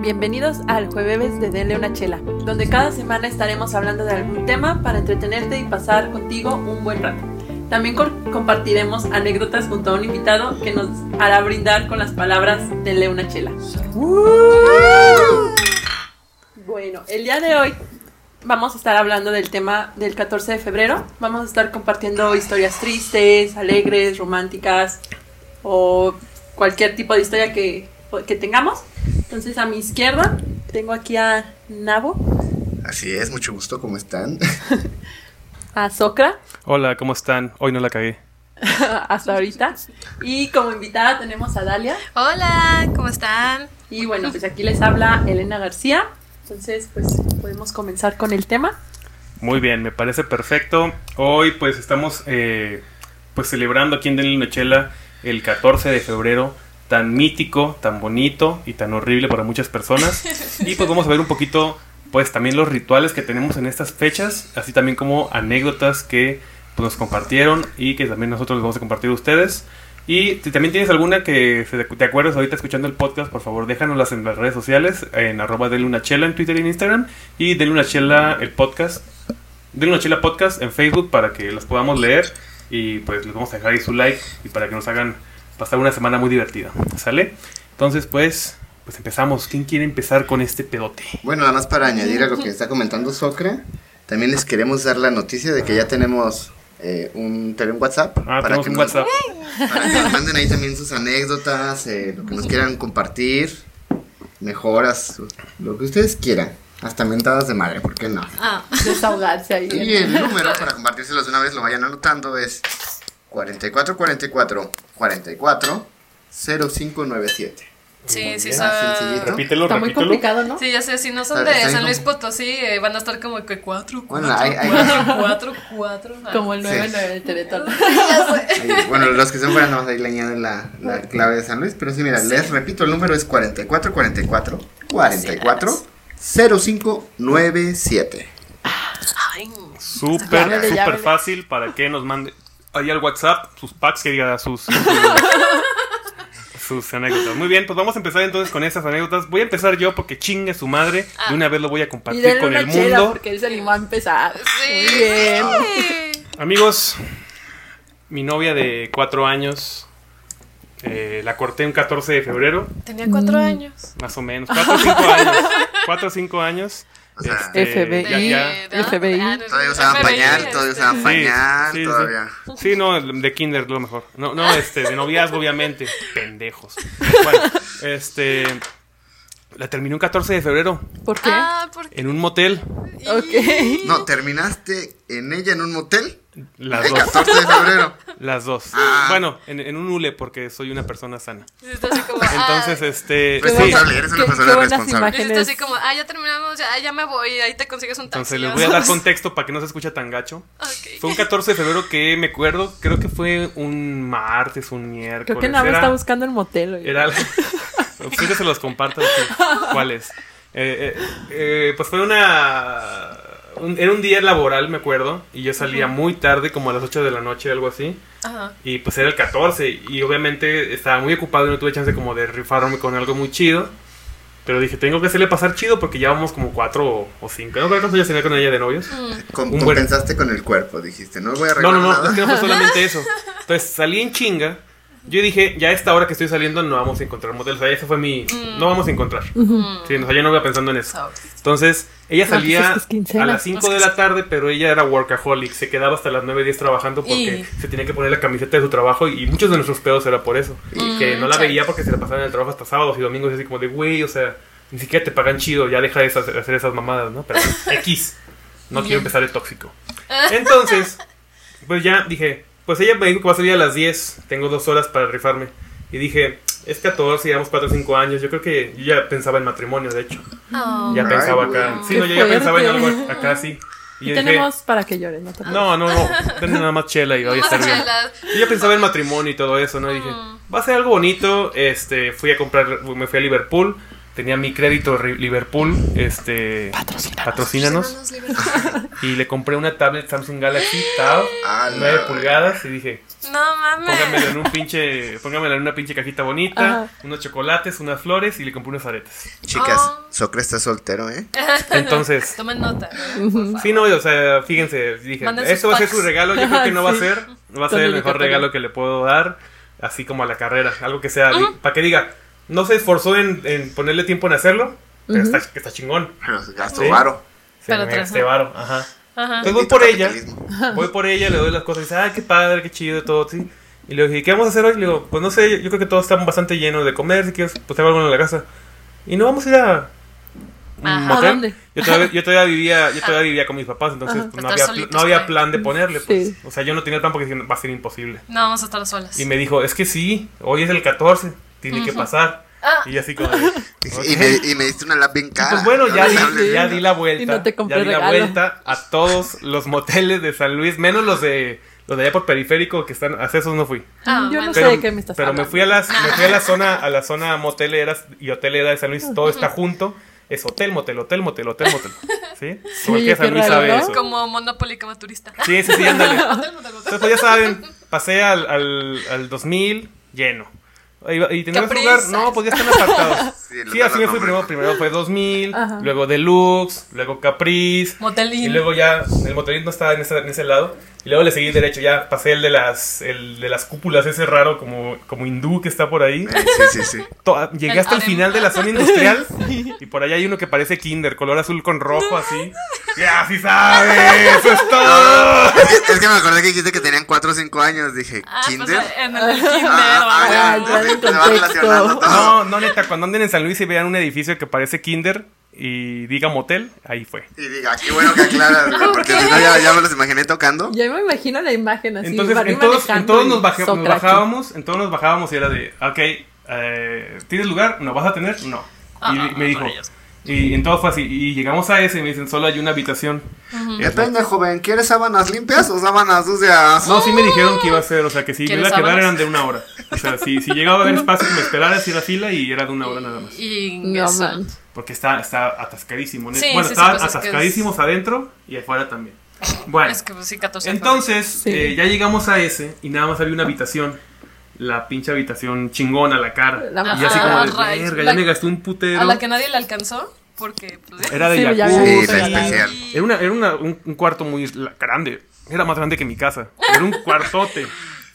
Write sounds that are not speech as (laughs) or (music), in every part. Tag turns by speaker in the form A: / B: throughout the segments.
A: Bienvenidos al jueves de Dele una chela, donde cada semana estaremos hablando de algún tema para entretenerte y pasar contigo un buen rato. También co- compartiremos anécdotas junto a un invitado que nos hará brindar con las palabras Dele una chela. Bueno, el día de hoy vamos a estar hablando del tema del 14 de febrero. Vamos a estar compartiendo historias tristes, alegres, románticas o cualquier tipo de historia que, que tengamos. Entonces a mi izquierda tengo aquí a Nabo,
B: Así es, mucho gusto, ¿cómo están? (laughs)
A: a Socra, (laughs)
C: Hola, ¿cómo están? Hoy no la cagué.
A: hasta ahorita. Y como invitada tenemos a Dalia.
D: Hola, ¿cómo están?
A: Y bueno, pues aquí les habla Elena García. Entonces, pues podemos comenzar con el tema.
C: Muy bien, me parece perfecto. Hoy pues estamos eh, pues celebrando aquí en Denle una Chela el 14 de febrero, tan mítico, tan bonito y tan horrible para muchas personas. Y pues vamos a ver un poquito pues también los rituales que tenemos en estas fechas, así también como anécdotas que pues, nos compartieron y que también nosotros les vamos a compartir a ustedes. Y si también tienes alguna que se te- te acuerdas ahorita escuchando el podcast, por favor déjanoslas en las redes sociales, en arroba denle una chela en Twitter y en Instagram, y denle una chela el podcast Denle una chela podcast en Facebook para que las podamos leer y pues les vamos a dejar ahí su like y para que nos hagan pasar una semana muy divertida. ¿Sale? Entonces pues, pues empezamos. ¿Quién quiere empezar con este pedote?
B: Bueno, nada más para añadir a lo que está comentando Socra, también les queremos dar la noticia de que ya tenemos eh, un, también WhatsApp
C: Ah, tenemos un
B: nos-
C: WhatsApp.
B: para que nos manden ahí también sus anécdotas, eh, lo que nos quieran compartir, mejoras, lo que ustedes quieran, hasta mentadas de madre, ¿por qué no?
D: Ah,
A: Desahogarse ahí.
B: Y el número para compartírselos de una vez, lo vayan anotando, es 4444 44 0597.
D: sí, sí,
B: Ah,
D: son.
B: sencillito.
C: Repítelo,
A: Está muy
C: repítelo.
A: complicado, ¿no?
D: Sí, ya sé, si no son de
B: Ah, Está bien.
D: San Luis Potosí, eh, van a estar como que cuatro,
B: Bueno,
D: cuatro,
B: hay- hay-
D: cuatro, cuatro, cuatro, ah. (laughs)
A: Como el 9
B: Sí.
A: de Teletón.
D: Ya sé.
B: Ahí, bueno, los que son fuera nada más ahí le añaden la, la clave de San Luis, pero sí, mira, les repito, el número es 4444 44 0597.
D: Ay,
C: Súper,
A: Llámele,
C: súper
A: llámele.
C: fácil para que nos mande ahí al WhatsApp sus packs que diga sus... Sus anécdotas. Muy bien, pues vamos a empezar entonces con esas anécdotas. Voy a empezar yo porque chingue su madre. De una vez lo voy a
A: Ah. Y
C: compartir
A: denle
C: con
A: una
C: el
A: chela
C: mundo.
A: porque él se animó a empezar.
D: sí.
A: Muy bien.
D: sí.
C: Amigos, mi novia de cuatro años, eh, la corté un 14 de febrero,
D: Tenía cuatro años.
C: más o menos, cuatro o cinco años, cuatro o cinco años.
B: O sea,
A: FBI.
C: ya- ya-
D: De-
A: FBI.
D: ah, no,
B: Todavía
D: no,
B: usaban
D: FBI,
B: pañal, todavía
D: este,
B: usaban pañal,
C: Sí, sí, sí.
B: todavía.
C: Sí, no, de kinder lo mejor. No, no, este, de noviazgo, obviamente. Pendejos. Bueno, este. La terminé un 14 de febrero
A: ¿Por qué?
D: Ah, pues porque.
C: en un motel.
A: ok.
B: No, terminaste en ella en un motel
C: Las
B: el (laughs)
C: dos.
B: 14 de febrero.
C: Las dos.
B: Ah.
C: Bueno, en, en un hule, porque soy una persona sana.
D: Está así como.
C: Entonces,
D: ah,
C: este.
B: Pues
C: sí.
B: Responsable, eres una
A: Qué-
B: persona
A: qué buenas
B: responsable.
A: imágenes.
D: está así como, ah, ya terminamos, ya, ya me voy, ahí te consigues un taxi.
C: Entonces les
D: ya
C: voy a dar
D: sabes.
C: contexto para que no se escuche tan gacho.
D: Ok.
C: Fue un 14 de febrero que me acuerdo, creo que fue un martes, un miércoles.
A: Creo que Nabo
C: era-
A: está buscando el motel. oye.
C: Era... (laughs) Sí que se los comparto. sí. ¿Cuáles? Eh, eh, eh, pues fue una... un- era un día laboral, me acuerdo, y yo salía muy tarde, como a las 8 de la noche, algo así.
D: Ajá.
C: Y pues era el 14 y obviamente estaba muy ocupado y no tuve chance como de rifarme con algo muy chido. Pero dije, tengo que hacerle pasar chido porque ya vamos como 4 o 5. No creo que ya tenía con ella de novios.
B: Com-
C: Un buen-
B: compensaste con el cuerpo, dijiste, no voy a
C: No,
B: arreglar
C: no, no,
B: nada.
C: (laughs) es que no fue solamente eso. Entonces salí en chinga. Yo dije, ya a esta hora que estoy saliendo no vamos a encontrar motel. O sea, esa fue mi. No vamos a encontrar. Sí, o sea, yo no iba pensando en eso.
D: Sabes.
C: Entonces, ella
A: pues
C: salía
A: es que es quincena.
C: a las 5 de la tarde, pero ella era workaholic. Se quedaba hasta las 9, 10 trabajando porque
D: Y-
C: se tenía que poner la camiseta de su trabajo. Y muchos de nuestros pedos era por eso.
D: Mm,
C: que no la
D: chale.
C: veía porque se la pasaban en el trabajo hasta sábados y domingos. Y así como de, güey, o sea, ni siquiera te pagan chido. Ya deja de esas- de hacer esas mamadas,
D: (laughs)
C: ¿no? Pero X. No quiero empezar de tóxico. Entonces, pues ya dije, pues ella me dijo que va a salir a las 10, tengo dos horas para rifarme. Y dije, es 14, llevamos 4 o 5 años, yo creo que yo ya pensaba en matrimonio, de hecho.
D: Oh.
C: Ya
B: Ay,
C: pensaba
B: güey.
C: acá. Sí,
A: Qué
C: no, yo ya pensaba en
A: fuerte.
C: algo acá, sí. Y yo dije, Ah.
A: Tenemos para que llores, no te preocupes.
C: no, no, no, tengo nada más chela y voy a
D: Más
C: estar bien.
D: chelas.
C: Yo ya pensaba en
A: Mm.
C: matrimonio y todo eso, ¿no? Y dije, va a ser algo bonito. Este, fui a comprar, me fui a Liverpool, tenía mi crédito Ri- Liverpool, este,
A: Patrocina.
C: patrocínanos,
D: Patrocínanos, Liverpool.
C: y le compré una tablet Samsung Galaxy Tab,
B: Ah, no.
C: 9 pulgadas, y dije,
D: No
C: póngamelo
D: mames.
A: (laughs)
C: en un pinche, póngamelo en una pinche cajita bonita,
A: Ajá.
C: unos chocolates, unas flores, y le compré unos aretes.
B: Chicas,
D: Oh.
B: Socrates está soltero, (laughs) ¿eh?
C: Entonces,
D: (laughs) Tomen nota. güey, por favor.
C: Sí, no, o sea, fíjense, dije,
D: Manden sus
C: esto va a ser
D: packs.
C: su regalo, yo creo que no va
A: (laughs)
C: a
A: Sí.
C: ser, no va a ser el mejor
A: Comunicatoria.
C: regalo que le puedo dar, así como a la carrera, algo que sea, para que diga, no se esforzó en, en ponerle tiempo en hacerlo, pero
A: Ujú.
C: está, está chingón,
B: Pero gasto
C: Sí.
B: varo.
C: se
D: Pero
C: me
D: tras-
C: gasté varo,
A: (laughs)
C: ajá.
D: Ajá.
C: Entonces voy
B: Bendito
C: por ella,
B: capitalismo.
C: voy por ella, le doy las cosas, y dice, ah, qué padre, qué chido, todo, sí. Y le dije, ¿qué vamos a hacer hoy? Le digo, pues no sé, yo creo que todos están bastante llenos de comer, si quieres, pues tengo algo en la casa. Y no vamos a ir a... un
D: Ajá.
A: ¿A
C: motel.
A: dónde?
C: Yo todavía, yo todavía vivía, yo todavía vivía con mis papás, entonces
A: Ajá.
C: pues, no,
D: Estar
C: había,
D: solitos,
C: no había
D: güey.
C: plan de ponerle, pues.
A: Sí.
C: O sea, yo no tenía el plan porque dije, va a ser imposible.
D: No vamos a estar solas.
C: Y me dijo, es que sí, hoy es el 14, tiene que pasar.
D: Ah.
C: Y yo así como, de,
B: Dice,
C: "Ok".
B: Y, me, y me diste una lap bien cara.
C: pues bueno, ya,
B: No
C: di,
B: me hables.
C: ya di la vuelta.
A: Y no te compré
C: ya di la
A: regalo.
C: vuelta a todos los moteles de San Luis, menos los de los de allá por periférico que están, a esos no fui.
D: Ah,
A: Yo
D: bueno.
A: no sé de qué me estás
C: pero
A: hablando.
C: me fui a las, me fui a
D: Ah.
C: la zona, a la zona motelera y hotelera de San Luis, todo está junto. Es hotel, motel, hotel, motel, hotel,
D: (laughs)
C: motel. ¿Sí? Cualquier
A: qué
C: San Luis
A: raro,
C: sabe
A: ¿no?
C: eso.
D: Como Monopoly como turista.
C: Sí, sí, sí, ándale.
D: Hotel, motel, motel.
C: Entonces, pues ya saben, pasé al, al, al 2000 lleno. Iba- ¿Y teníamos lugar?
D: Caprizas.
C: No, pues ya están apartados.
B: Sí, el
C: Sí, así me fui
B: nombre.
C: primero. Primero fue 2000,
A: Ajá.
C: luego Deluxe, luego Capriz.
D: Motel
C: Y luego ya el motelito no estaba en ese, en ese lado. Y luego le seguí derecho, ya pasé el de las, el de las cúpulas, ese raro como, como hindú que está por ahí.
B: Eh, Sí, sí, sí.
C: To- Llegué
D: El
C: hasta el
D: harem.
C: final de la zona industrial y por allá hay uno que parece Kinder, color azul con rojo así. Ya, sí sabes, eso es todo.
B: Es que, es que me acordé que dijiste que tenían 4 o 5 años. Dije,
D: Ah, pues,
B: ¿Kinder?
D: en el Kinder.
B: Ah, ah,
D: vamos.
A: ya,
B: ya,
A: en
B: se va
A: contexto.
B: relacionando todo.
D: Ah.
C: No, no, neta, cuando anden en San Luis y vean un edificio que parece Kinder y diga motel, ahí fue.
B: Y diga, qué bueno que aclaras, güey, porque si no ya, ya me los imaginé tocando.
A: Ya me imagino la imagen así.
C: Entonces,
A: Barry
C: en todos, en
A: manejando
C: todos
A: y
C: nos, baje- nos
A: Sócrates.
C: bajábamos, en todos nos bajábamos y era de, ok, eh, ¿tienes lugar? ¿No vas a tener? No. Y
D: Ah,
C: me dijo,
D: rayos.
C: y en todos fue así, y llegamos a ese y me dicen, solo hay una habitación.
B: Depende, joven, ¿quieres sábanas limpias o sábanas sucias?
C: No, sí
D: ¡Ah!
C: me dijeron que iba a ser, o sea, que si me iba a
D: ¿Quieres
C: quedar
D: sábanas?
C: eran de una hora. O sea, si, si llegaba a
D: (laughs)
C: haber espacio que me esperara, así la fila y era de una hora nada más.
D: Y
A: ah, No
D: eso.
A: manches.
C: Porque está, está atascadísimo. ¿no?
D: Sí,
C: bueno,
D: sí, sí,
C: estaban
D: pues es que es-
C: atascadísimos adentro y afuera también. Bueno,
D: Es que pues, sí, 14.
C: entonces
A: Sí.
C: eh, ya llegamos a ese y nada más había una habitación. La pinche habitación chingona, la cara.
A: La
C: y así
D: Ajá,
C: como de
D: rayos.
C: verga,
D: La-
C: ya me gasté un
D: fue.
C: putero.
D: A la que nadie le alcanzó. Porque. Pues,
C: Era de
A: Sí, ya
C: jacuzzi.
A: había-
B: Sí, la especial.
C: Era, una- era una- un, un cuarto muy la- grande. Era más grande que mi casa. Era un cuartote.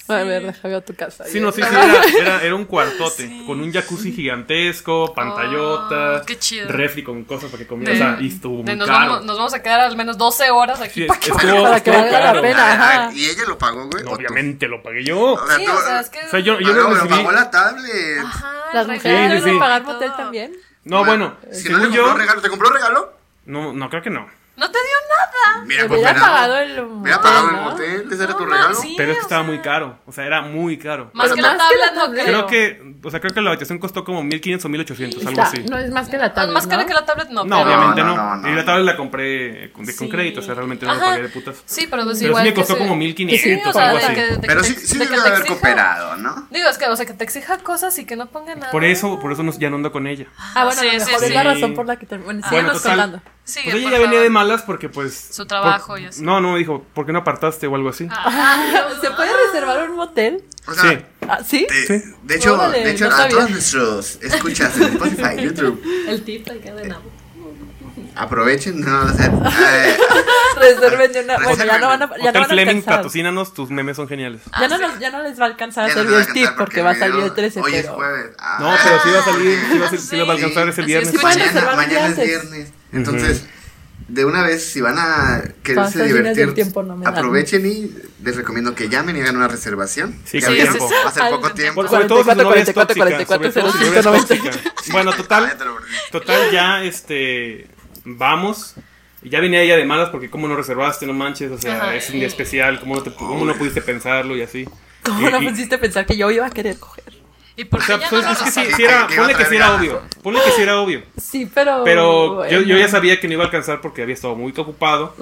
A: A ver, déjame a tu casa.
C: Sí, no, sí, sí, era, era- era un cuartote con un jacuzzi gigantesco, pantallota,
D: Oh, qué chido.
C: refri con cosas para que
D: de-
C: comieras. o sea, y estuvo
D: de
C: muy
D: nos,
C: caro.
D: vamos, nos vamos a quedar al menos 12 horas aquí.
C: Sí,
D: (laughs) para que-
C: estuvo-
A: Para que
C: estuvo
A: valga la
C: caro.
A: pena.
B: A
A: Ajá.
B: ver, Ah, ¿Y ella lo pagó, güey?
C: No,
B: ¿O tú?
C: Obviamente lo pagué yo.
B: O sea,
D: Sí,
B: tú-
D: o sea, es que. Ah.
C: O sea, yo, yo
B: Ah,
C: no
B: no, pero
C: recibí.
B: pagó la tablet.
D: Ajá,
A: Las
D: el
A: mujeres
D: regalo,
A: deben
C: sí, sí.
A: pagar
D: todo.
A: motel también.
C: No, bueno,
B: Si no le
C: según
B: compró
C: yo.
B: regalo, ¿te compró regalo?
C: No, no, creo que no.
D: No te dio nada.
B: Mira, pues
A: hubiera
B: mira,
A: pagado el
B: Hubiera
A: motel,
B: pagado el
A: ¿no?
B: motel, ese era
D: No,
B: tu
D: ma-
B: regalo.
D: sí.
C: Pero es que
D: o
C: estaba
D: sea.
C: muy caro. O sea, era muy caro.
D: Más
A: Pero
D: que la
A: más que la
D: tabla, no
A: tablet.
C: Creo
D: creo.
C: que, o sea, creo que la habitación costó como 1500 o 1800, algo
A: Está-
C: así.
A: No es más que la
D: Ah,
A: tabla.
D: Más cara
A: ¿no?
D: que la tablet, no.
C: No,
D: pero-
C: obviamente
B: no,
C: no.
B: no, no.
C: Y la tablet la compré con, de- con
D: Sí.
C: crédito, o sea, realmente no la
D: Ajá.
C: pagué de putas.
D: Sí, pero pues
C: Pero
D: igual.
C: sí me
D: que
C: costó
D: se-
C: como
A: Sí,
C: 1500
A: o
C: o
A: sea,
C: algo
A: de
C: así.
D: que- de que
B: Pero
D: te-
B: sí, sí
D: de que
B: debió
D: te
B: haber
D: exija-
B: cooperado, ¿no?
D: Digo, es que, o sea, que te exija cosas y que no ponga nada.
C: Por eso, por eso no- ya no ando con ella.
A: Ah, bueno,
D: Sí,
A: a lo
D: sí,
A: mejor es
D: sí. Ah.
A: la razón por la que te... Bueno,
C: Bueno,
A: síguenos
C: total.
D: (laughs)
A: hablando.
D: Sí,
C: Pues ella ya venía
D: (laughs)
C: de malas porque pues...
D: Su trabajo
C: por-
D: y así. Ah,
C: No, no, me dijo, ¿por qué no apartaste o algo así?
D: (laughs)
A: ¿Se puede reservar un motel?
B: O sea,
C: sí.
A: Ah, ¿Sí?
B: de, de hecho,
A: Órale,
B: de hecho
A: no
B: a
A: sabía.
B: todos nuestros escuchas en Spotify, YouTube,
D: El tip, el que de nabo.
B: aprovechen, no,
A: (laughs)
B: o sea, eh,
A: Reserven de una... Bueno, ya
B: Reserven.
A: no van a, ya no
C: Hotel
A: van a
C: Fleming,
A: alcanzar.
C: patrocínanos, tus memes son geniales.
A: Ya
D: Ah,
A: no, nos- ya no les va a alcanzar a
B: ya no
A: hacer
B: te voy a
A: el tip
B: cantar
A: porque va a salir el 13,
B: Hoy es
A: pero...
B: jueves. Ah.
C: No, pero sí va a salir, sí va a, ser- sí
D: Ah, Sí.
C: va a alcanzar ese
D: Así
C: viernes.
D: es que-
A: Pueden
B: Mañana,
A: reservar
B: mañana es
A: desde antes.
B: viernes. Entonces, de una vez, si van a quererse
A: Pasa, si no es del
B: divertir,
A: tiempo, no me dan.
B: aprovechen y les recomiendo que llamen y hagan una reservación.
C: Sí,
B: Ya
C: sí,
B: ves,
C: sí, sí.
B: hace poco
D: Al-
B: tiempo.
C: Por- sobre todo si su novia es
A: 44,
C: tóxica,
A: 44,
C: sobre todo si su novia es
A: 05,
C: tóxica. Bueno,
B: Ah, ya
C: total,
B: te lo perdí.
C: total ya, este, vamos. Y Ya venía ella de malas porque cómo no reservaste, no manches, o sea,
D: Ajá.
C: es un día especial, cómo no, te- cómo no pudiste pensarlo y así.
A: ¿Cómo
C: Y-
A: no
C: y-
A: pusiste pensar que yo iba a querer coger?
D: ¿Y
C: o
D: por qué
C: sea,
D: ya
C: pues,
D: no
C: es
D: lo
C: que sí,
D: reservas?
C: sí era,
B: Que- que iba a
C: ponle que sí
B: traer
C: era
B: ganas.
C: obvio, ponle que sí era obvio.
A: Sí,
D: Oh,
A: pero...
C: Pero yo, yo ya
A: bueno.
C: sabía que no iba a alcanzar porque había estado muy ocupado.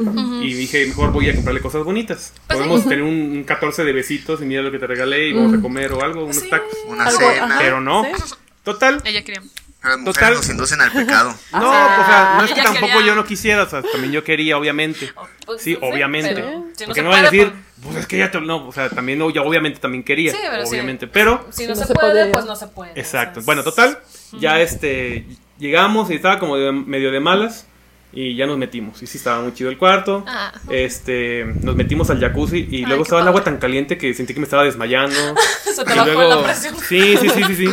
C: Y dije, mejor voy a comprarle cosas bonitas.
D: Pues sí.
C: Podemos tener un, un 14 de besitos y mira lo que te regalé y vamos a comer o algo, unos
D: Sí.
C: tacos.
B: Una
A: Algo,
B: cena.
A: ajá.
C: Pero no.
A: ¿Sí?
C: Total,
D: Ella quería.
B: A las mujeres
C: Total.
B: nos inducen al pecado.
C: No,
A: Ah,
C: o sea, no es que
D: ella
C: tampoco
D: quería.
C: yo no quisiera, o sea, también yo quería, obviamente.
D: O- pues,
C: sí,
D: no sé,
C: obviamente.
D: pero si no
C: Porque
D: se
C: no van a
D: puede,
C: decir, pues es que ya te. No, o sea, también no, yo obviamente también quería.
D: Sí, pero sí.
C: obviamente, pero.
D: pues, Si no, se, puede, pues no se puede. o
C: Exacto.
D: sea,
C: Bueno, total, ya este. Llegamos y estaba como de- medio de malas. Y ya nos metimos. Y sí, estaba muy chido el cuarto.
D: Ah.
C: Este, nos metimos al jacuzzi y
D: Ay,
C: luego
D: qué
C: estaba el agua
D: padre.
C: tan caliente que sentí que me estaba
D: (laughs)
C: desmayando.
D: (laughs) Se
C: Y
D: te bajó
C: luego-
D: la presión.
C: Sí, sí, sí, sí,
D: (laughs)
C: sí.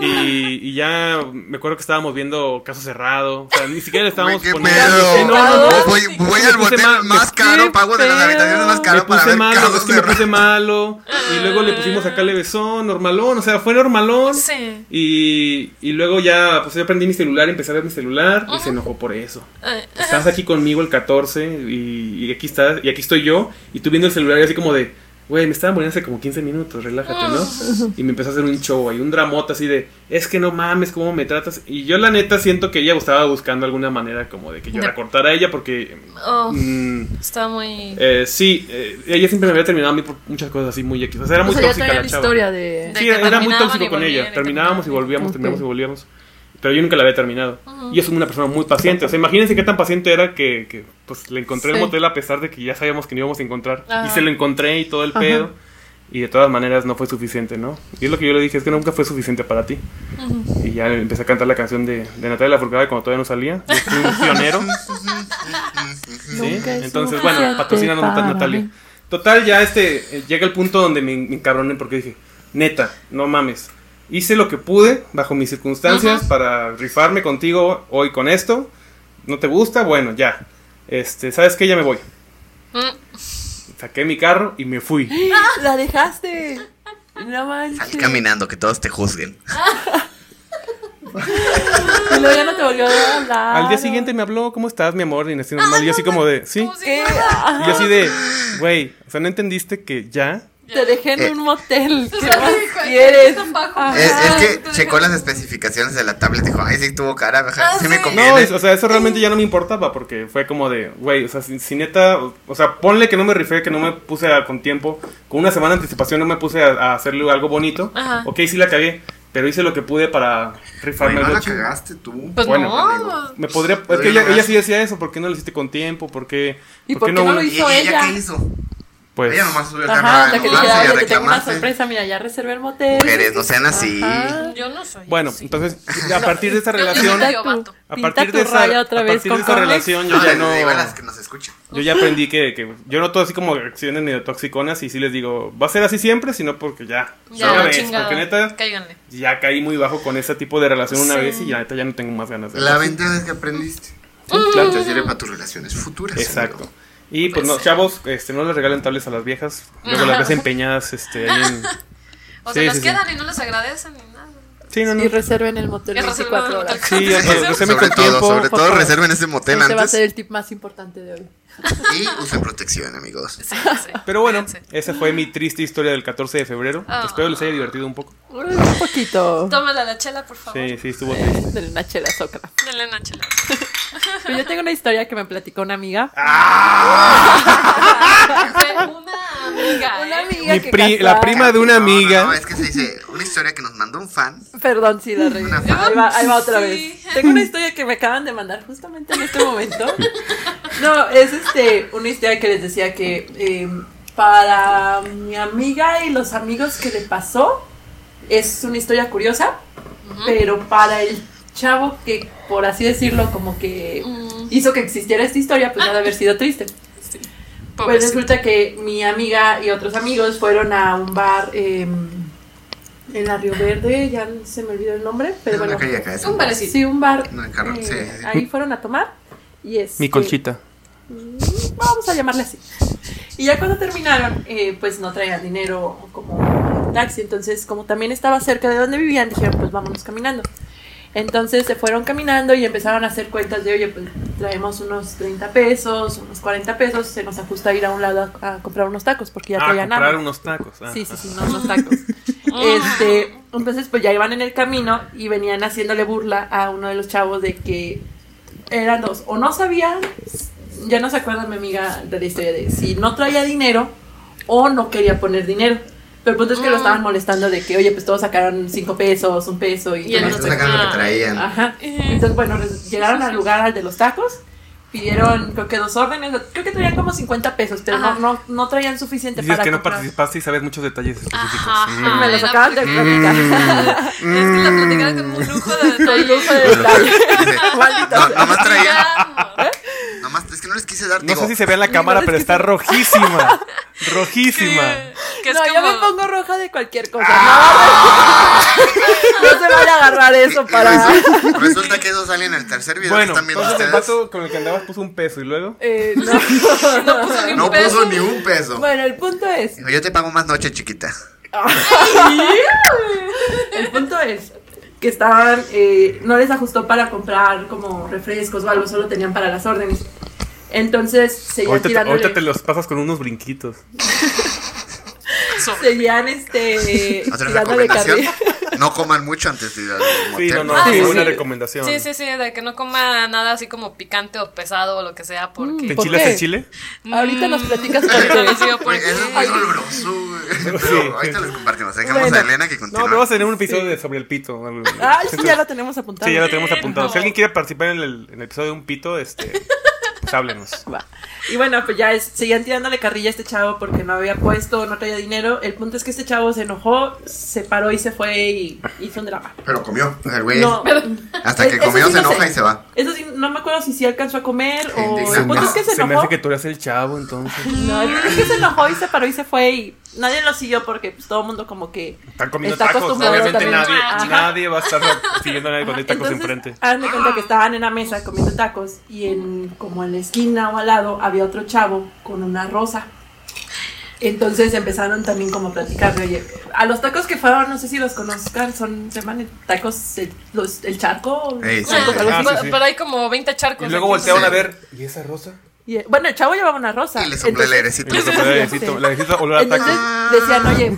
C: Y, y ya me acuerdo que estábamos viendo Caso Cerrado. O sea, ni siquiera le estábamos
B: Güey, qué
C: poniendo.
B: pedo.
C: Sí, no, no, no.
B: Voy, voy al
C: Me puse
B: botel
C: mal-
B: más
C: me-
A: qué
B: caro, pago de las
A: pedo.
B: habitaciones más
C: Me
B: caro para
C: puse
B: ver
C: malo, es
B: casos
C: que me
B: de
C: puse malo. Y luego le pusimos acá levesón, normalón. O sea, fue normalón.
D: Sí.
C: Y, y luego ya, pues yo prendí mi celular, empecé a ver mi celular y se enojó por eso.
D: Ay,
C: Estás aquí conmigo el 14 y, y aquí estás, y aquí estoy yo. Y tú viendo el celular y así como de, güey, me estaban poniendo hace como 15 minutos, relájate,
A: Ah.
C: ¿no? Y me empezó a hacer un show ahí, un dramota así de, es que no mames, ¿cómo me tratas? Y yo la neta siento que ella estaba buscando alguna manera como de que yo
D: Ya.
C: la cortara a ella porque...
D: oh,
C: mm,
D: está muy.
C: eh, sí, eh, ella siempre me había terminado a mí por muchas cosas así muy X. O sea, era
A: O
C: muy
A: sea, ya
C: tóxica
A: traía
C: la
A: la
C: chava.
A: historia de...
D: De
C: Sí,
D: que
C: era, era muy
D: terminaban
C: tóxico
D: y
C: con
D: volvían
C: ella.
D: y
C: Terminábamos y
D: terminaban.
C: volvíamos,
A: Ok.
C: terminábamos y volvíamos. Pero yo nunca la había terminado.
D: Ujú.
C: Y yo soy una persona muy paciente. O sea, imagínense qué tan paciente era que, que, pues, le encontré el
A: Sí.
C: motel a pesar de que ya sabíamos que no íbamos a encontrar. Y
D: Ajá.
C: se lo encontré y todo el
A: Ajá.
C: pedo. Y de todas maneras no fue suficiente, ¿no? Y es lo que yo le dije, es que nunca fue suficiente para ti. Y ya empecé a cantar la canción de, de Natalia Lafourcade cuando todavía no salía. Yo fui un pionero. ¿Sí?
A: Nunca es
C: Entonces, bueno,
A: suficiente
C: patrocínanos Nat-
A: para
C: Natalia.
A: mí.
C: Total, ya este eh, llega el punto donde me, me encabroné porque dije, neta, no mames. Hice lo que pude bajo mis circunstancias para rifarme contigo hoy con esto. ¿No te gusta? Bueno, ya. Este, ¿sabes qué? Ya me voy.
D: Mm,
C: Saqué mi carro y me fui.
A: ¡La dejaste! No manches.
B: Salí caminando, que todos te juzguen.
A: Y luego ya no te volvió a hablar.
C: Al día siguiente me habló, ¿cómo estás, mi amor? Y así normal. Y yo así como de, sí.
D: Ah, ¿Cómo se
A: ¿Qué?
D: llama?
A: Ajá,
C: Y yo así de, güey, o sea, ¿no entendiste que ya?
A: Te dejé en un motel. ¿Qué
D: (laughs) sea,
A: más
D: sí, cualquier
A: quieres?
D: trabajo.
A: Ajá.
B: Eh, Es, es
D: Ay,
B: que
D: te
B: checó
D: dejaron.
B: las especificaciones de la tablet y dijo, ay, sí, tuvo cara, ajá,
D: Ah,
B: sí me
D: sí.
B: conviene.
C: No, es- o sea, eso realmente ya no me importaba porque fue como de, güey, o sea, si, si neta, o, o sea, ponle que no me rifé, que no me puse a- con tiempo, con una semana de anticipación no me puse a, a hacerle algo bonito.
D: Ajá.
C: Ok, sí la cagué, pero hice lo que pude para
B: Güey,
C: rifarme
B: no
C: algo
B: la
C: chido.
B: cagaste tú.
D: Pues
C: Bueno,
D: no.
C: Me podría, es
B: Pero
C: que
B: ya
C: ella,
B: no
C: ella
B: es.
C: sí decía eso, ¿por qué no lo hiciste con tiempo? ¿Por qué,
A: ¿Y por qué no
C: uno-
A: lo
B: ¿Y
A: hizo
B: ella
A: ella?
B: qué hizo?
C: Pues,
B: Ella nomás subió
A: Ajá,
B: acá
A: hasta
B: a
A: que dijera,
B: enojarse y
A: oye,
B: a
A: te tengo una
B: reclamarse.
A: sorpresa, mira, ya reservé el motel.
B: Mujeres, no sean así.
A: Ajá.
D: Yo no soy.
C: bueno,
D: así.
A: (laughs)
C: entonces, a partir de esa
D: yo- yo
C: relación,
D: soy-
A: Pinta tu,
C: a
A: pinta
C: partir
A: tu
C: de esa,
A: raya
C: a
A: otra vez
C: partir de
A: con
C: esa
A: Comex.
C: relación, yo
B: No,
C: ya
B: les
C: no...
B: digo a las que nos escuchan.
C: Yo ya aprendí que, que yo noto así como reacciones medio toxiconas y sí les digo, va a ser así siempre, sino porque ya.
D: Ya,
C: una
D: la
C: vez,
D: chingada.
C: porque neta,
D: Cáiganle.
C: ya caí muy bajo con ese tipo de relación una
D: Sí.
C: vez y ya neta ya no tengo más ganas de
B: La
C: eso.
B: ventaja es que aprendiste.
C: Sí, claro.
B: Te sirve para tus relaciones futuras.
C: Exacto.
B: amigo.
C: Y pues
D: Pues
C: no,
D: sí.
C: chavos, este, no les regalen tablets a las viejas, luego las ves empeñadas, este, ahí
D: (laughs)
C: en...
D: O
C: Sí,
D: se las
C: sí, sí.
D: quedan y no les agradecen ni nada.
C: Sí, no, no.
A: Y reserven el motel
D: Y reserven el
A: 24 horas.
D: motel.
C: Sí, ya, pues,
B: Sobre
C: reserven con
B: todo,
C: tiempo.
B: sobre
A: por
B: todo
A: favor.
B: reserven ese motel
A: Ese va a
B: antes
A: ser el tip más importante de hoy.
B: y usen protección, amigos.
D: Sí, sí.
C: Pero bueno,
D: Cuídense.
C: esa fue mi triste historia del 14 de febrero.
D: Ah.
C: Espero les haya divertido un poco.
A: Uy, Un (laughs) poquito.
D: Tómala la chela, por favor.
C: Sí, sí, estuvo triste.
A: De una chela socra.
D: Denle una chela. (laughs)
A: Pero yo tengo una historia que me platicó una
C: (laughs)
A: amiga.
C: Ah,
D: una amiga.
A: Una
D: ¿eh?
A: amiga
C: Mi
A: que
C: pri-
A: casó
C: la
A: a-
C: prima de una
B: No, no,
C: amiga.
B: no, es que se dice una historia que nos mandó un fan.
A: Perdón, sí, la regué.
B: Una fan.
A: Ahí va, ahí va otra
D: Sí.
A: vez. Tengo una historia que me acaban de mandar justamente en este momento. No, es este una historia que les decía que eh, para mi amiga y los amigos que le pasó es una historia curiosa, pero para el chavo que, por así decirlo, como que
D: Mm,
A: hizo que existiera esta historia,
D: Ah.
A: pues ha de haber sido triste. Pues
D: pobrecita.
A: resulta que mi amiga y otros amigos fueron a un bar eh, en la Río Verde, ya se me olvidó el nombre, pero
B: Una
A: bueno.
B: calle acá de San
D: Un
B: Juan.
D: barecito.
A: Sí, un bar.
B: No, en carro,
A: eh,
B: sí, sí, sí.
A: Ahí fueron a tomar. Y este, es.
C: Mi colchita.
A: Vamos a llamarle así. Y ya cuando terminaron, eh, pues no traían dinero como el taxi. Entonces, como también estaba cerca de donde vivían, dijeron, pues vámonos caminando. Entonces se fueron caminando y empezaron a hacer cuentas de, oye, pues traemos unos 30 pesos, unos 40 pesos, se nos ajusta ir a un lado a, a comprar unos tacos porque ya
C: Ah,
A: traían hambre.
C: comprar unos tacos. ah,
A: Sí, sí,
C: ah.
A: sí, no, los tacos.
D: Mm.
A: Este,
D: Ah.
A: entonces, pues ya iban en el camino y venían haciéndole burla a uno de los chavos de que eran dos. O no sabían, ya no se acuerda mi amiga de la historia de si no traía dinero o no quería poner dinero. Pero el punto es que lo
D: Ah.
A: estaban molestando de que, oye, pues todos sacaron cinco pesos, un peso y...
D: Y él
B: Nomás
D: no
B: te
D: se-
B: sacan lo
D: ah.
B: que traían.
A: Ajá. Entonces, bueno, res- llegaron al lugar al de los tacos, pidieron creo que dos órdenes, creo que traían como 50 pesos, pero no,
D: Ajá.
A: no, no traían suficiente
C: Dices
A: para
C: que no
A: comprar.
C: participaste y sabes muchos detalles específicos.
D: Ajá.
C: Mm.
A: Me los
D: Ah, la
A: acaban de platicar.
D: Es que la platicaron con un lujo
A: (laughs)
D: de
A: Con
D: detalle.
A: lujo de detalle. (laughs)
B: Dice,
A: Maldita
B: No,
A: sea.
B: nomás traían.
D: Digamos.
B: Nomás, es que no les quise dar.
C: No
B: digo,
C: sé si se ve
A: (laughs)
C: en la cámara,
A: es
C: pero
A: que (laughs)
C: está rojísima.
D: Que,
C: rojísima.
D: que es
A: no, yo
D: como-
A: me pongo roja de cualquier cosa.
D: (laughs)
A: No, no se vaya a agarrar eso para.
B: Resulta, (laughs) resulta que eso sale en el tercer video
C: Bueno,
B: que están viendo
C: entonces el
B: ustedes.
C: vato con el que andabas puso un peso y luego.
A: Eh, no.
D: No
A: (laughs)
D: puso ni un
B: No
D: peso.
B: puso ni un peso.
A: Bueno, el punto es.
B: Dijo, Yo te pago más noche, chiquita.
A: El punto es que estaban. eh, no les ajustó para comprar como refrescos o algo, solo tenían para las órdenes. Entonces seguían
C: Ahorita te,
A: tirándole.
C: ahorita te los pasas con unos brinquitos.
D: Eso.
A: Seguían este.
B: Otra
A: tirándole
B: recomendación:
A: carril.
B: (laughs) no coman mucho antes de ir al
C: Sí,
B: motel.
C: no, no,
D: Ah, sí,
C: una
A: sí.
C: recomendación.
D: Sí, sí, sí, de que no coma nada así como picante o pesado o lo que sea,
C: ¿Te
D: porque. Mm.
A: ¿Por
C: enchilas
A: qué?
C: en Chile?
A: Mm. Ahorita nos
D: (laughs)
A: platicas por qué.
D: Ahorita les digo por
B: Güey,
D: qué.
B: Eso es muy doloroso, güey. Pero ahorita les compartimos. Dejamos
A: Bueno.
B: a Elena que
C: No,
B: continúe.
C: pero vas a tener un episodio de- sobre el pito. algo.
A: Ah, sí, ya lo tenemos apuntado.
C: Sí, ya lo tenemos apuntado.
D: No.
C: Si alguien quiere participar en el, en el episodio de un pito, este, pues háblenos.
A: Va. Y bueno, pues ya es- seguían tirándole carrilla a este chavo porque no había puesto, no traía dinero. El punto es que este chavo se enojó, se paró y se fue y hizo un drama.
B: Pero comió. O sea, el güey.
C: Pues,
A: No,
B: Hasta que
A: Eso
B: comió
A: sí
B: se
A: no
B: enoja
A: sé.
B: y se va.
A: eso sí, no me acuerdo si sí alcanzó a comer o.
B: Indignado.
A: El punto pues, es que se
C: Se me hace
A: enojó.
C: que tú eres el chavo, entonces.
A: No, el punto es que se enojó y se paró y se fue y nadie lo siguió porque pues, todo el mundo como que.
C: Están comiendo
A: Está
C: tacos.
A: acostumbrado
C: Obviamente
A: también.
C: nadie,
A: Ajá.
C: nadie va a
A: (laughs)
C: estar siguiendo a nadie cuando hay tacos
A: Entonces,
C: enfrente.
A: hagan de cuenta que estaban en la mesa comiendo tacos y en como en la esquina o al lado había otro chavo con una rosa. Entonces empezaron también como a platicar de, oye, a los tacos que fueron, no sé si los conozcan, son, se llaman tacos, el, los- el charco.
B: Ey, sí,
A: tacos,
B: sí.
A: algo
C: Ah,
A: así.
C: sí,
D: Pero-
C: sí.
D: Pero hay como 20 charcos.
C: Y luego
D: entonces-
C: voltearon a ver. ¿Y esa rosa?
A: Y, eh, bueno, el chavo llevaba una rosa.
B: Y le sopló el
A: Entonces-
B: airecito.
C: Y le sopló el airecito, el airecito olor a
A: Entonces
C: taco.
A: decían, oye,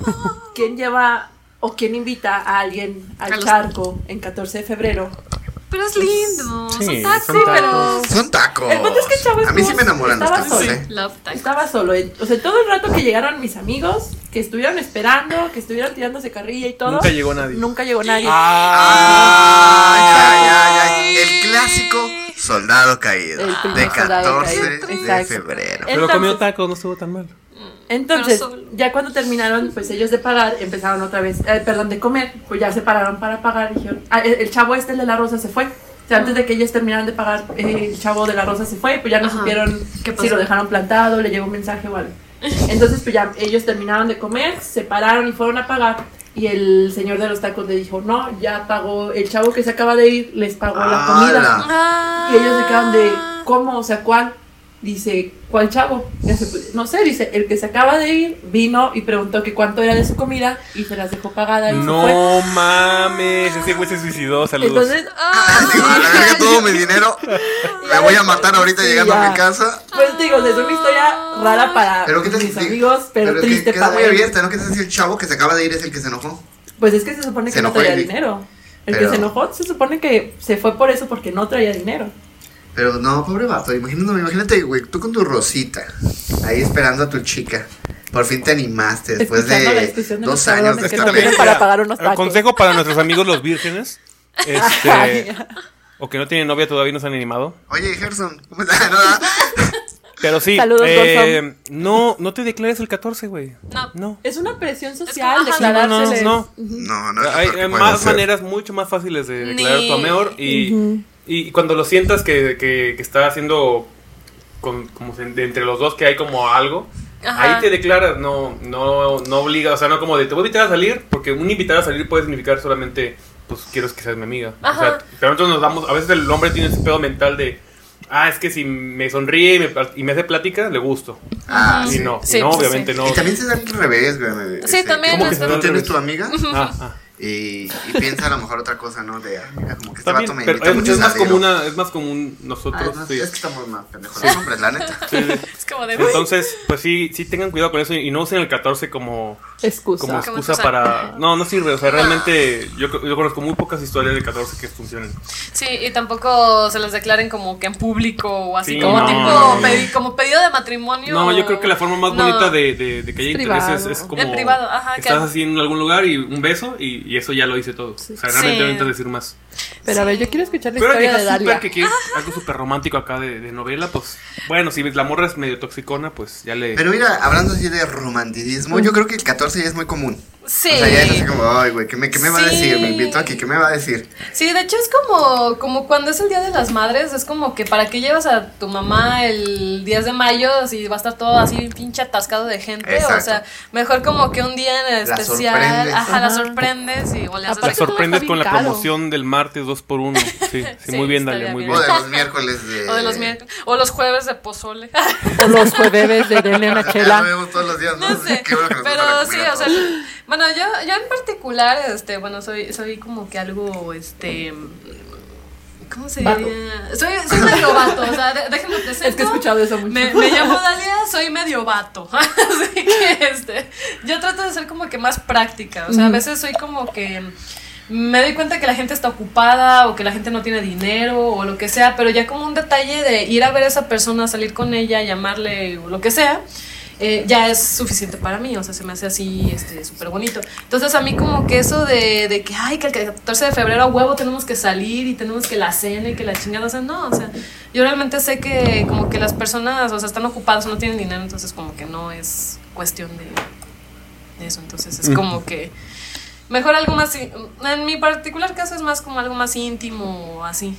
A: ¿quién lleva o quién invita a alguien
D: A
A: al
D: los-
A: charco en 14 de febrero?
D: Pero es lindo.
C: Sí,
D: son tacos,
C: son
D: pero.
B: Son tacos.
A: El punto es que el chavo
B: a mí sí
A: estuvo-
B: me enamoran los
A: estaba
B: tacos,
A: solo.
B: ¿eh?
D: Love tacos.
A: Estaba solo, eh, o sea, todo el rato que llegaron mis amigos, que estuvieron esperando, que estuvieron tirándose carrilla y todo.
C: Nunca llegó nadie. Ah,
A: Nunca llegó nadie.
B: Ah, ya, ya, ya.
D: Ay.
B: El clásico soldado caído
A: El primer
B: de
A: soldado
B: 14
A: caído.
B: de
A: Exacto. (laughs)
B: febrero.
A: Entonces-
C: Pero comió tacos, no estuvo tan mal.
A: Entonces,
D: Pero solo.
A: ya cuando terminaron, pues ellos de pagar, empezaron otra vez, eh, perdón, de comer, pues ya se pararon para pagar. Dijeron, ah, el, el chavo este el de la rosa se fue. O sea, antes de que ellos terminaran de pagar, eh, el chavo de la rosa se fue, pues ya no
D: Ajá.
A: supieron
D: ¿Qué
A: si
D: pasó?
A: lo dejaron plantado, le llegó un mensaje o algo. Entonces, pues ya ellos terminaron de comer, se pararon y fueron a pagar. Y el señor de los tacos le dijo, no, ya pagó, el chavo que se acaba de ir les pagó la comida.
B: ¡Hala!
D: Ah.
A: Y ellos se quedan de, ¿cómo? O sea, ¿cuál? Dice, ¿cuál chavo? Y hace, pues, no sé, dice, el que se acaba de ir vino y preguntó que cuánto era de su comida y se las dejó pagada y se fue.
C: No mames, ese güey se suicidó, saludos.
A: Entonces,
D: Ah.
B: Digo, a la verga, todo mi dinero. Me voy a matar ahorita
A: Sí,
B: llegando a
A: ya.
B: mi casa.
A: pues digo, es una historia rara para
B: Pero qué tal
A: mis
B: si-
A: amigos, pero,
B: que-
A: triste
B: que está
A: para
B: muy
A: él.
B: abierta, ¿no? Que si el chavo que se acaba de ir es el que se enojó.
A: Pues es que se supone que
B: Se
A: no
B: enojó
A: traía
B: y-
A: dinero. El
B: pero-
A: que se enojó se supone que se fue por eso porque no traía dinero.
B: Pero no, pobre vato, imagínate, imagínate, güey, tú con tu rosita, ahí esperando a tu chica. Por fin te animaste después
A: Escuchando la
B: de
A: discusión de los
B: dos años de
A: cabrones que
B: estar
A: tuvieron para pagar unos tacos.
C: Consejo para nuestros amigos
A: (laughs)
C: los vírgenes. Este, o que no tienen novia todavía, no se han animado.
B: Oye, Gerson, ¿cómo (laughs) estás? No, no.
C: Pero sí,
A: Saludos,
C: eh, no, no te declares el 14, güey.
D: No.
C: No.
A: Es una presión
D: ajá,
A: social
D: no,
C: No, no,
A: declararse.
C: no.
B: No, no. es lo
C: Hay
B: peor que
C: eh,
B: puedes
C: más
B: hacer.
C: maneras mucho más fáciles de declarar
D: Ni-
C: tu amor y, y cuando lo sientas que, que, que está haciendo con- como se- de entre los dos que hay como algo,
D: Ajá.
C: ahí te declaras, no, no, no obliga, o sea, no como de te voy a invitar a salir, porque un invitar a salir puede significar solamente, pues quiero que seas mi amiga. O sea,
D: Ajá.
C: pero nosotros nos damos, a veces el hombre tiene ese pedo mental de, ah, es que si me sonríe y me, y me hace plática, le gusto.
B: Ah,
C: Y
B: sí.
C: no,
D: Sí, pues
C: y no
D: sí, sí.
C: obviamente no.
B: Y
D: (laughs)
B: también se da al revés, güey.
D: Sí, también
B: Como
D: es
B: que
D: verdad.
B: tú tienes tu amiga
C: Ah, ah.
B: y, y piensa a lo mejor otra cosa, ¿no? De, ah, mira, como que este
C: Está bien,
B: vato me
C: pero
B: invita
C: es,
B: mucho
C: es
B: a
C: más
B: salir,
C: común,
B: ¿no?
C: a- es más común
B: Ah,
C: nosotros.
B: no,
C: sí.
B: Es que estamos más pendejos los hombres, la neta.
C: Sí, sí.
D: Es como de.
C: Entonces, pues sí, sí tengan cuidado con eso y no usen el 14 como
A: Excusa.
C: como
D: Como
C: excusa
D: excusa.
C: para... No, no sirve. O sea, realmente yo, co- yo conozco muy pocas historias de 14 que funcionen.
D: Sí, y tampoco se les declaren como que en público o así,
C: Sí,
D: como
C: no,
D: tipo
C: no, no.
D: pedi- como pedido de matrimonio.
C: No, yo creo que la forma más
D: No.
C: bonita de, de- de que haya
A: Es
C: interés es,
A: privado.
C: es como...
D: En privado, ajá, que-
C: Estás así en algún lugar y un beso y, y eso ya lo hice todo. O sea, realmente
D: Sí.
C: no necesitas decir más.
A: Pero a ver, yo quiero escuchar la
C: Pero
A: historia
C: que
A: de
C: súper
A: Dalia.
C: que quieres algo súper romántico acá de, de novela, pues bueno, si la morra es medio toxicona, pues ya le...
B: Pero mira, hablando así de romanticismo, yo creo que el 14 ya es muy común.
D: Sí.
B: O sea, ya es así como, ay, güey, ¿qué me, qué me va a
D: Sí.
B: decir? Me invitó aquí, ¿qué me va a decir?
D: Sí, de hecho es como, como cuando es el Día de las Madres, es como que para qué llevas a tu mamá el 10 de mayo si va a estar todo así pinche atascado de gente, o
B: Exacto.
D: sea, mejor como que un día en
B: La
D: especial,
B: sorprendes.
D: ajá, la
A: Ajá.
D: sorprendes y o le haces
C: La
A: Aparte todo
C: sorprendes
A: está
C: con la
A: bien caro.
C: promoción del martes 2 por 1 Sí, sí,
D: Sí,
C: muy bien,
D: está
C: Dalia,
D: bien,
C: muy
D: bien.
C: bien.
B: O de los miércoles de...
D: o de los miércoles, o los jueves de pozole. (laughs)
A: O los jueves
C: (laughs)
A: de denle una
B: Ya lo
A: chela.
B: vemos todos los días, ¿no?
D: No sé,
B: Qué bueno que nos gusta la
D: pero sí,
B: comida pues. a
D: o sea,
B: todos.
D: bueno, yo, yo en particular, este, bueno, soy, soy como que algo, este, ¿cómo se
A: Vato.
D: diría? Soy, soy medio vato, o sea, de- déjenme presento.
A: Es que he escuchado eso mucho.
D: Me, me llamo Dalia, soy medio vato. (laughs) Así que este, yo trato de ser como que más práctica. O sea, a veces soy como que me doy cuenta que la gente está ocupada o que la gente no tiene dinero o lo que sea, pero ya como un detalle de ir a ver a esa persona, salir con ella, llamarle o lo que sea. eh, ya es suficiente para mí, o sea, se me hace así este, súper bonito. Entonces, a mí, como que eso de, de que, ay, que el 14 de febrero a huevo tenemos que salir y tenemos que la cena y que la chingada, o sea, no, o sea, yo realmente sé que como que las personas, o sea, están ocupadas, no tienen dinero, entonces como que no es cuestión de, de eso. Entonces es como que mejor algo más, í- en mi particular caso es más como algo más íntimo, así.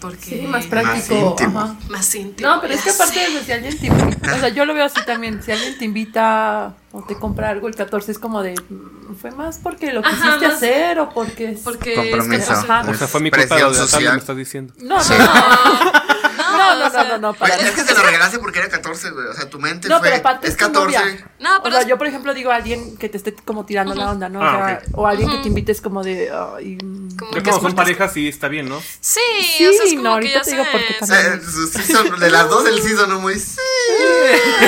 D: Porque
A: (laughs) Sí, más
B: Más
A: práctico.
B: íntimo.
A: ajá.
D: más íntimo.
A: No, pero es que
D: ya
A: aparte
D: sé.
A: de si alguien te invita, o sea, yo lo veo así también, si alguien te invita o te compra algo el 14 es como de, mm, fue más porque lo
D: Ajá,
A: quisiste
D: más-
A: hacer o porque... es-
D: Porque
B: Compromiso.
D: Es que,
A: Ajá.
C: O sea, fue mi culpa
B: Presión
C: lo de la tabla,
B: social.
C: me estás diciendo.
A: No, no,
B: Sí. (laughs)
A: no,
D: no,
A: no, no,
D: o sea,
A: no, no, no,
B: Güey,
A: para
B: es
A: nada.
B: que se lo regalaste porque era 14, güey. O sea, tu mente
A: No,
B: fue.
A: pero aparte
B: es
A: es tu
B: 14.
A: novia.
D: no, pero
A: o sea,
D: es-
A: yo por ejemplo digo a alguien que te esté como tirando la onda, ¿no? O,
C: Ah,
A: sea, o alguien que te invite es como de... ay, mm,
D: como
C: Ya
D: que es
C: como son
D: cortés-
C: parejas, sí, está bien, ¿no?
D: Sí,
A: Sí,
D: o sea,
A: no,
D: es como que
A: ahorita
D: ya
A: te
D: se
A: digo por qué
B: O
D: (laughs)
B: sea,
A: también.
B: sus- sí son- de las dos, el sí sonó muy. Sí.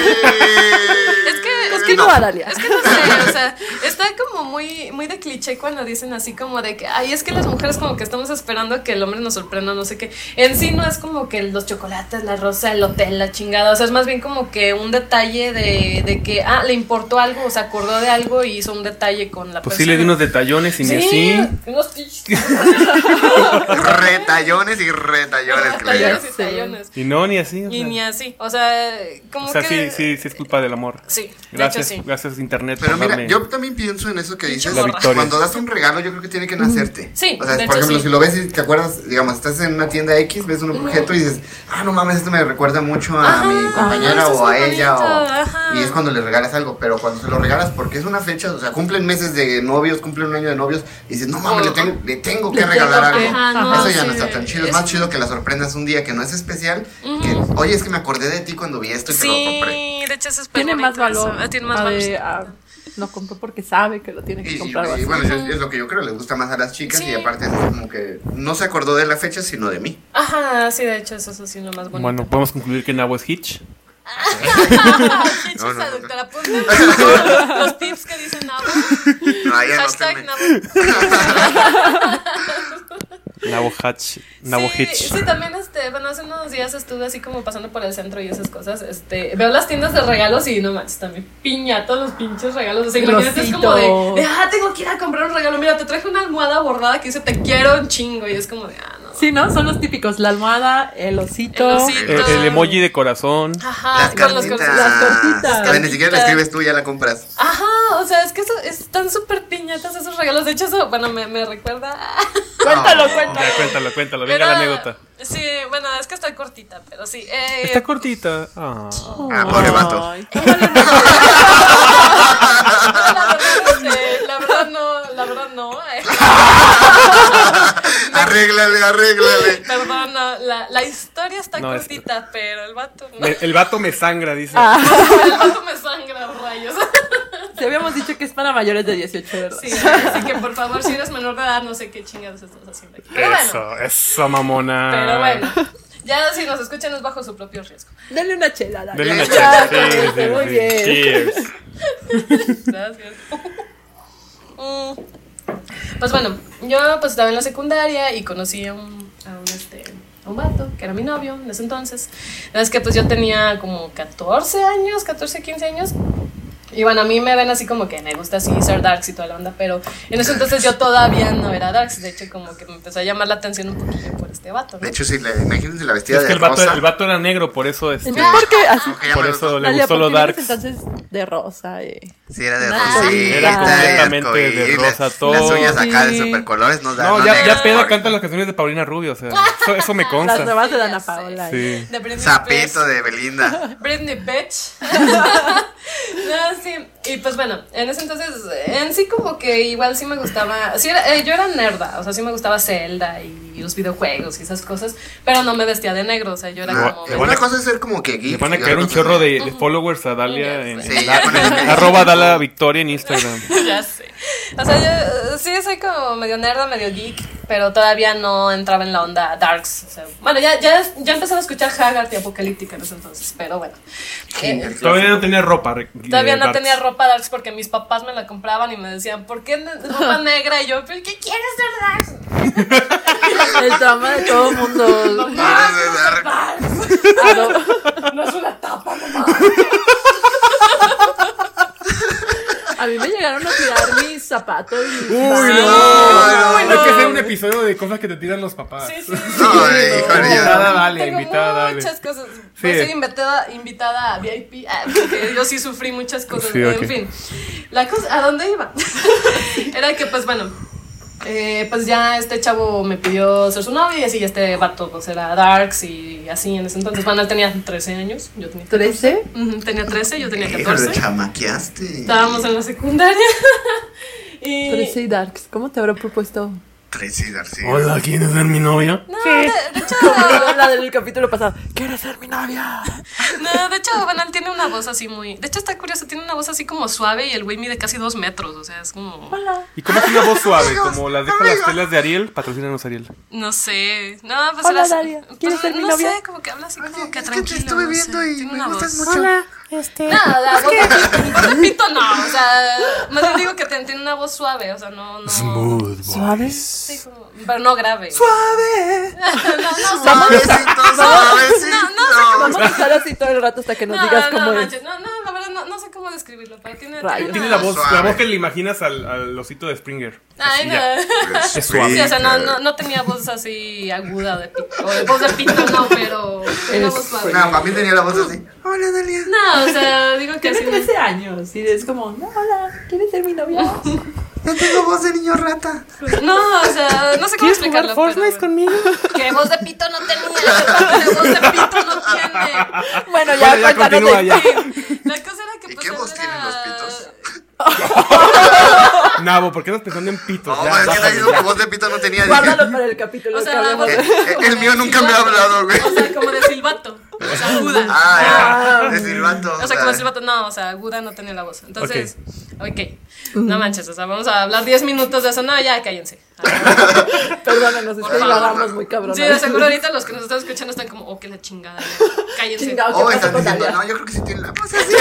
D: Es que-
A: Es que no, Dalia.
D: Es que no sé, o sea, está como muy, muy de cliché cuando dicen así como de que, ay, es que las mujeres como que estamos esperando que el hombre nos sorprenda, no sé qué. En sí no es como que los chocolates, la rosa, el hotel, la chingada, o sea, es más bien como que un detalle de, de que, ah, le importó algo, o se acordó de algo y hizo un detalle con la
C: Pues sí,
D: persona.
C: le di unos detallones y ni
D: Sí,
C: así. (laughs)
D: unos tichos,
B: Retallones y retallones,
D: (laughs)
B: que le dieron.
D: tallones y tallones.
C: Y no, ni así. O
D: Y
C: sea,
D: ni así, o sea, como
C: o sea
D: que...
C: sí, sí, sí es culpa del amor.
D: Sí, de
C: Gracias,
D: hecho sí.
C: gracias Internet
B: Pero
C: por
B: mira,
C: darme-
B: yo también pienso en eso que dices.
D: La
C: victoria.
B: Cuando das un regalo, yo creo que tiene que nacerte.
D: Sí,
B: O sea,
D: de
B: por
D: hecho,
B: ejemplo,
D: sí.
B: si lo ves y te acuerdas, digamos, estás en una tienda X, ves un objeto y dices, ah, no mames, esto me recuerda mucho a
D: Ajá,
B: mi compañera
D: ajá, eso es
B: o a
D: muy
B: ella.
D: bonito,
B: o-
D: ajá.
B: Y es cuando le regalas algo. Pero cuando se lo regalas, porque es una fecha, o sea, cumplen meses de novios, cumplen un año de novios, y dices, no mames, le
D: Oh.
B: tengo, le tengo que
A: Le tengo
B: regalar
A: que-
B: algo.
D: Ajá, no,
B: Eso ya
D: sí,
B: no está tan chido. Es
D: es-
B: más chido que la sorprendas un día que no es especial. Que, oye, es que me acordé de ti cuando vi esto y te Pues lo compré.
D: Sí, de hecho es súper
A: Tiene más
D: bonito eso,
A: valor.
D: ah, Tiene más
A: la
D: valor.
A: de, ah, lo compró porque sabe que lo tiene
B: Y,
A: que
B: y-
A: comprar. o
B: y
A: así.
B: bueno, yo- es lo que yo creo, le gusta más a las chicas
D: Sí.
B: y aparte es como que no se acordó de la fecha, sino de mí.
D: Ajá, sí, de hecho, eso es así lo más bonito. (laughs)
C: Bueno, (laughs) podemos concluir que Nabo es Hitch.
B: No, no, no.
D: seductora, ponme los, pues, los tips que dicen Nabo.
B: No, ahí anótenme. (laughs)
D: Hashtag Nabo.
C: Nabo Hatch. Nabo
D: sí,
C: Hitch.
D: sí, también este, bueno, hace unos días estuve así como pasando por el centro y esas cosas. Este, veo las tiendas de regalos y no manches, también piña todos los pinches regalos. O sea, imagínate, es como de, de, ah, tengo que ir a comprar un regalo. Mira, te traje una almohada bordada que dice te quiero un chingo. Y es como de, ah, no.
A: Sí, ¿no? Son los típicos, la almohada, el osito,
D: El osito.
C: El, el emoji de corazón.
D: Ajá, Ah, con los
B: cartitas.
D: corazones.
A: Las tortitas.
B: O sea, Ni siquiera la
D: Cartitas.
B: escribes tú, ya la compras.
D: Ajá, o sea, es que eso- están súper piñatas esos regalos. De hecho, eso, bueno, me, me recuerda.
A: Cuéntalo,
B: No.
A: cuéntalo.
C: Ya, cuéntalo, cuéntalo. Venga la
D: Era-
C: anécdota.
D: Sí, bueno, es que está cortita, pero sí. eh,
C: Está cortita. Ah.
A: eh,
B: Ah, pobre vato.
A: Ay.
D: la, verdad, este, la verdad no, la verdad no. eh.
B: (laughs) Arréglale, arréglale.
D: Perdón, no, la, la historia está
C: No, es-
D: cortita, pero el vato no.
C: Me- el vato me sangra, dice.
D: El vato me sangra, rayos.
A: Te habíamos dicho que es para mayores de 18, ¿verdad?
D: Sí, así que por favor, si eres menor de edad, no sé qué chingados estás haciendo aquí. Pero bueno.
C: eso, eso, mamona.
D: Pero bueno. Ya si nos escuchan es bajo su propio riesgo.
A: Dale una chela, dale.
C: Denle una
B: Ya,
C: chela.
A: ya,
C: Sí, sí,
A: muy
C: sí.
A: bien.
C: Cheers.
D: Gracias. Mm, Pues bueno, yo pues estaba en la secundaria y conocí a un, a un, este, a un vato que era mi novio en ese entonces. La verdad Es que pues yo tenía como 14 años, 14, 15 años. Y bueno, a mí me ven así como que me gusta así ser darks y toda la onda, pero en ese entonces yo todavía no era darks. De hecho, como que me empezó a llamar la atención un poquillo por este vato.
B: De
D: ¿no?
B: hecho, si la, imagínense la vestida
C: Es que
B: de
C: el vato,
B: rosa.
C: el vato era negro, por eso este,
A: Entonces, ¿por qué? Así,
B: ¿cómo que llaman
C: por
B: los
C: eso
B: dos?
C: le
A: Dalia,
C: gustó
A: ¿por
C: lo
A: qué vienes
C: dark.
A: entonces de rosa. eh?
B: Sí, era de
D: Ah.
B: rosita.
C: Era completamente de
B: arcoíris,
C: rosa
B: Las
C: todo.
B: suyas acá de
A: Sí.
B: supercolores no dan.
C: No, ya, ya
B: negras,
C: peda
B: porque-
C: canta las canciones de Paulina Rubio, o sea, eso, eso me
A: Las
C: consta.
A: nuevas de
D: ya
A: Dana
D: sé.
A: Paola. eh.
C: Sí.
D: De Britney Spears.
B: Zapito de Belinda.
D: Britney bitch. no, sí. Y pues bueno, en ese entonces, en sí como que igual sí me gustaba, sí era- eh, yo era nerda, o sea, sí me gustaba Zelda y los videojuegos y esas cosas, pero no me vestía de negro, o sea, yo era
C: No,
D: como...
C: le
B: Una Ah, cosa es ser como que geek.
C: Le van a
B: y
C: caer
B: otra
C: un
B: cosa es-
C: chorro de, de followers a Dalia en,
D: Sí,
C: en
B: ya
C: la- (laughs)
B: con eso.
C: arroba
B: Eh,
C: Dalia Victoria en Instagram.
D: (laughs) ya sé. O sea, yo eh, sí soy como medio nerda, medio geek, pero todavía no entraba en la onda darks. o sea, bueno, ya, ya, ya empezaba a escuchar Haggard y Apocalíptica en ese entonces, pero bueno. Eh,
C: Todavía no tenía ropa. re-
D: Todavía
C: eh,
D: no
C: darks.
D: tenía ropa darks porque mis papás me la compraban y me decían, ¿por qué ne-
B: (laughs)
D: ropa negra? Y yo, ¿pero qué quieres ser darks?
A: El drama de todo el mundo.
B: Mamá, no sé, dar-
D: No es una tapa, mamá.
A: A mí me llegaron a tirar mis zapatos. y-
C: ¡Uy, no!
B: no,
C: Hay
B: no.
C: que hacer un episodio de cosas que te tiran los papás.
D: Sí, sí. (laughs)
B: No, eh, híjole,
C: Invitada
B: ya.
C: Dalia,
D: Tengo
C: invitada Dalia.
D: muchas cosas. Pues soy invitada, invitada a VIP. ah, porque yo sí sufrí muchas cosas.
C: Sí, ok.
D: En fin. La cosa, ¿a dónde iba? (laughs) Era que, pues bueno. eh, pues ya este chavo me pidió ser su novio y así y este vato pues era Darks y así en ese entonces. Bueno, él tenía 13 años, yo tenía 14.
A: ¿Trece?
D: Ujú, Tenía 13, yo tenía
B: Híjole,
D: 14.
B: chamaqueaste.
D: Estábamos en la secundaria. (laughs) y
A: Trece y Darks. ¿Cómo te habrá propuesto?
B: Tracy Darcy.
C: Hola, ¿quieres ser mi novia?
D: No, de, de hecho,
A: la del capítulo pasado. ¿Quieres ser mi novia?
D: no, de hecho, bueno, él tiene una voz así muy. De hecho, está curioso, tiene una voz así como suave y el güey mide casi dos metros. O sea, es como.
A: Hola.
C: ¿Y cómo es una voz suave? Como las deja las telas de Ariel, patrocínanos Ariel.
D: No sé. No, pues.
A: Hola,
D: las-
A: Dalia, ¿quieres
D: pues,
A: ser mi
D: no
A: novia?
D: sé, como que habla así como que
B: es que te
D: tranquilo.
B: estuve
D: no
B: viendo
D: sé,
B: y
D: tiene
B: me
D: una
B: gustas
D: voz.
B: mucho.
E: Hola, este.
D: No, la voz
B: (laughs)
D: repito, voz repito, no. O sea, más bien digo que te- tiene una voz suave. O sea, no. no
A: ¿Suaves?
D: sí, como- pero no grave. ¡Suave! (laughs) no, no,
A: Vamos a,
B: Suavecito, suavecito.
A: vamos a estar así todo el rato hasta que nos digas
D: no,
A: cómo es.
D: manches, no, no, la verdad no, no sé cómo describirlo, pero tiene,
A: Rayos.
C: Tiene
D: una-
C: la voz, la
B: Ah, Suave.
C: voz que le imaginas al, al osito de Springer.
D: Ay,
C: Así ya.
D: no.
C: Es suave.
D: (laughs) Sí, o sea, no, no, no tenía voz así aguda de pito, o de voz de pito no, pero tenía una voz suave.
B: No, para mí tenía la voz así. Hola, Dalia.
D: No, o sea, digo que
A: Tiene
D: así.
A: 13 años y es como, no, hola, ¿quieres ser mi novia? (laughs)
B: No tengo voz de niño rata.
D: No, o sea, no sé cómo explicarlo. pero,
E: conmigo?
D: Que voz de pito no tenía, que voz de pito no tiene.
A: Bueno, ya,
C: Bueno, ya
A: cuéntanos
C: continúa
A: de-
C: ya.
D: Sí, La cosa era que
B: ¿Y
D: pues
B: qué
D: él
B: voz tienen los pitos?
C: Nabo, ¿por qué estás pensando en pitos?
B: No,
C: Ya,
B: pero es que
C: bájale,
B: te digo
C: ya.
B: que voz de pito no tenía. dije,
A: Guárdalo para el capítulo.
D: O sea,
A: que
D: la
A: hablemos
D: voz
A: de-
B: Eh, eh,
D: como
B: el
D: de
B: mío nunca me ha
D: silbato,
B: hablado, güey.
D: O sea, como de silbato. O sea, aguda.
B: Ah, ya. Es silbato.
D: O sea, como el silbato, no, o sea, aguda no tenía la voz. Entonces, ok, no manches, o sea, vamos a hablar 10 minutos de eso. No, ya, cállense.
A: Perdónanos, es que divagamos muy cabrón.
D: Sí,
A: (laughs)
D: de seguro ahorita los que nos están escuchando están como, oh, que la chingada, ya, cállense.
A: Chingado, ¿qué
B: Oh,
A: pasó
B: están
A: con
B: diciendo,
A: Dalia?
B: no, yo creo que sí tiene la voz así.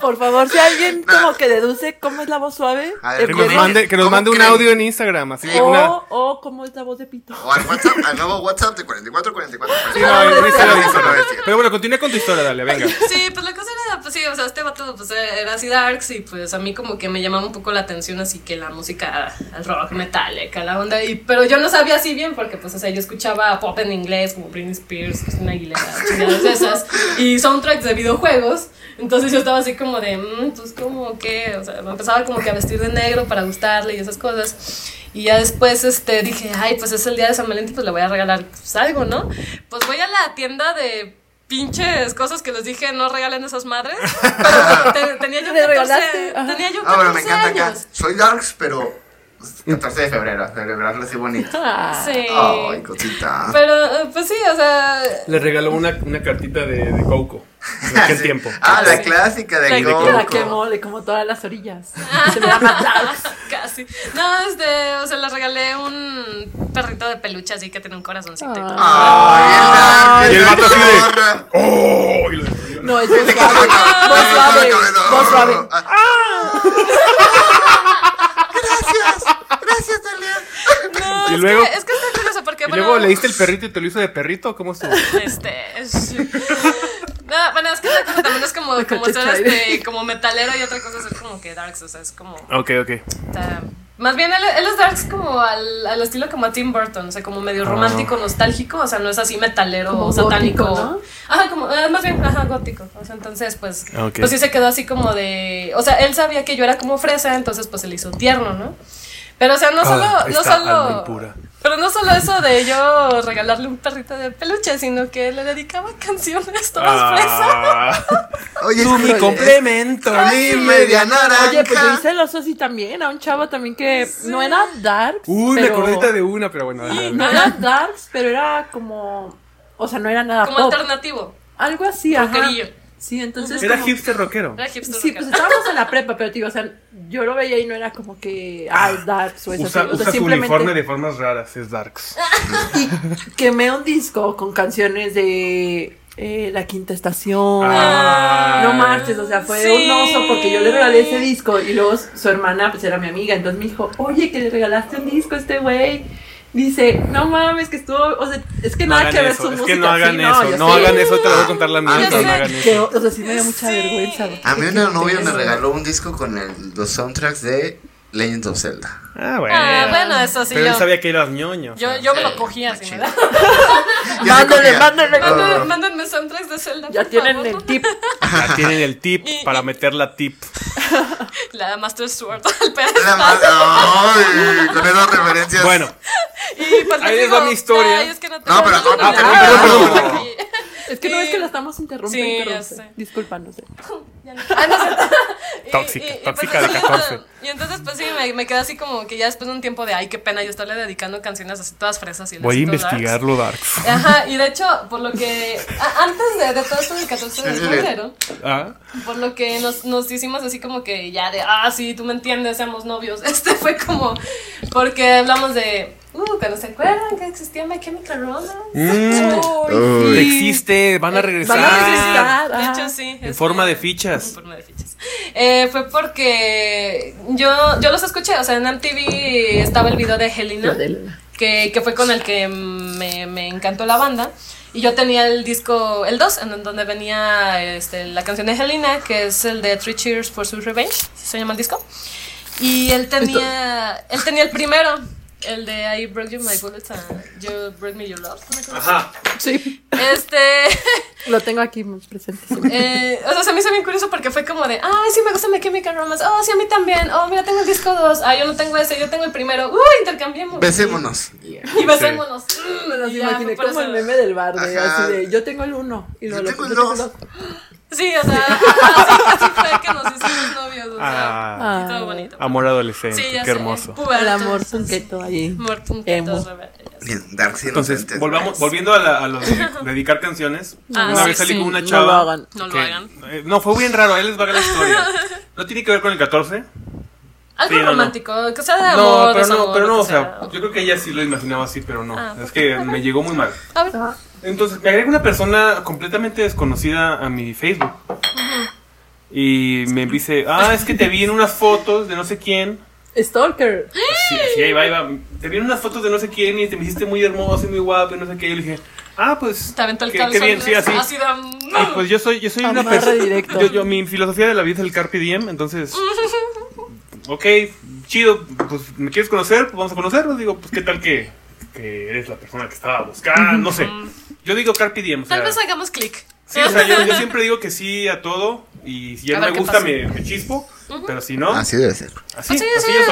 A: Por favor, si alguien como que deduce cómo es la voz suave,
B: A ver,
C: Que nos
B: ¿Cómo-
A: empieza-
C: mande, que nos
B: cómo
C: mande un
B: creen? Oh.
C: audio en Instagram, así
B: Sí.
C: una...
A: o, o cómo es la voz de Pito.
B: O al WhatsApp, al nuevo WhatsApp de 44, 44,
C: Sí, no, en
B: (laughs)
C: Instagram, en Instagram.
B: sí.
C: Pero bueno, continúa con tu historia, dale, venga.
D: (laughs) Sí, pues la cosa era, pues sí, o sea, este vato pues, era así darks y pues a mí como que me llamaba un poco la atención así que la música, el rock, metálica, la onda, y, pero yo no sabía así bien porque pues, o sea, yo escuchaba pop en inglés como Britney Spears, Christina Aguilera, chingadas de esas, y soundtracks de videojuegos, entonces yo estaba así como de, mm, pues como que, o sea, me empezaba como que a vestir de negro para gustarle y esas cosas. Y ya después este, dije, ay, pues es el día de San Valentín, pues le voy a regalar pues, algo, ¿no? Pues voy a la tienda de pinches cosas que les dije no regalen esas
B: (laughs)
D: madres. Pero te- tenía yo
A: ¿Le
D: 14,
A: regalaste? Ajá.
D: tenía yo
B: Ah, bueno, me
D: 14
B: encanta acá.
D: años.
B: Soy Darks, pero 14 de febrero, celebrarlo así bonito.
A: Ah,
D: Sí.
B: Ay, cosita.
D: pero eh, pues sí,
B: (laughs)
D: o sea,
C: Le regaló una, una cartita de, de Coco. ¿En aquel
B: Sí.
C: tiempo?
B: Ah, la
D: Sí.
B: clásica
D: La
B: de
C: clásica.
A: que la
B: Coco.
A: que mole, como todas las orillas. Se me llama Darks.
D: casi. No, este, o sea, les regalé un perrito de peluche así que tiene un corazoncito. y
B: Ah.
D: todo.
B: Ay,
C: Y el vato así de-
B: Morra.
C: ¡Oh! Y lo-
A: No, es voz suave. Voz suave. Voz suave.
B: Ah, Gracias, gracias, Talia.
D: No,
C: Y
D: es,
C: luego-
D: que, es que está curioso porque
C: Y
D: bueno,
C: luego le diste el perrito y te lo hizo de perrito. ¿Cómo estuvo?
D: Este, (laughs) es- No, bueno, es que otra cosa también es como, como ser este, como metalero y otra cosa es ser como que darks, o sea, es como
C: Ok, ok.
D: está- más bien él, él es darks como al, al estilo como a Tim Burton, o sea, como
C: Ah.
D: medio romántico, nostálgico, o sea, no es así metalero
A: Como
D: o satánico.
A: gótico, ¿no?
D: Ajá, como ah, más bien ajá, gótico. O sea, entonces pues
C: Ok.
D: pues sí se quedó así como de, o sea, él sabía que yo era como fresa, entonces pues se le hizo tierno, ¿no? Pero o sea, no
C: Ah,
D: solo no
C: esta
D: solo
C: alma impura.
D: pero no solo eso de yo regalarle un perrito de peluche, sino que le dedicaba canciones todas fresas.
C: Ah,
B: Oye,
C: tú
B: es
C: mi
B: que-
C: complemento.
B: Ay, media naranja.
A: Oye, pues yo hice el oso así también, a un chavo también que no era dark.
C: Uy, me
A: pero...
C: acordé ahorita de una, pero bueno. dale, dale.
A: No era darks, pero era como. O sea, no era nada
D: Como
A: pop.
D: alternativo.
A: Algo así, ajá.
D: Rockerillo.
A: Sí, entonces.
C: Era
A: como-
C: hipster rockero.
D: Era hipster
A: Sí,
D: rocker.
A: pues estábamos en la prepa, pero te digo, o sea, yo lo veía y no era como que. Ah, es darks o es
C: Usa,
A: así. O sea,
C: usa su
A: simplemente
C: uniforme de formas raras, es Darks.
A: quemé un disco con canciones de. eh, la quinta estación.
C: Ah.
A: No marches, o sea, fue
D: Sí.
A: un oso porque yo le regalé ese disco y luego su hermana, pues era mi amiga, entonces me dijo, oye, que le regalaste un disco a este güey. Dice, no mames, que estuvo, o sea, es que
C: No
A: nada
C: hagan
A: que ver
C: eso,
A: su
C: es
A: música.
C: que no hagan
A: sí,
C: eso,
A: yo sé.
C: no hagan eso, te lo voy a contar la mía,
B: Ah,
C: pero
D: sí.
C: no hagan
A: Que,
C: eso.
A: o sea, sí me dio mucha
D: Sí.
A: vergüenza. güey.
B: A mí
A: Que-
B: una
A: que-
B: novia me
A: que-
B: regaló un disco con el- los soundtracks de Legend of Zelda.
C: Ah,
D: Ah, bueno, eso sí.
C: Pero él
D: yo-
C: sabía que eras ñoño. o
D: Yo,
C: sea.
D: yo me lo cogía así,
B: Machín. Ah.
D: ¿verdad?
A: Mándale, mándale.
D: Mándenme, mándenme soundtracks de Zelda.
A: Ya
D: por
A: tienen
D: favor.
A: el tip.
C: Ya tienen el tip
D: Y-
C: para
D: y-
C: meter la tip.
D: La Master Sword (laughs) al
B: La
D: pedestal.
B: ma- Ay, con esas referencias.
C: Bueno,
D: Y pues
C: Ahí
D: les
C: les va
D: digo,
C: mi historia.
D: "Ay, es que no te
B: No, pero
D: puedo
B: no,
D: hablar".
B: pero-
C: pero- pero-
D: Ah,
A: Es que no es que la estamos interrumpiendo.
D: Sí, ya
A: interrumpe.
D: sé.
A: Disculpa, no sé.
D: Ah, no sé. Y-
C: Tóxica,
D: y- y
C: tóxica
D: pues,
C: de
D: entonces-
C: 14.
D: (laughs) Y entonces, pues sí, me, me quedé así como que ya después de un tiempo de ay, qué pena yo estarle dedicando canciones así todas fresas y
C: voy a
D: les todas darks".
C: investigarlo, Darks.
D: Ajá, y de hecho, por lo que. a- antes de, de todo esto del 14 de
B: Sí.
D: febrero,
C: Ah,
D: por lo que nos, nos hicimos así como que ya de, ah, sí, tú me entiendes, seamos novios. (laughs) Este fue como. Porque hablamos de. Uh, que no se acuerdan que existía My Chemical Romance.
C: Mm.
A: Uy, sí.
C: Existe,
D: Eh,
C: van a regresar.
A: Van a regresar.
D: De
A: ah.
D: hecho, sí.
C: En
D: este,
C: forma de fichas.
D: En forma de fichas. Eh, fue porque yo, yo los escuché, o sea, en MTV estaba el video de Helena, que, que fue con el que me, me encantó la banda. Y yo tenía el disco, el 2, en donde venía este, la canción de Helena, que es el de Three Cheers for Sweet Revenge, se llama el disco. Y él tenía, él tenía el primero, el de I Broke You My Bullets and You Broke Me Your Love. ¿no me acuerdo?
A: Sí,
D: Este. (laughs)
A: lo tengo aquí presente.
D: Eh, o sea, se me hizo bien curioso porque fue como de, ay, sí, me gusta My Chemical Romance, oh, sí, a mí también, oh, mira, tengo el disco 2, ah, yo no tengo ese, yo tengo el primero, uh, intercambiemos.
B: Besémonos.
D: Y besémonos. Mm,
A: Me los
D: y ya,
A: imaginé
D: fue por
A: como
D: eso.
A: el meme del bar, de,
B: Ajá.
A: así de yo tengo el uno y
B: Yo
A: luego lo-
B: tengo el
A: el
B: dos.
A: dos.
D: Sí, o sea, así, así fue que nos hicimos novios, o sea,
C: Ah,
D: y todo bonito.
C: amor adolescente,
D: Sí, ya
C: qué
D: sé,
C: hermoso.
D: pubertos,
A: El amor punqueto ahí.
D: amor punqueto,
A: Emo.
D: rebelde, ya sé.
B: Bien, Darks
C: Entonces,
B: Inocentes.
C: volvamos, volviendo a, la- a los de dedicar canciones.
D: Ah,
C: una
D: sí,
C: vez salí
D: sí.
C: con una
A: No
C: chava.
A: lo hagan.
D: No lo
C: que-
D: hagan.
C: eh, no, fue bien raro, ahí les va a la historia.
D: (laughs)
C: No tiene que ver con el 14.
D: Algo
C: Sí, no, no.
D: romántico, que sea de
C: No,
D: amor,
C: pero no,
D: desamor,
C: pero no,
D: lo
C: o
D: que
C: sea, yo creo que ella sí lo imaginaba así, pero no.
D: Ah,
C: es que me llegó muy mal.
D: A ver,
C: Entonces, me agrega una persona completamente desconocida a mi Facebook. Y me dice, ah, es que te vi en unas fotos de no sé quién.
A: Stalker.
C: Sí, sí, ahí va, ahí va. Te vi en unas fotos de no sé quién y te me hiciste muy hermoso y muy guapo y no sé qué. Y yo le dije, ah, pues,
D: te aventó el
C: qué,
D: calzón.
C: qué bien, sí,
D: ¿no? Ah,
C: así.
D: Así de,
C: Y pues yo soy, yo soy una
A: Amarre
C: persona.
A: directo.
C: Yo, yo- mi filosofía de la vida es el carpe diem, entonces. Ok, chido, pues me quieres conocer, pues vamos a conocernos. Digo, pues qué tal que, que eres la persona que estaba buscando, no sé. Yo digo carpe diem, o sea,
D: Tal vez hagamos clic.
C: sí, o sea, yo, yo siempre digo que sí a todo y si ya
D: A
C: no
D: ver
C: me
D: qué
C: gusta
D: pasa.
C: me, me chispo, pero si no, así,
B: Así debe ser.
C: así,
D: Pues sí, sí,
C: yo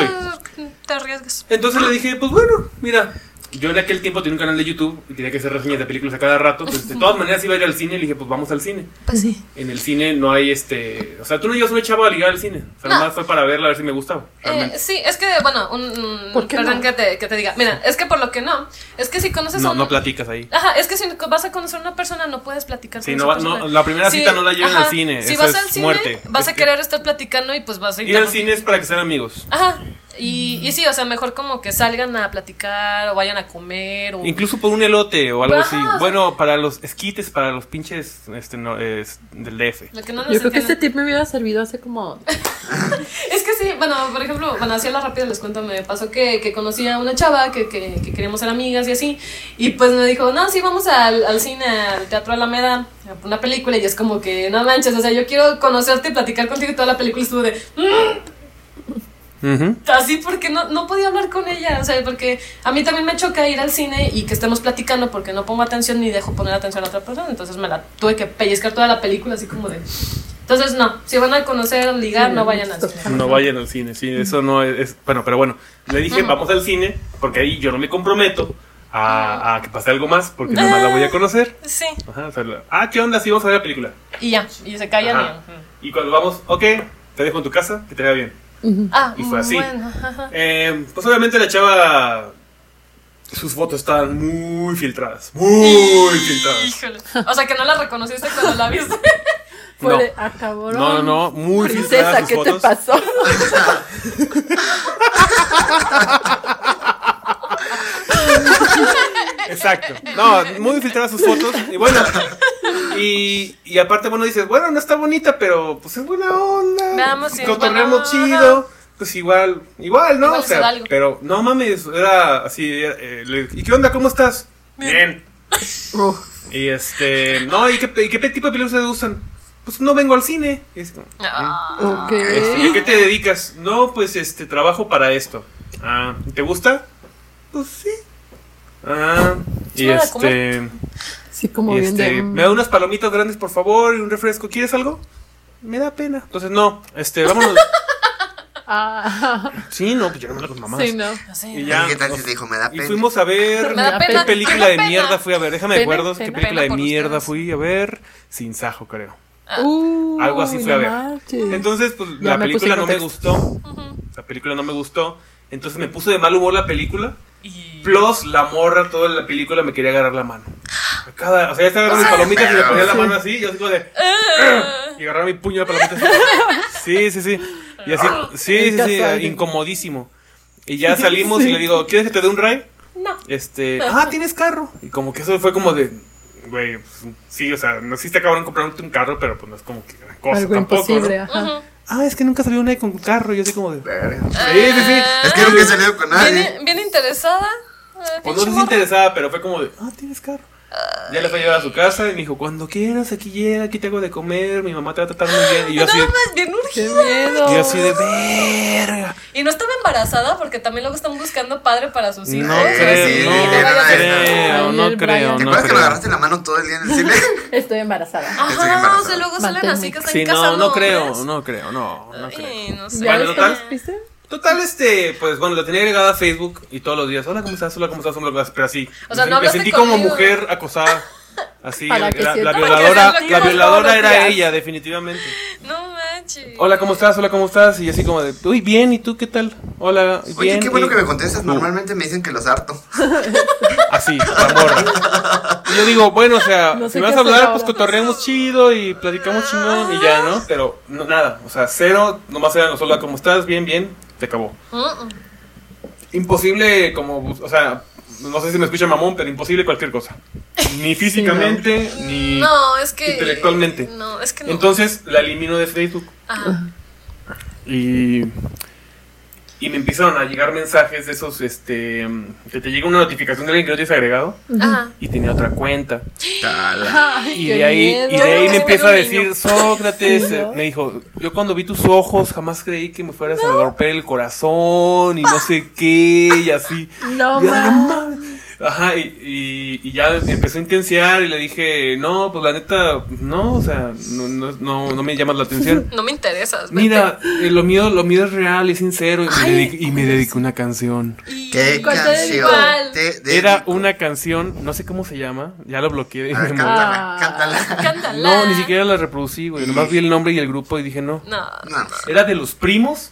C: soy.
D: te arriesgas.
C: Entonces le dije, pues bueno, mira, yo en aquel tiempo tenía un canal de YouTube y tenía que hacer reseñas de películas a cada rato, pues
D: (laughs)
C: de todas maneras iba a ir al cine y le dije, pues vamos al cine.
D: Pues sí.
C: En el cine no hay este. O sea, tú no llevas una chava a ligar al cine. O sea,
D: No.
C: nomás fue para verla a ver si me gustaba. Realmente.
D: Eh, sí, es que, bueno, un, un-
A: ¿Por qué
D: perdón
A: no?
D: que, te, que te diga. Mira, es que por lo que no, es que si conoces a
C: no,
D: un-
C: no platicas ahí.
D: Ajá, es que si vas a conocer a una persona no puedes platicar
C: Sí,
D: con
C: no
D: esa
C: va- no,
D: persona.
C: la primera cita no la llevan
D: ajá.
C: al cine,
D: Si
C: eso
D: vas
C: es
D: al cine,
C: muerte.
D: vas
C: Es
D: a
C: que-
D: querer estar platicando y pues vas a
C: Ir al cine es para que sean amigos.
D: Ajá. Y, y sí, o sea, mejor como que salgan a platicar o vayan a comer. O...
C: Incluso por un elote o algo
D: Uh.
C: así.
D: Ajá, o sea-
C: Bueno, para los esquites, para los pinches este, no, es del DF.
D: Lo que no nos
A: Yo creo que este
D: entienden-
A: tip me hubiera servido hace
C: (laughs)
A: como.
D: Es que sí, bueno, por ejemplo, bueno, así a la rápida les cuento, me pasó que, que conocí a una chava que, que, que queríamos ser amigas y así, y pues me dijo, no, sí, vamos al, al cine, al Teatro Alameda, a una película, y es como que, no manches, o sea, yo quiero conocerte y platicar contigo, y toda la película estuvo de, "Mm",
C: Ujú.
D: así, porque no, no podía hablar con ella, o sea, porque a mí también me choca ir al cine y que estemos platicando porque no pongo atención ni dejo poner atención a otra persona, entonces me la tuve que pellizcar toda la película, así como de... Entonces, no, si van a conocer, ligar, no vayan al cine.
C: No vayan al cine, sí, eso no es, es- Bueno, pero bueno, le dije, vamos al cine, porque ahí yo no me comprometo a, a que pase algo más, porque nada más la voy
D: Ah.
C: a conocer.
D: Sí.
C: Ajá, o sea, la- ah, ¿qué onda? Sí, vamos a ver la película.
D: Y ya, y se callan
C: Ajá.
D: y- ujú.
C: Y cuando vamos, ok, te dejo en tu casa, que te vea bien.
D: Ah,
C: Y fue así.
D: bueno, ajá.
C: Eh, pues obviamente la chava. Sus fotos estaban muy filtradas. Muy filtradas.
D: Híjole. O sea, que no la reconociste cuando la viste.
C: (laughs)
A: Fue
C: No.
A: de, ah, cabrón.
C: No, no, no, muy filtradas
A: Princesa,
C: sus
A: ¿qué te
C: fotos.
A: pasó?
C: Exacto. No, muy filtradas sus fotos. Y bueno. Y, y aparte, bueno, dices, bueno, no está bonita, pero pues es buena onda.
D: Veamos si es
C: Cotorreamos
D: buena onda.
C: chido. Pues igual, igual, ¿no?
D: Igual
C: o
D: se
C: sea,
D: da algo.
C: pero no mames, era así. era, eh, le- ¿Y qué onda? ¿Cómo estás? Bien. Y este, no, ¿y qué, y qué tipo de películas te gustan? Pues no vengo al cine. Y es como,
D: Ah,
A: ok.
C: este, ¿y a qué te dedicas? No, pues este, trabajo para esto. Ah, ¿te gusta? Pues sí. Ah, y
D: Nada,
C: este,
A: Sí, como
C: y
A: bien
C: este,
A: de. mm,
C: me da unas palomitas grandes, por favor, y un refresco. ¿Quieres algo? Me da pena. Entonces, no, este, (laughs) vámonos.
A: ah, (laughs)
C: sí, no, pues yo no me lo con mamás.
A: sí, no.
D: no sé.
C: Y
B: Ay,
C: ya.
B: ¿Qué tal si
C: nos-
B: te dijo? Me da
C: y
B: pena.
C: fuimos a ver.
A: Me da
C: ¿Qué
A: pena,
C: película
D: me da
C: de
D: pena.
C: mierda fui a ver? Déjame de
A: Pena,
C: acuerdo. ¿Qué
A: pena.
C: película de
D: Pena por
C: mierda
D: ustedes.
C: fui a ver? Sin sajo, creo.
D: Ah.
A: Uh,
C: algo así fue a ver.
A: manches.
C: Entonces, pues
A: Ya
C: la
A: me puse
C: película
A: en
C: no me
A: contexto.
C: gustó. La película no me gustó. Entonces me puso de mal humor la película.
D: Y-
C: Plus, la morra, toda la película me quería agarrar la mano. Cada, o sea, ya estaba agarrando mis palomitas y le ponía la mano así. Yo así como de. Y agarraba mi puño de palomitas. Sí, sí, sí. Y así, sí, sí, sí,
A: Casual.
C: incomodísimo. Y ya salimos y le digo, ¿quieres que te dé un ride?
D: No.
C: Este, ah, tienes carro. Y como que eso fue como de, güey, pues, sí, o sea, no sí está cabrón comprarte un carro, pero pues no es como que gran cosa
A: Algo
C: tampoco.
A: imposible,
C: ¿no?
A: ajá.
C: Ah, es que nunca salió nadie con un carro. Yo así como de,
B: Verga.
D: Ah.
C: sí, sí, sí.
B: Es que nunca he salido con nadie.
D: Bien, bien interesada. Ah,
C: Pues no sé si interesaba, pero fue como de, ah, tienes carro. Ya le fue a llevar a su casa y me dijo, cuando quieras, aquí llega, aquí te hago de comer, mi mamá te va a tratar muy bien. Y
D: (laughs)
C: yo
D: No,
C: así, de-
D: mames, bien
A: Qué
D: urgida.
A: miedo.
C: y yo así de, verga.
D: Y no estaba embarazada porque también luego están buscando padre para sus hijos.
C: No
B: sí,
C: creo,
B: sí, de
C: no
B: verdad,
C: creo,
A: sí.
C: no
A: Ayer
C: creo,
A: Brian.
B: ¿Te
C: no
B: acuerdas que me
C: creo.
B: agarraste la mano todo el día en el
C: (laughs)
B: cine?
A: Estoy embarazada.
B: Estoy
D: Ajá,
B: embarazada.
D: o sea, luego salen
A: Manténme.
D: así que están
C: Sí, no,
D: casando
C: no creo,
D: hombres.
C: no creo, no, no creo.
D: Ay, no sé.
A: ¿Ya
C: Bueno,
A: ves
C: total.
A: cómo viste?
C: Total, este, pues bueno, lo tenía agregada a Facebook y todos los días, hola, ¿cómo estás? Hola, ¿cómo estás? Hola, ¿cómo estás? Pero así,
D: O sea,
C: me me
D: no hablaste
C: sentí como
D: conmigo.
C: mujer acosada. Así,
A: Para
C: la,
A: que
C: la
A: sientas-
C: violadora,
D: Para que
C: la
D: veas lo que
C: violadora
A: todos los
C: era
A: días.
C: ella, definitivamente.
D: No manches.
C: Hola, ¿cómo estás? Hola, ¿cómo estás? Y así como de, uy, bien, ¿y tú qué tal? Hola, bien.
B: Oye, qué bueno
C: y-
B: que me contestas. Normalmente me dicen que los harto.
C: Así, la morra. Y yo digo, bueno, o sea,
A: No sé
C: si me vas
A: qué
C: a
A: hacer
C: hablar,
A: ahora.
C: pues cotorreamos chido y platicamos chingón y ya, ¿no? Pero no- nada, o sea, cero, nomás era, hola, ¿cómo estás? Bien, bien, se acabó.
D: Mm, mm.
C: imposible como, o sea, no sé si me escucha mamón, pero imposible cualquier cosa. Ni físicamente, ni...
D: No, es que.
C: intelectualmente.
D: No, es que no.
C: Entonces la elimino de Facebook
D: Ajá.
C: y... Y me empezaron a llegar mensajes de esos, este... Que te llega una notificación de alguien que no tienes agregado
D: Ajá.
C: y tenía otra cuenta.
B: Tala.
A: Ay,
C: Y
A: qué
C: de ahí,
A: miedo.
C: y de ahí me
D: Yo creo que
C: empieza a
D: era un niño.
C: decir, Sócrates,
A: Sí, ¿no?
C: me dijo, yo cuando vi tus ojos jamás creí que me fueras a romper el corazón y no sé qué y así.
A: (laughs) No
C: Y yo, "No
A: mames.
C: mames". Ajá, y, y- y ya empezó a intensiar y le dije, no, pues la neta, no, o sea, no, no, no, no me llamas
A: (laughs)
C: la atención.
D: No me interesas. vete.
C: Mira, eh, lo mío, lo mío es real, es sincero, y me,
D: Ay.
C: dediqué, y me dediqué una canción.
D: Y-
B: ¿Qué
A: ¿Cuál te
B: canción?
D: dedico?
B: te
C: Era
B: dedico?
C: una canción, no sé cómo se llama, ya lo bloqueé. y (laughs)
B: A ver,
C: me
A: canta.
C: mudé.
B: cántala,
A: Ah.
B: cántala.
D: Cántala.
C: (laughs) no, ni siquiera la reproducí, güey, nomás vi el nombre y el grupo y dije, no.
D: No.
B: No, no.
C: Era de los primos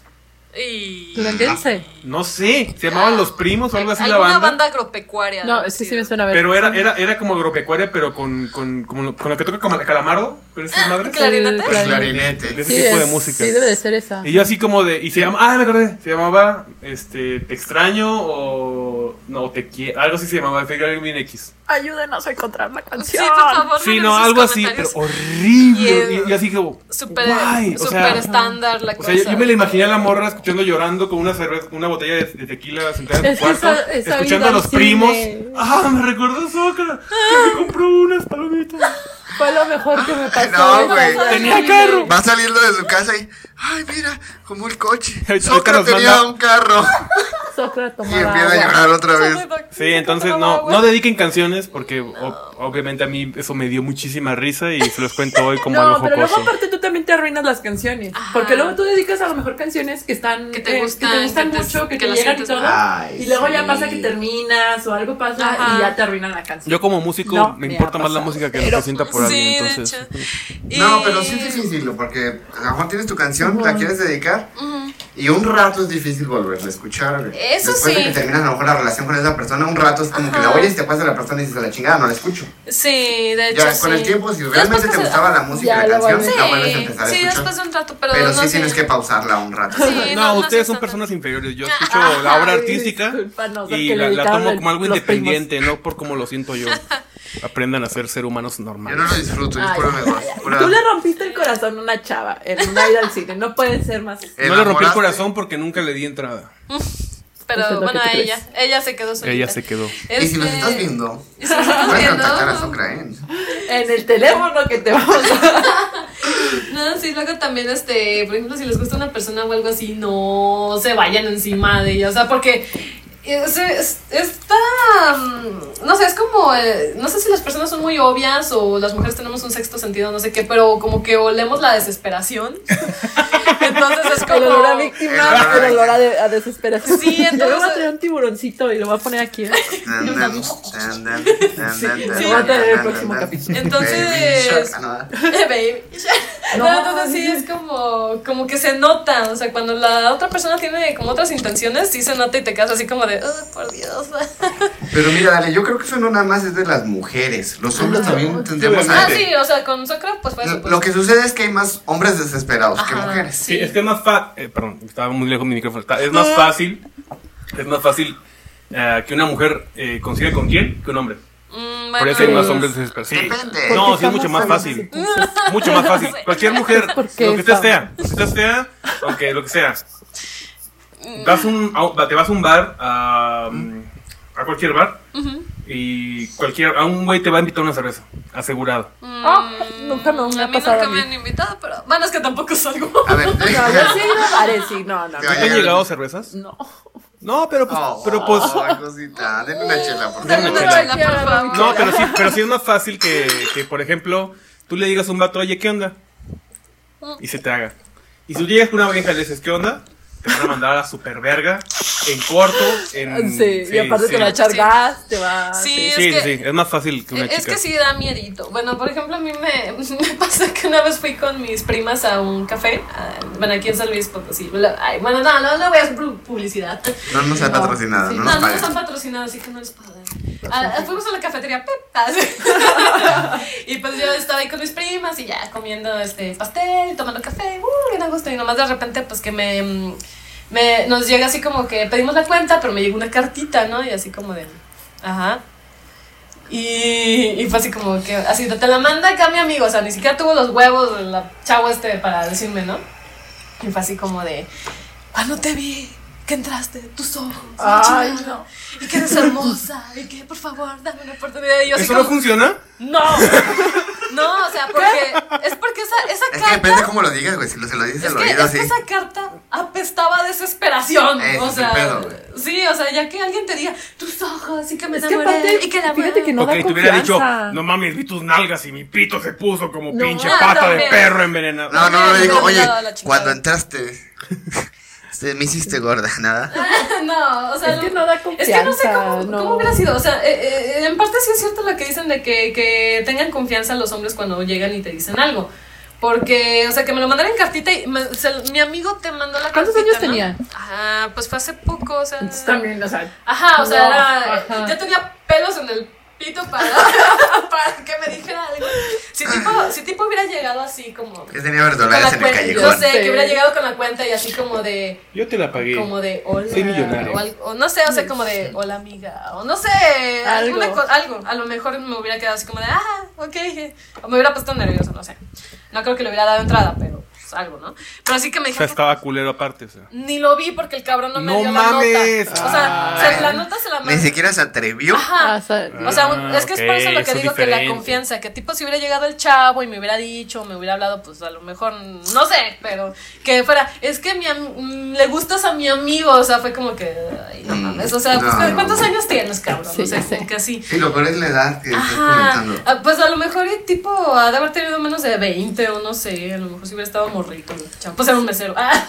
F: Y...
A: Duranguense.
C: No sé, se llamaban Los Primos o algo así la
D: Alguna
C: banda.
D: banda agropecuaria.
A: No, es que sí me suena a ver.
C: Pero era, era, era como agropecuaria, pero con, con, como lo- con lo que toca como calamardo, con esas madres.
D: claro. ¿Clarinete?
A: El
B: Los
A: clarinete.
B: clarinetes.
C: Ese tipo de
A: es-
C: música.
A: Ah, Sí, debe de ser esa.
C: Y yo así como de, y se llama, ah, me acordé, se llamaba, este, te extraño o, no, te quiero, algo así se llamaba, Figure Out Being X.
A: Ayúdenos a encontrar la
D: Sí,
A: canción.
D: por favor.
C: Sí,
D: dejen
C: no,
D: sus
C: algo así, pero
D: comentarios.
C: horrible.
D: Yeah.
C: Y, y así como,
D: Súper
C: guay, o
D: súper
C: sea,
D: estándar la
C: o
D: cosa.
C: sea, yo, yo me la imaginé a la morra escuchando llorando con una cerveza, una botella de, de tequila sentada en
A: Es
C: su
A: que
C: cuarto,
A: esa- esa
C: escuchando
A: vida
C: a los
A: al cine.
C: primos. Ah, me recordó a Zócala, que me compró unas palomitas.
A: (laughs) Fue lo mejor que me pasó.
B: No, güey.
C: Tenía carro.
B: Va saliendo de su casa y. Ay, mira, como el coche.
C: Ahorita
B: Zócalo
C: nos
B: tenía
C: manda-
B: un carro.
A: Sócrates
B: Y empieza
A: tomaba
B: a
A: agua.
B: llorar otra vez.
C: Sí, entonces no, no dediquen canciones porque o- obviamente a mí eso me dio muchísima risa y se los cuento hoy como
A: No,
C: algo
A: pero luego
C: jocoso.
A: aparte tú también te arruinas las canciones. Porque luego tú dedicas a lo mejor canciones que están
D: Que te gustan,
A: que te gustan
D: que te-
A: mucho, que,
D: que
A: te
D: las
A: llegan y
D: sientes-
A: todo.
B: Ay,
A: y luego ya
B: sí.
A: pasa que terminas o algo pasa
D: Ajá.
A: y ya te arruinan la canción.
C: Yo como músico
A: No,
C: me
A: me
C: importa
A: ha
C: más la
A: pasado,
C: música que lo
A: pero-
C: que sienta por alguien,
D: Sí, de
C: entonces.
D: hecho.
B: No,
D: Y-
B: pero sí es difícil, porque a lo mejor tienes tu canción, la quieres dedicar, y un rato es difícil volverla a escuchar. güey.
D: Eso
B: Después
D: sí.
B: de que terminas a lo mejor la relación con esa persona, un rato es como que la oyes, te pasa la persona y dices, "A la chingada, no la escucho.
D: Sí, de hecho.
B: Ya, con
D: sí.
B: el tiempo, si
D: Después
B: realmente te
D: pasa-
B: gustaba la música
A: ya
B: y la
A: lo
B: canción,
A: vuelves-
B: la vuelves a
D: Sí,
B: empezar a
D: sí,
B: escuchar.
D: después de un rato, pero,
B: Pero
D: no
B: sí
D: sé.
B: tienes que pausarla un rato.
D: Sí,
C: Eh, No,
D: no,
C: ustedes
D: no
C: son
D: sé,
C: personas inferiores. Yo
D: Ah,
C: escucho la obra artística
A: discúlpanos, al
C: y
A: que le
C: la, la
A: dedicaron
C: tomo
A: el-
C: como algo
A: los primos.
C: independiente, no por como lo siento yo. Aprendan a ser ser humanos
B: Yo no lo
C: normales.
B: disfruto, yo es
A: Ay,
B: puro
A: ay,
B: negocio. pura-
A: Tú le rompiste el corazón a una chava en una ida al cine. No pueden ser más.
C: No le rompí el
B: enamoraste.
C: corazón porque nunca le di entrada.
D: Pero
A: Eso es lo
D: bueno,
A: que tú
D: ella, ella se quedó solita.
C: Ella se quedó.
B: Y si nos
D: Este,
B: estás viendo,
D: y si nos estás
B: puedes
D: viendo,
B: contactar a Socraen.
A: En el teléfono que te
C: (laughs)
A: vamos a
D: No, sí, luego también, este, por ejemplo, si les gusta una persona o algo así, no se vayan encima de ella, o sea, porque es- es- está, mm, no sé, es como, eh, no sé si las personas son muy obvias o las mujeres tenemos un sexto sentido, no sé qué, pero como que olemos la desesperación. (laughs) Entonces es
A: El
D: como...
A: olor a víctima, el olor a, de- a desesperación.
D: Sí, entonces-
A: Yo le voy a traer un tiburoncito y lo voy a poner aquí. ¿eh?
B: Tan, tan, tan, tan, tan, tan,
A: lo voy a traer el
B: tan, tan,
A: próximo
B: tan,
A: capítulo.
B: tan.
D: Entonces-
B: Baby Shark, ah, no.
D: Eh, (laughs) baby.
A: (laughs) No,
D: No, entonces sí es como, como que se nota, o sea, cuando la otra persona tiene como otras intenciones, sí se nota y te quedas así como de, oh, por Dios.
B: Ah, Pero mira, dale, yo creo que eso no nada más es de las mujeres. Los hombres también tendríamos a...
D: Ah, sí, o sea, con Socra, pues fue
B: Lo-
D: eso. pues.
B: Lo que sucede es que hay más hombres desesperados que
D: Ajá,
B: mujeres.
C: Sí, es que es más fácil. perdón, estaba muy lejos mi micrófono. Está- Es más fácil. Es más fácil eh, que una mujer eh, consiga con quién que un hombre.
D: Mm,
C: Por
D: bueno,
C: eso hay más
A: es-
C: hombres desesperados. Sí.
B: Depende.
C: No, sí es
A: Porque
C: mucho
A: estamos
C: más fácil. Mucho más fácil. Cualquier mujer,
A: Porque
C: lo que estés
A: estamos-
C: fea, lo que estés fea, aunque lo que sea. Vas un, a- te vas a un bar, a, a cualquier bar, y cualquier, a un güey te va a invitar una cerveza, asegurado.
A: Ah, nunca me, me
D: mm, a
A: ha
D: mí
A: pasado
D: nunca
A: a
D: me
A: mí.
D: han invitado, pero bueno, es que tampoco (laughs) salgo.
B: A ver,
A: No, yo
D: (laughs)
A: sí he ido a bares y no, no,
C: ¿No
B: Ay,
C: te han
B: ay,
C: llegado
B: ay.
C: cervezas?
A: no.
C: No, pero pues,
B: Oh,
C: pero pues,
B: cosita, denme una chela, por
D: Dame
B: favor.
D: una
C: chela.
D: chela, por favor.
C: no, pero sí, pero sí es más fácil que, que, por ejemplo, tú le digas a un vato, oye, ¿qué onda? Y se te haga. Y si tú llegas con una vieja y le dices, ¿qué onda? Te van a mandar a la super verga, en corto, en...
A: Sí, y aparte te va a echar
D: Sí.
A: gas, te va.
D: Sí,
C: Sí,
D: es
C: sí,
D: que...
C: sí, es más fácil que una
D: Es
C: chica.
D: que sí da miedito. Bueno, por ejemplo, a mí me, (laughs) me pasa que una vez fui con mis primas a un café. ah, Bueno, aquí en San Luis Potosí. Bla- ay, bueno, no, no, no voy a hacer pu- publicidad.
B: No nos ha patrocinado,
D: Sí,
B: no
D: no,
B: nos
D: no nos han
B: pagan.
D: patrocinado, así que no les puedo dar. Ah, ah, fuimos a la cafetería Pep, ah, sí.
B: (laughs)
D: y pues yo estaba ahí con mis primas y ya comiendo este pastel, tomando café, uh, bien a gusto. Y nomás de repente, pues que me, mm, me- Nos llega así como que pedimos la cuenta, pero me llegó una cartita, ¿no? Y así como de. Ajá. Y, y fue así como que, así, te la manda acá mi amigo, o sea, ni siquiera tuvo los huevos de la chavo este para decirme, ¿no? Y fue así como de, cuando te vi, que entraste, tus ojos, la
A: Ay,
D: chingada,
A: no.
D: y que eres hermosa, y que por favor, dame una oportunidad. Y yo así
C: ¿Eso no
D: como,
C: funciona?
D: no, no, o sea, porque, es porque esa, esa
B: Es que
D: carta...
B: depende cómo lo digas, güey. Si lo- se lo dices
D: Es
B: al
D: que,
B: oído
D: es que
B: así.
D: esa carta apestaba a desesperación.
B: Ese
D: o
B: es el
D: sea,
B: pedo, güey.
D: sí, o sea, ya que alguien te diga tus ojos y que me
A: Es que
D: enamoré
A: aparte,
D: y que la
A: fíjate que
D: amé".
A: No
C: ok,
A: da
C: te hubiera dicho,
A: confianza.
C: no mames, vi tus nalgas y mi pito se puso como
A: No,
C: pinche
D: no,
C: pata de
D: también.
C: perro envenenado.
B: No, no, no,
D: no,
B: le digo,
D: no,
B: oye,
D: no, la chingada.
B: cuando entraste, (laughs) se me hiciste gorda, nada.
D: (laughs) no, o sea,
A: Es que no da
D: Es que no sé
A: confianza,
D: cómo,
A: no.
D: cómo hubiera sido. O sea, eh, eh, en parte sí es cierto lo que dicen de que, que tengan confianza los hombres cuando llegan y te dicen algo. Porque, o sea, que me lo mandaron en cartita y me- se- mi amigo te mandó la
A: ¿Cuántos
D: cartita.
A: años
D: ¿no?
A: tenía?
D: Ajá, pues fue hace poco, o sea.
G: Entonces también, o sea,
D: Ajá, o sea,
G: No,
D: era-
G: ajá.
D: ya tenía pelos en el pito para, (laughs) para que me dijera algo. Si tipo, si tipo hubiera llegado así como.
B: Yo tenía
D: con la
B: verdolagas en el
D: cuenta, yo
B: callejón.
D: sé,
A: Sí.
D: que hubiera llegado con la cuenta y así como de.
C: Yo te la pagué.
D: Como de hola.
C: Soy millonario.
D: O, al- o no sé, o sea, como de hola amiga. O no sé,
A: Algo.
D: alguna co- algo. A lo mejor me hubiera quedado así como de, ah, ok. O me hubiera puesto nervioso, no sé. No creo que le hubiera dado entrada, pero pues, algo, ¿no? Pero así que me
C: O sea,
D: dijeron.
C: estaba culero aparte, o sea.
D: Ni lo vi porque el cabrón no me
C: ¡No
D: dio
C: mames!
D: la nota. O sea,
C: Ah.
D: o sea, la nota se la mandó.
B: Ni siquiera se atrevió.
D: Ajá.
A: Ah, o sea,
D: O sea, un-
C: Ah,
D: es que es por eso
C: ok,
D: lo que
C: eso es
D: digo que la
C: diferente.
D: confianza, que tipo si hubiera llegado el chavo y me hubiera dicho, me hubiera hablado, pues a lo mejor, no sé, pero que fuera, es que mi am- mm, le gustas a mi amigo, o sea, fue como que, ay, no
B: Mm,
D: mames, o sea, pues,
B: no.
D: ¿cuántos años tienes, cabrón?
A: Sí,
D: o sea,
A: ya sé.
D: como que así.
B: Sí, lo peor es la edad que estás
D: Ajá,
B: comentando.
D: Ah, pues a lo mejor y tipo ha de haber tenido menos de 20 o no sé, a lo mejor si hubiera estado morrito, el chavo, pues era un mesero, (laughs) Ah,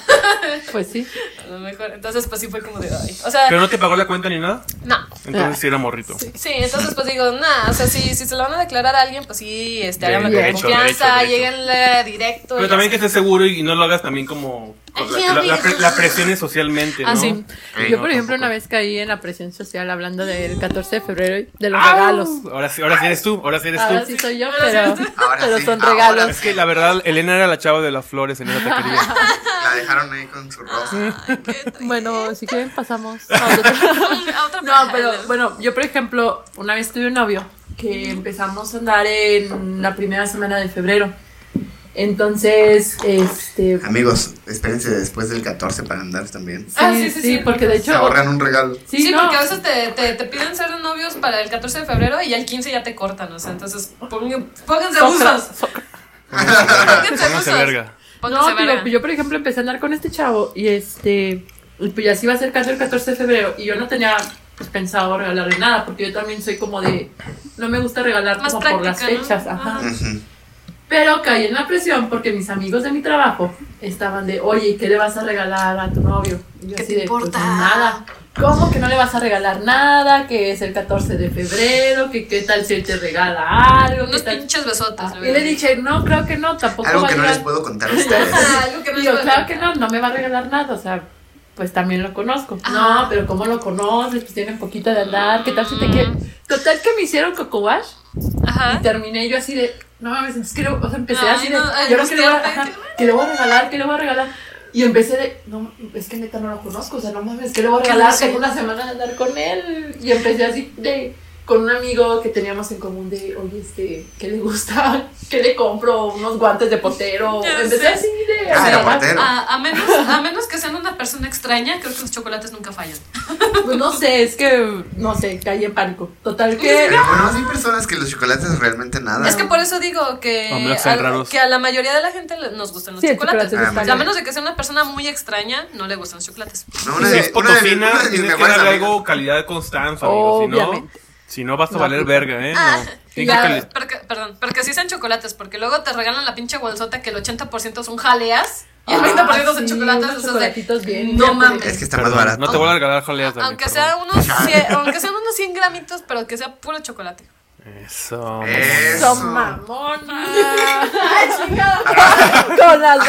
A: pues sí.
D: a lo mejor, entonces pues sí fue como de, ay, o sea,
C: Pero no te pagó la cuenta ni nada.
D: no,
C: Entonces sí era morrito.
D: Sí, entonces pues digo, nada, o sea, si, si se lo van a declarar a alguien, pues sí, este, háganlo con
C: Derecho,
D: confianza,
C: derecho, derecho.
D: lleguenle directo.
C: Pero
D: y
C: también que
D: así.
C: estés seguro y no lo hagas también como.
D: Ay,
C: la, la- la pre- la presiones socialmente, ¿no?
D: Ah, sí.
B: Ay,
A: Yo,
C: no,
A: por ejemplo,
C: tampoco.
A: una vez caí en la presión social hablando
D: (gasps)
A: del 14 de febrero y de los
C: ¡Au!
A: regalos.
C: Ahora sí, ahora sí eres tú, ahora sí eres
A: Ahora
C: tú.
A: sí soy yo,
D: Ahora
A: pero, (laughs)
D: sí eres
B: Ahora
A: pero
B: sí,
A: son
B: ahora
A: regalos.
C: Es que la verdad, Elena era la chava de las flores en esa taquería.
B: La dejaron ahí con su rosa.
A: Bueno, si quieren pasamos a (laughs) otro-
D: (laughs) A otra
A: No, pero bueno, yo por ejemplo, una vez tuve un novio que empezamos a andar en la primera semana de febrero. Entonces, este...
B: Amigos, espérense después del 14 para andar también.
D: Ah, sí, sí, sí,
A: porque de
B: Se
A: hecho...
B: ahorran un
D: (laughs)
B: regalo.
A: Sí,
D: Sí,
A: no,
D: porque a veces te, te, te piden ser novios para el 14 de febrero y ya el 15 ya te cortan, o sea, entonces pongan- pónganse
A: Socra-
D: abusos.
A: Socra-
D: Pónganse
C: No se
D: abusos.
C: verga.
D: Pónganse
A: No, pero
D: verga.
A: yo por ejemplo empecé a andar con este chavo y este, y pues ya se iba acercando el 14 de febrero y yo no tenía pues, pensado regalarle nada porque yo también soy como de, no me gusta regalar
D: Más
A: como por las
D: práctica, ¿no?
A: fechas, ajá.
D: Ah.
B: Ujú.
A: Pero caí en la presión porque mis amigos de mi trabajo estaban de, oye, ¿y ¿qué le vas a regalar a tu novio? Y yo
D: ¿Qué
A: así
D: te
A: de, pues,
D: importa?
A: nada. ¿Cómo que no le vas a regalar nada? Que es el 14 de febrero, que qué tal si él te regala algo, qué
D: Unos
A: tal. Ah,
D: pinches besotes.
A: Y le dije, no, creo que no, tampoco
B: Algo
A: va
B: que
A: a
B: no les
A: llegar".
B: puedo contar a ustedes.
D: Ah, algo que no
A: Y
D: es
A: yo,
D: bueno.
A: claro que no, no me va a regalar nada, o sea, pues también lo conozco.
D: Ah.
A: No, pero ¿cómo lo conoces? Pues tienen poquito de andar, ¿qué tal si te quiere? Total que me hicieron cocobash y
D: Ajá.
A: terminé yo así de, no mames, entonces creo, o sea, empecé
D: ¿Ah? Ay,
A: así de,
D: no, ay,
A: yo no que le voy a,
D: angustiarte,
A: ajá, que le voy a regalar, que le voy a regalar. Y empecé de, no, es que neta no lo conozco, o sea, no mames, que le voy a
D: Qué
A: regalar,
D: emoción.
A: tengo una semana de andar con él. Y empecé así de, con un amigo que teníamos en común de, oye, este, ¿qué le gusta? (laughs) ¿Qué le compro? Unos guantes de portero.
D: Ya
A: Empecé
D: sé.
A: así de,
B: Ah, era
A: regalar.
B: portero.
D: A, a menos, a menos que sean una persona extraña, creo que los chocolates nunca fallan.
A: Pues no sé, es que no sé, caí en pánico. Total que.
B: Pero bueno, hay personas que los chocolates realmente nada.
D: Es que por eso digo que,
C: A menos que sean
D: al-
C: raros.
D: que a la mayoría de la gente le- nos gustan los
A: Sí, el
D: chocolates.
A: chocolate
B: Ah,
A: está
B: muy
D: O sea, a
A: bien.
D: menos de que sea una persona muy extraña, no le gustan los chocolates.
B: No,
C: Si es
B: una de-
C: potosina,
B: una de mis
C: tienes que
B: mejores
C: darle
B: amigas.
C: algo calidad de constancia, amigo. Si no,
A: Obviamente.
C: si no vas a
A: No,
C: valer
A: pico.
C: verga, ¿eh? No. Tienes
A: ya.
C: que cali-
D: Pero que- perdón, pero que sí sean chocolates, porque luego te regalan la pinche bolsota que el 80% son jaleas y el 20% son
A: Ah, sí,
D: chocolates.
A: unos
D: o sea,
A: chocolatitos bien,
D: no
A: ya,
D: mames.
A: (laughs)
B: Es que está
C: Perdón,
B: más barato.
C: No te voy a regalar jaleas, Dani,
D: aunque,
C: perdón.
D: sea unos 100, aunque sean unos 100 gramitos, pero que sea puro chocolate.
C: Eso. mamón.
B: Eso.
A: Son
D: (laughs)
A: mamona. Con las (laughs) dos.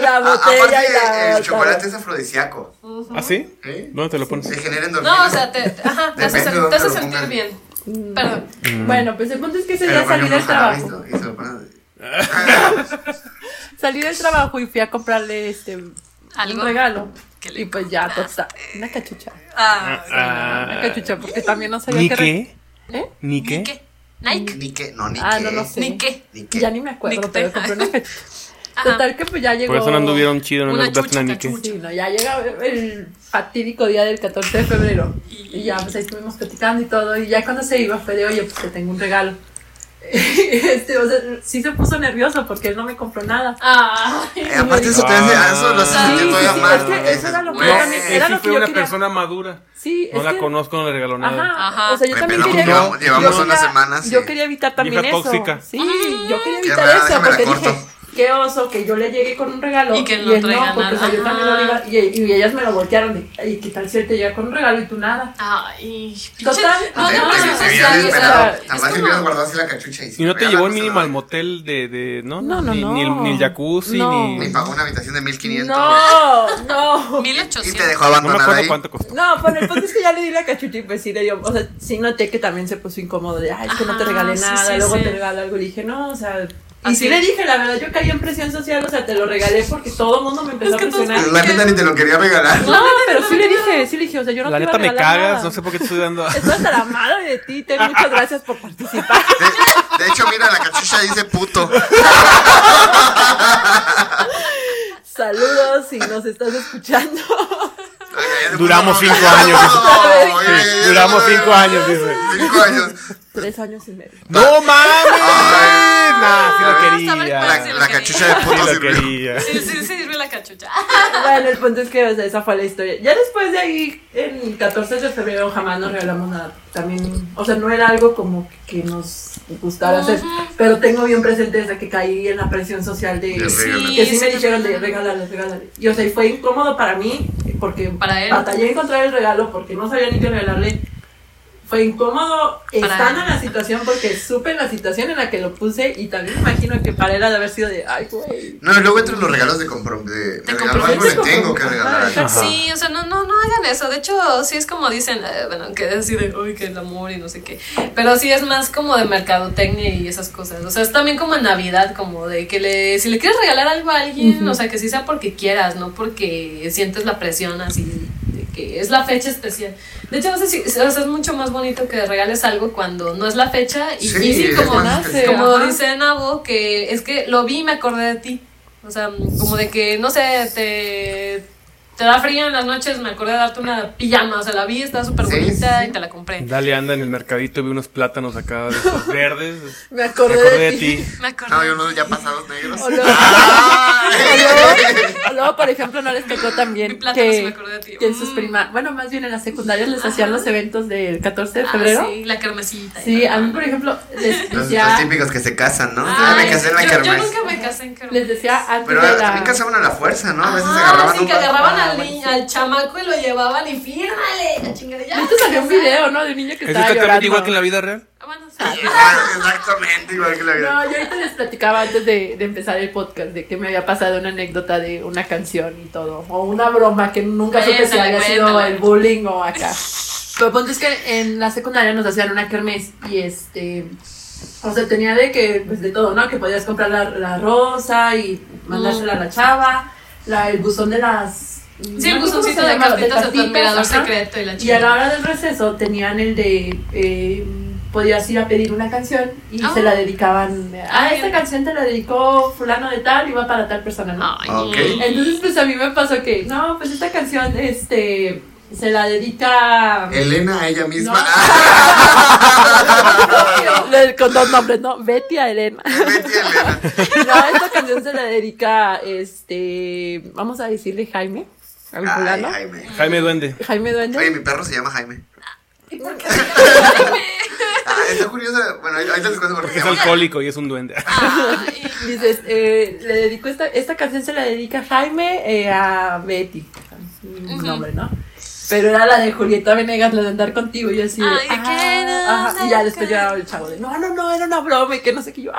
A: La botella
B: A- Ah, aparte,
A: y la
B: el chocolate es afrodisíaco.
C: ¿Ah, sí?
B: ¿eh?
C: ¿Dónde te lo pones?
B: Se genera endorfinas.
D: No, o sea, te, te- ajá, te
B: Depende
D: hace,
B: de
D: sen- te
B: dónde
D: hace
B: lo
D: sentir
B: pongan.
D: bien. Perdón.
A: Bueno, pues el punto es que ese
B: Pero
A: día
B: por
A: salí
B: ejemplo,
A: del trabajo.
B: jalapeño, y se lo ponen-
A: Salí del trabajo y fui a comprarle este
D: ¿Algo?
A: un regalo.
D: Qué
A: Y pues ya, total. Una cachucha.
D: Ah,
A: Una
C: Ah,
A: cachucha, porque también no sabía
C: ¿Ni
A: qué re-
C: qué?
A: ¿Eh?
C: ¿Ni
D: ¿Ni
C: qué?
D: qué? Nike.
B: Ni que, no, ni
A: Ah,
B: que.
A: no lo sé.
D: ¿Ni qué?
B: Ni que.
A: Ya ni me acuerdo,
D: Ni-
A: pero compré una cachucha. (laughs)
D: Ajá.
A: Total que pues ya llegó.
C: Por eso no anduvieron chido, no
D: Una
C: les compraste
D: chucha,
C: una ni qué.
D: cachucha.
A: Sí, no, ya llega el fatídico día del 14 de febrero. Y ya, pues ahí estuvimos platicando y todo. Y ya cuando se iba fue de, oye, pues te tengo un regalo. (laughs) Este, o sea, sí se puso nervioso porque él no me compró nada.
D: Ah,
B: Eh, aparte, eso te hace.
C: Ah.
B: Eso lo hace
D: Sí,
B: sentir
D: sí,
B: todavía
D: sí,
B: mal.
A: es que
B: porque
A: eso era lo
B: dices,
A: que
B: "Güey,
A: yo también-
C: Eh,
A: era
C: sí
A: lo que
C: fue
A: yo
C: una
A: quería.
C: persona madura.
A: Sí,
C: No
A: es
C: la
A: que-
C: conozco, no le regaló nada.
A: Ajá,
D: Ajá.
A: O sea, yo
B: Me
A: también
B: peló
A: quería.
B: un huevo, llevamos
A: yo
B: unas
A: quería-
B: semanas
A: Yo
B: y-
A: quería evitar también
C: Vieja
A: eso.
C: tóxica.
A: Sí, yo quería
B: Qué
A: evitar
B: raro,
A: eso
B: déjame la
A: porque
B: corto.
A: dije. qué oso que yo le llegué con un regalo
D: Y que no
A: él
D: traiga
A: porque
D: nada.
A: o sea, yo también lo iba- y, y ellas me lo voltearon de, y qué tal si él te llega con un regalo y tú nada.
E: Ay,
A: Total,
E: No,
B: A ver,
E: no,
B: pues,
E: no,
B: se
E: no,
B: veía
E: no,
B: bien
E: no,
B: pelado.
E: no,
B: Además,
E: es
B: si hubieras
E: como-
B: guardado así la cachucha y
C: Y no te llevó el mínimo
B: mínimo
C: al motel de, de ¿no?
A: No, no,
C: ni,
A: no.
C: Ni, el, ni el jacuzzi,
A: No.
C: ni...
B: Me pagó una habitación de 1500.
A: No, no.
B: Y
E: 1800.
B: te dejó
C: No me
B: abandonar
C: acuerdo
B: ahí.
C: cuánto costó.
A: No, pero el punto es que ya le di la cachucha y pues sí le dio, o sea, sí noté que también se puso incómodo de, ay, es que no te
D: Ajá,
A: regalé
D: sí,
A: nada,
D: sí,
A: luego
D: sí.
A: te regalo algo, y dije, no, o sea, y
D: Así
A: sí le
D: es.
A: dije, la verdad, yo caí en presión social, o sea, te lo regalé porque todo el mundo me empezó
D: Es que
A: a
D: todos-
A: presionar.
B: La neta ni te lo quería regalar.
A: No, pero sí le dije, sí le dije, o sea, yo no
C: La
A: te iba
C: neta
A: a
C: me
A: regalar
C: cagas,
A: nada.
C: no sé por qué te
B: (laughs)
C: estoy dando...
A: Estás hasta la madre de ti, te muchas gracias por
C: (laughs)
A: participar.
B: De, de hecho, mira, la cachucha dice puto.
A: Saludos si nos estás escuchando.
C: Duramos cinco años. Sí, duramos cinco años, dice.
B: Cinco años.
A: Tres años y medio.
C: ¡No mames!
B: Ay.
C: Nah, sí lo
D: Ah, Estaba
C: quería.
B: La,
D: el
B: la cachucha de puto
C: Sí lo
B: sirvió.
C: quería.
D: Sí, sí, sí, sirve la cachucha.
A: Bueno, el punto es que o sea, esa fue la historia. Ya después de ahí, en 14 de febrero jamás nos regalamos nada. También, o sea, no era algo como que nos gustara hacer. Pero tengo bien presente desde que caí en la presión social de...
B: De regalo.
A: Que sí
D: Sí,
A: me
D: sí,
A: dijeron de
D: sí.
A: regálale, regálale. Y o sea, y fue incómodo para mí porque
D: Para él.
A: batallé a encontrar el regalo porque no sabía ni qué regalarle. Fue incómodo
D: Para
A: estando
D: él.
A: en la situación porque supe la situación en la que lo puse y también me imagino que para él ha de haber sido de, ay, güey.
B: No, y luego entran los regalos de compromiso. De, me regaló algo, le
A: compromiso.
B: tengo que regalar.
A: (laughs) Ajá.
B: algo.
D: Sí, o sea, no, no, no hagan eso. De hecho, sí es como dicen, eh, bueno, que así de, uy, que el amor y no sé qué. Pero sí es más como de mercadotecnia y esas cosas. O sea, es también como en Navidad, como de que le, si le quieres regalar algo a alguien,
A: Ujú.
D: o sea, que sí sea porque quieras, no porque sientes la presión así. de que es la fecha especial. De hecho, no sé si, o sea, es mucho más bonito que regales algo cuando no es la fecha y,
B: Sí,
D: y sí,
B: es
D: como,
B: más
A: nace,
B: especial.
D: como
A: Ajá.
D: dice Nabo, que es que lo vi y me acordé de ti. O sea, como de que, no sé, te, te da frío en las noches, me acordé de darte una pijama. O sea, la vi, estaba súper
B: Sí,
D: bonita
B: sí. Mm.
D: y te la compré.
C: Dale, anda en el mercadito, vi unos plátanos acá de esos verdes.
A: Me
C: Me
A: acordé,
C: acordé de ti.
D: Me acordé.
B: No, yo no, Ah, ya pasados negros.
A: O luego-
B: Ay.
D: (laughs)
A: O luego, por ejemplo, no les tocó
D: Mi
A: también
D: plátano se me
A: que,
D: acordé de ti.
A: que en sus
D: Mm.
A: primas, bueno, más bien en las secundarias les hacían los eventos del 14 de
D: Ah,
A: febrero. sí.
D: sí, la carmesita. y todo.
A: a mí, por ejemplo, les
B: Los, los
A: decía,
B: típicos que se casan, ¿no?
D: Ay,
B: Tienen que hacer la
D: yo- yo,
B: kermés.
D: nunca me casé en kermés.
A: les decía antes
B: Pero
A: de
B: también
A: la...
B: casaban a la fuerza, ¿no? A veces
D: Ajá,
B: agarraban
D: Ah, sí,
B: un
D: que agarraban al,
A: Ah,
D: niño, al chamaco y lo llevaban y fírmale. La chingadera.
A: Esto salió un video, ¿no? De un niño que
C: ¿Es
A: estaba
C: exactamente
A: llorando.
C: igual que en la vida real?
D: Ah, bueno, sí.
B: Igual, (laughs) Exactamente, igual que la vida.
A: No, yo ahorita les platicaba antes de, de empezar el podcast de que me había pasado una anécdota de una canción y todo, o una broma que nunca supe si
D: Cuéntala,
A: había sido
D: cuéntala.
A: el bullying o acá. Pero ponte es que en la secundaria nos hacían una kermés y este, o sea, tenía de que, pues de todo, ¿no? Que podías comprar la, la rosa y mandársela a la chava, la, el buzón de las...
D: Mm. Sí, el
A: no sé cómo se
D: buzoncito de
A: llama,
D: cartitas a tu
A: cartitas,
D: admirador
A: ajá.
D: secreto y la
A: Y a la
D: chingada.
A: hora del receso tenían el de. eh, podías ir a pedir una canción y
D: Ah.
A: se la dedicaban. Ah,
D: Ah,
A: esta
D: bien.
A: canción te la dedicó Fulano de Tal y va para tal persona, ¿no?
D: Ay,
B: Ah, Ok.
A: Entonces, pues a mí me pasó que. No, pues esta canción, este. Se la dedica.
B: Elena a ella misma. (laughs)
A: No. (laughs) Le- Con dos nombres, ¿no? Betty a Elena. (laughs)
B: (laughs) Betty Elena.
A: No, esta canción se la dedica, este. Vamos a decirle Jaime. Al
B: Ay,
A: fulano.
B: Jaime.
C: Jaime Duende.
A: Jaime Duende.
B: Oye, mi perro se llama Jaime. (laughs) Ah, está curioso. Bueno, ahí- ahorita les cuento por qué
C: Es
B: se llama.
C: alcohólico y es un duende.
A: (laughs) Dices, eh, le dedico esta, esta canción se la dedica Jaime eh, a Betty. Un nombre, ¿no? Pero era la de Julieta Venegas, la de andar contigo. Y yo así, de,
D: Ay, ¿de
A: "Ah,
D: qué era?
A: ajá". Y ya después lloraba el chavo de, no, no, no, era una broma y que no sé qué. Yo, ah,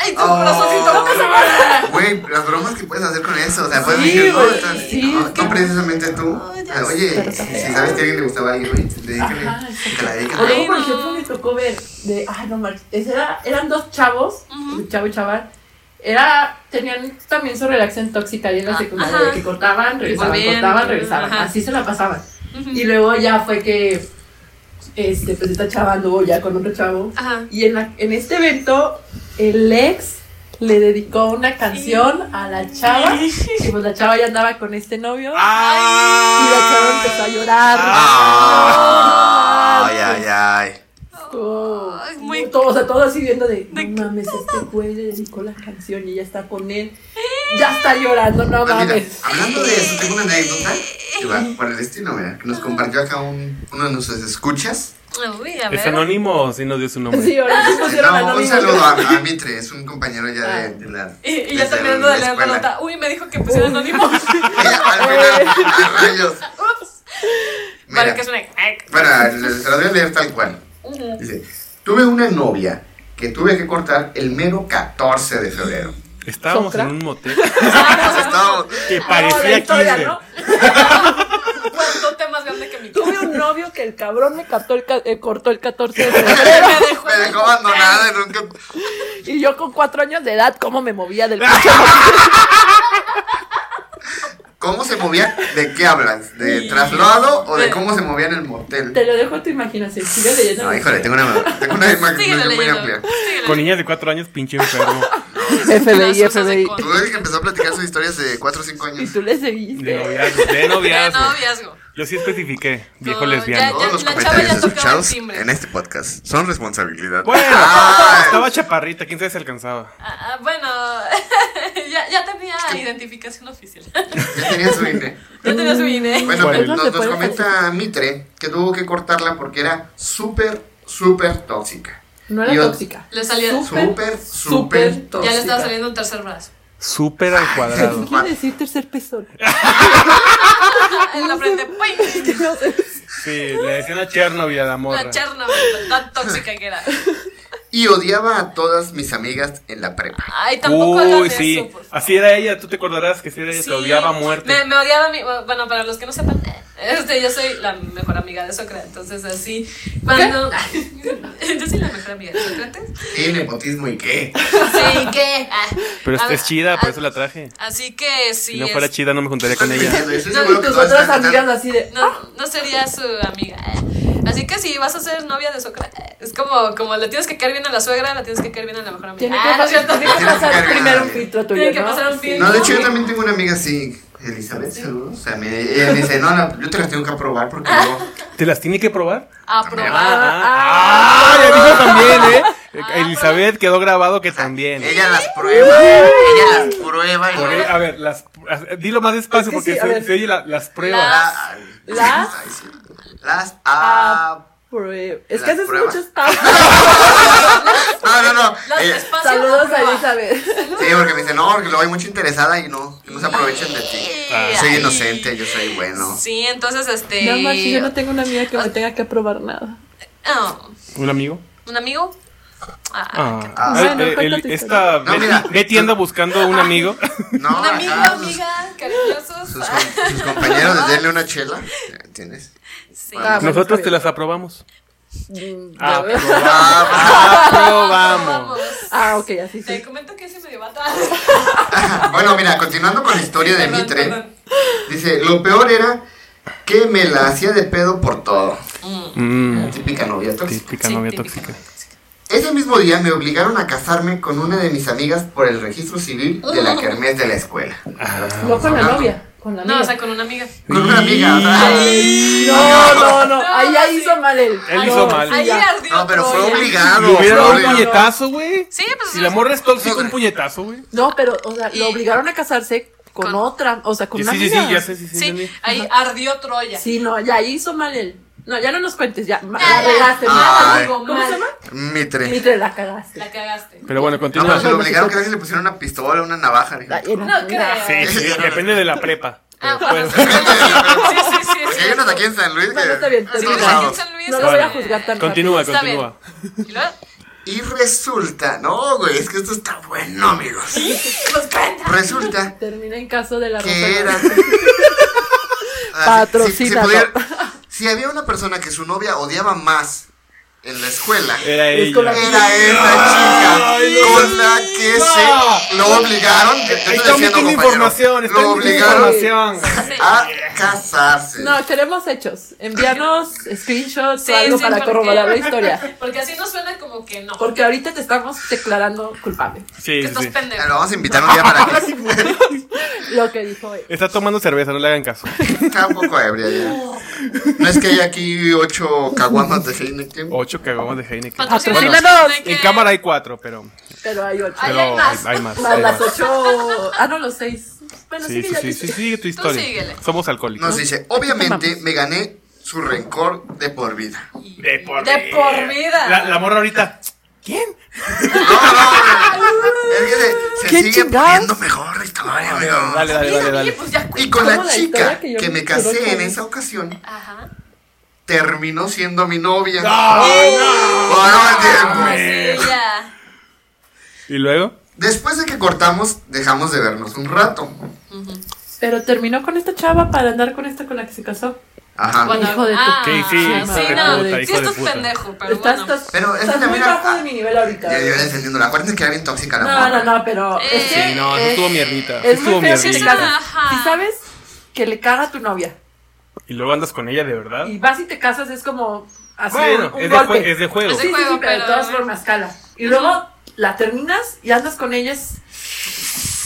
D: Ay, tu corazoncito.
B: Oh.
D: ¿cómo se
B: Güey, las bromas que puedes hacer con eso, o sea, puedes
A: Sí,
B: decir, no,
A: güey,
B: estás-
A: sí,
B: no,
A: qué-
B: no precisamente tú. Ah,
A: Pero
B: Oye,
A: está
B: si
A: feo.
B: sabes que a alguien le gustaba a alguien, güey, dedícale,
A: Ajá,
B: te la dedicas.
A: O luego,
D: Ay,
A: por
D: no.
A: ejemplo, me tocó ver de, ah, no manches, ese era- eran dos chavos, un chavo y chaval. Era, tenían también su relación tóxica ahí en la
D: Ah,
A: secundaria,
D: ajá.
A: de que cortaban, regresaban,
D: volvían,
A: cortaban, regresaban,
D: ajá.
A: así se la pasaban. Y luego ya fue que, este, pues esta chava anduvo ya con otro chavo.
D: Ajá.
A: Y en, la- en este evento, el ex le dedicó una canción a la chava. Y pues la chava ya andaba con este novio.
B: Ah.
A: Y la chava empezó a llorar.
B: Ay,
A: No,
B: ay, ay.
A: Oh,
D: Ay,
A: muy
D: muy-
A: todo, o sea, todo así viendo de, no mames, este güey le dedicó la canción y ya está con él. Ya está llorando, no
B: Ah, mira,
A: mames.
B: hablando de eso, tengo una anécdota, igual, por el destino, mira, que nos compartió acá un, uno de nuestros escuchas.
D: Uy, a
C: Es
D: ver.
C: anónimo, sí nos dio su nombre.
A: Sí, ahora sí pusieron
B: No, un
A: anónimo.
B: saludo a, a Mitre, es un compañero ya de, de la.
D: Y, y
B: desde
D: ya terminando
B: la
D: de leer la
B: escuela.
D: nota. Uy, me dijo que pusiera anónimo.
B: (laughs) Ella, al final, a rayos. Mira,
D: Vale, que es una.
B: Para, se las voy a leer tal cual. Dice: Tuve una novia que tuve que cortar el mero 14 de febrero.
C: Estábamos
A: ¿Socra?
C: en un
A: (laughs)
C: motel
B: Entonces, estábamos-
C: que
A: Ah, la
C: parecía
A: historia,
C: 15. (laughs)
A: ¿no?
D: Cuartote más grande que mi
A: Tuve un novio que el cabrón me captó el ca- eh, cortó el 14 de febrero
B: (laughs) Me dejó abandonada en un campo.
A: y yo con cuatro años de edad, cómo me movía
B: Ah.
A: del
B: ¿Cómo se movía? ¿De qué hablas? ¿De traslado o de cómo se movía en el motel?
A: Te lo dejo a tu imaginación. Sigue leyendo.
B: No, híjole, tengo una, tengo una imaginación muy
D: leyendo.
B: amplia.
C: Con niñas de 4 años,
A: (laughs)
C: pinche enfermo.
A: FBI,
D: Las cosas de
A: FBI.
D: con-
B: Tú eres que empezó a platicar sus historias de 4 o 5
A: Y
B: años.
A: tú le
C: De
A: seguiste.
C: noviazgo, de
D: De
C: noviazgo.
D: noviazgo.
C: Yo sí especifiqué, viejo
D: No,
C: lesbiano.
D: Ya,
B: Todos los
D: la chava
B: comentarios
D: ya tocaba el
B: escuchados
D: timbre.
B: en este podcast son responsabilidad.
C: Bueno,
B: Ay.
C: estaba chaparrita, quién sabe si alcanzaba.
D: Ah, ah, bueno, (laughs) ya, ya tenía identificación oficial.
B: (laughs) Ya tenía su INE.
D: ya tenía
B: Mm.
D: su
A: ¿eh?
D: INE.
B: Bueno, pues,
A: No
B: nos,
C: Bueno.
A: se
B: nos
A: puede
B: comenta Mitre que tuvo que cortarla porque era súper, súper tóxica.
A: No era
B: Yo-
A: tóxica.
D: Le salía-
B: Súper, súper
D: Ya le
A: tóxica.
D: estaba saliendo un tercer brazo.
C: Súper al cuadrado.
A: Quiere decir tercer pezón. (laughs)
D: Ah, en la frente, ¡pum!
A: No sé.
C: (laughs) Sí, le decían a Chernobyl a la morra.
D: La charna tan tóxica que era.
B: Y odiaba a todas mis amigas en la prepa.
D: Ay, tampoco hagan
C: Uy,
D: eso,
C: sí.
D: por favor.
C: Así era ella, tú te acordarás que así era ella, te
D: Sí.
C: odiaba a muerte.
D: Me, me odiaba a mí. Bueno, para los que no sepan, eh, este, yo soy la mejor amiga de Sócrates. Entonces, así. Cuando. (laughs) yo soy la mejor amiga de Sócrates.
B: ¿Qué nepotismo y qué?
D: Sí, ¿qué? Ah,
C: Pero es,
D: a-
C: es chida, por
D: a-
C: eso la traje.
D: Así que sí.
C: Si no fuera
D: es-
C: chida, no me juntaría con
D: (laughs)
C: ella.
B: Estoy
D: No, y
B: seguro
A: Y
B: que
A: tus
B: todas
A: otras
B: están-
A: amigas así de.
D: No, no sería su amiga. Así que si vas a ser novia de Sócrates, es como, como le tienes que caer bien a la suegra, la tienes que caer bien a la mejor amiga.
A: Tiene
D: Ah,
A: que
D: no es
A: pasar,
D: cierto.
A: tiene que pasar
B: cargar.
A: primero un filtro tuyo.
D: Tiene que
A: ¿no?
D: pasar
A: Sí.
D: un filtro.
B: No, de hecho yo también tengo una amiga así, Elizabeth, saludos. A mí, ella me dice, no, no, yo te las tengo que aprobar porque yo...
C: ¿Te las tiene que probar?
D: Aprobado.
C: Ah, ah, ya dijo también, ¿eh?
D: Ah,
C: Elizabeth quedó grabado que también.
B: Ella las prueba, ella las prueba. y
C: Por
B: luego-
C: e- a ver, las, a- dilo más despacio
A: Es que
C: porque
A: sí, a
C: se,
A: ver.
C: se oye la- las pruebas.
B: Ah,
A: Las-
B: está diciendo. Las... ah,
A: Prueba. eh, Es que
B: Las
A: haces
B: pruebas.
A: muchos
D: (laughs)
A: pasos.
B: No, no, no.
D: Las
B: eh,
D: (laughs) espacios
A: Saludos a
D: aprueba.
A: Elizabeth.
B: sí, porque me dice, no, porque luego hay mucha interesada y no, que no se aprovechen de ti.
D: Ay.
B: Soy inocente, yo soy bueno.
D: Sí, entonces este.
A: No, manches, yo no tengo una amiga que me tenga que aprobar nada.
D: Ah,
C: ¿Un amigo?
D: ¿Un amigo? Ah,
C: Ah,
B: Ah.
C: eh,
A: Bueno,
C: eh,
A: cuenta
C: el-
A: tu
C: esta
B: historia.
C: Betty-
B: No, mira.
C: Betty anda buscando un amigo.
B: No,
D: un amigo,
B: acá pues, sus-
D: amiga, cariñosos.
B: Sus,
D: Ah,
B: com- sus compañeros de denle una chela, ¿entiendes?
D: sí.
A: Ah, bueno,
C: Nosotros
A: está
C: te
A: bien.
C: las aprobamos. Ah,
A: Ya veo.
B: Ah,
C: Aprobamos.
A: Ah, ok, así
D: Te
A: sí.
D: comento que ese medio bata.
B: Bueno, mira, continuando con la historia de
D: Perdón,
B: Mitre,
D: perdón.
B: dice, lo peor era que me la hacía de pedo por todo.
C: Mm,
B: Típica novia tóxica.
C: típica
D: Sí,
C: novia
D: típica.
C: tóxica.
B: Ese mismo día me obligaron a casarme con una de mis amigas por el registro civil de la kermés de la escuela.
A: No con la
B: hablando.
A: novia, con la
D: No, o sea,
A: amiga.
D: con una amiga.
B: Con una amiga, o sea, (laughs)
A: No, no, no.
D: No,
A: Ahí ya
D: sí.
A: hizo mal él.
C: Él
A: No,
C: hizo mal.
A: sí,
D: Ahí
A: ya.
D: ardió.
B: No, pero fue
D: Troya.
B: obligado.
C: Le hubiera dado un
B: fue obligado.
C: puñetazo, güey.
D: Sí, pues.
C: Si la morra es tóxica, un puñetazo, güey.
A: No, pero, o sea, lo obligaron a casarse con,
D: Con-
A: otra, o sea, con
C: Sí,
A: una
C: sí, sí,
A: amiga.
C: ya sé, sí, sí.
D: Sí,
C: entendí.
D: ahí ardió Troya.
A: Sí, no, ya hizo mal él. No, ya no nos cuentes, ya. ma-
D: Ya,
A: La
D: ya.
A: regaste,
D: Ya,
A: mal.
B: Ay.
D: digo,
A: ¿Cómo
D: mal.
A: se llama?
B: Mitre.
A: Mitre, la cagaste.
D: La cagaste.
C: Pero bueno,
B: No, pero
C: continúa.
B: se lo obligaron que casi le pusieron una pistola, una navaja. dije.
A: La- era-
D: No creo.
A: era-
C: Sí, sí, depende de la prepa.
D: Ah,
C: Pero
D: bueno,
C: pues-
D: sí, sí, sí, sí,
B: Porque
D: sí.
B: hay unos aquí en San Luis que...
A: Bueno, está bien,
B: en
A: termina.
B: todos
D: Sí, aquí en
B: lados.
D: San Luis,
A: No lo voy a
D: eh,
A: juzgar tan
C: Continúa,
D: Está bien.
C: continúa.
D: Y luego,
B: Y resulta... No, güey, es que esto está bueno, amigos.
D: nos cuenta.
B: Resulta
A: Termina en caso de la
B: que
A: rosa.
B: era...
A: blanca.
B: Ah, si- si-
A: Patrocínalo.
B: Si, pudiera- si había una persona que su novia odiaba más en la escuela...
C: Era
A: Es
C: ella.
A: con la-
B: Era esa
C: Ay,
B: chica con la que
C: no.
B: se lo obligaron. yo te
C: Ahí
B: decía,
C: está
B: no,
C: omitiendo
B: compañero,
C: información, está
B: Lo
C: omitiendo
B: obligaron
C: información.
B: a casarse.
A: No, queremos hechos. Envíanos screenshots
D: Sí,
A: o algo
D: sí,
A: para
D: porque-
A: corroborar la historia.
D: Porque así nos suena como que no.
A: (laughs) Porque ahorita te estamos declarando culpable.
C: Sí,
D: Que
C: sí,
D: estás
C: sí.
D: pendejo.
B: Lo vamos a invitar un día para que
A: Lo que dijo él.
C: Está tomando cerveza, no le hagan caso.
B: está un poco ebria ya. No es que hay aquí ocho caguamas de Heineken.
C: Ocho cagamos de Heineken.
D: Patrocínanos.
A: Patrocínanos.
D: de que-
C: En cámara hay cuatro, pero,
A: Pero hay ocho.
D: Ay,
C: pero
D: hay
C: hay,
D: más.
C: hay más.
A: Más
C: hay
A: las
C: más.
A: ocho. Ah, no, los seis. Bueno,
C: Sí,
A: sigue
C: sí,
A: ya.
C: sí, sí,
A: dice.
C: sigue tu
D: Tú
C: historia.
D: síguele.
C: Somos alcohólicos.
B: Nos dice, obviamente me gané su rencor de por vida.
C: De por,
H: De por vida.
C: La, la morra ahorita. ¿Quién?
B: No, no, no. Es que se, se
I: ¿Qué
B: sigue
I: chingados?
B: poniendo mejor la historia, amigo.
C: Dale, dale, dale, dale.
D: pues ya
B: Y con la
A: ¿Cómo la
B: chica
A: historia que
B: que,
A: yo me
B: me
A: quedo
B: casé en
A: con?
B: esa ocasión,
D: Ajá.
B: terminó siendo mi novia.
C: ¡Ay, no!
B: Por un tiempo.
C: Mames.
D: Ah, Ya.
C: ¿Y luego?
B: Después de que cortamos, dejamos de vernos un rato.
A: Pero terminó con esta chava para andar con esta con la que se casó.
B: Ajá.
D: Cuando-
A: Hijo de tu-
D: ah,
C: Sí, sí, hijo
D: sí,
A: de
D: no,
A: puta,
D: sí
C: hijo de
D: estás
C: puta.
D: pendejo, pero
A: Estás,
D: bueno.
A: estás,
B: Pero es que
A: estás muy
B: también
A: bajo
B: a-
A: de mi nivel ahorita.
B: Ya yo defendiendo la cuarta es que era bien tóxica la
A: No,
B: morra.
A: no, no, pero. es
D: Sí,
A: que
C: Sí, no, sí
A: es-
C: estuvo mierdita. Sí
A: Eh, Es muy
C: estuvo
A: feo que te
C: mierdita.
A: casas.
D: Ajá.
A: Si sabes que le caga a tu novia
J: Y luego andas con ella de
C: ¿Ah?
J: verdad.
A: y vas y te casas, es como así
J: Bueno,
A: un, un
J: es de, jue-
A: golpe.
J: es de juego.
D: Es de-
A: Sí, sí,
D: juego,
A: sí, pero de
D: pero-
A: todas formas cala. Y luego la terminas y andas con ellas.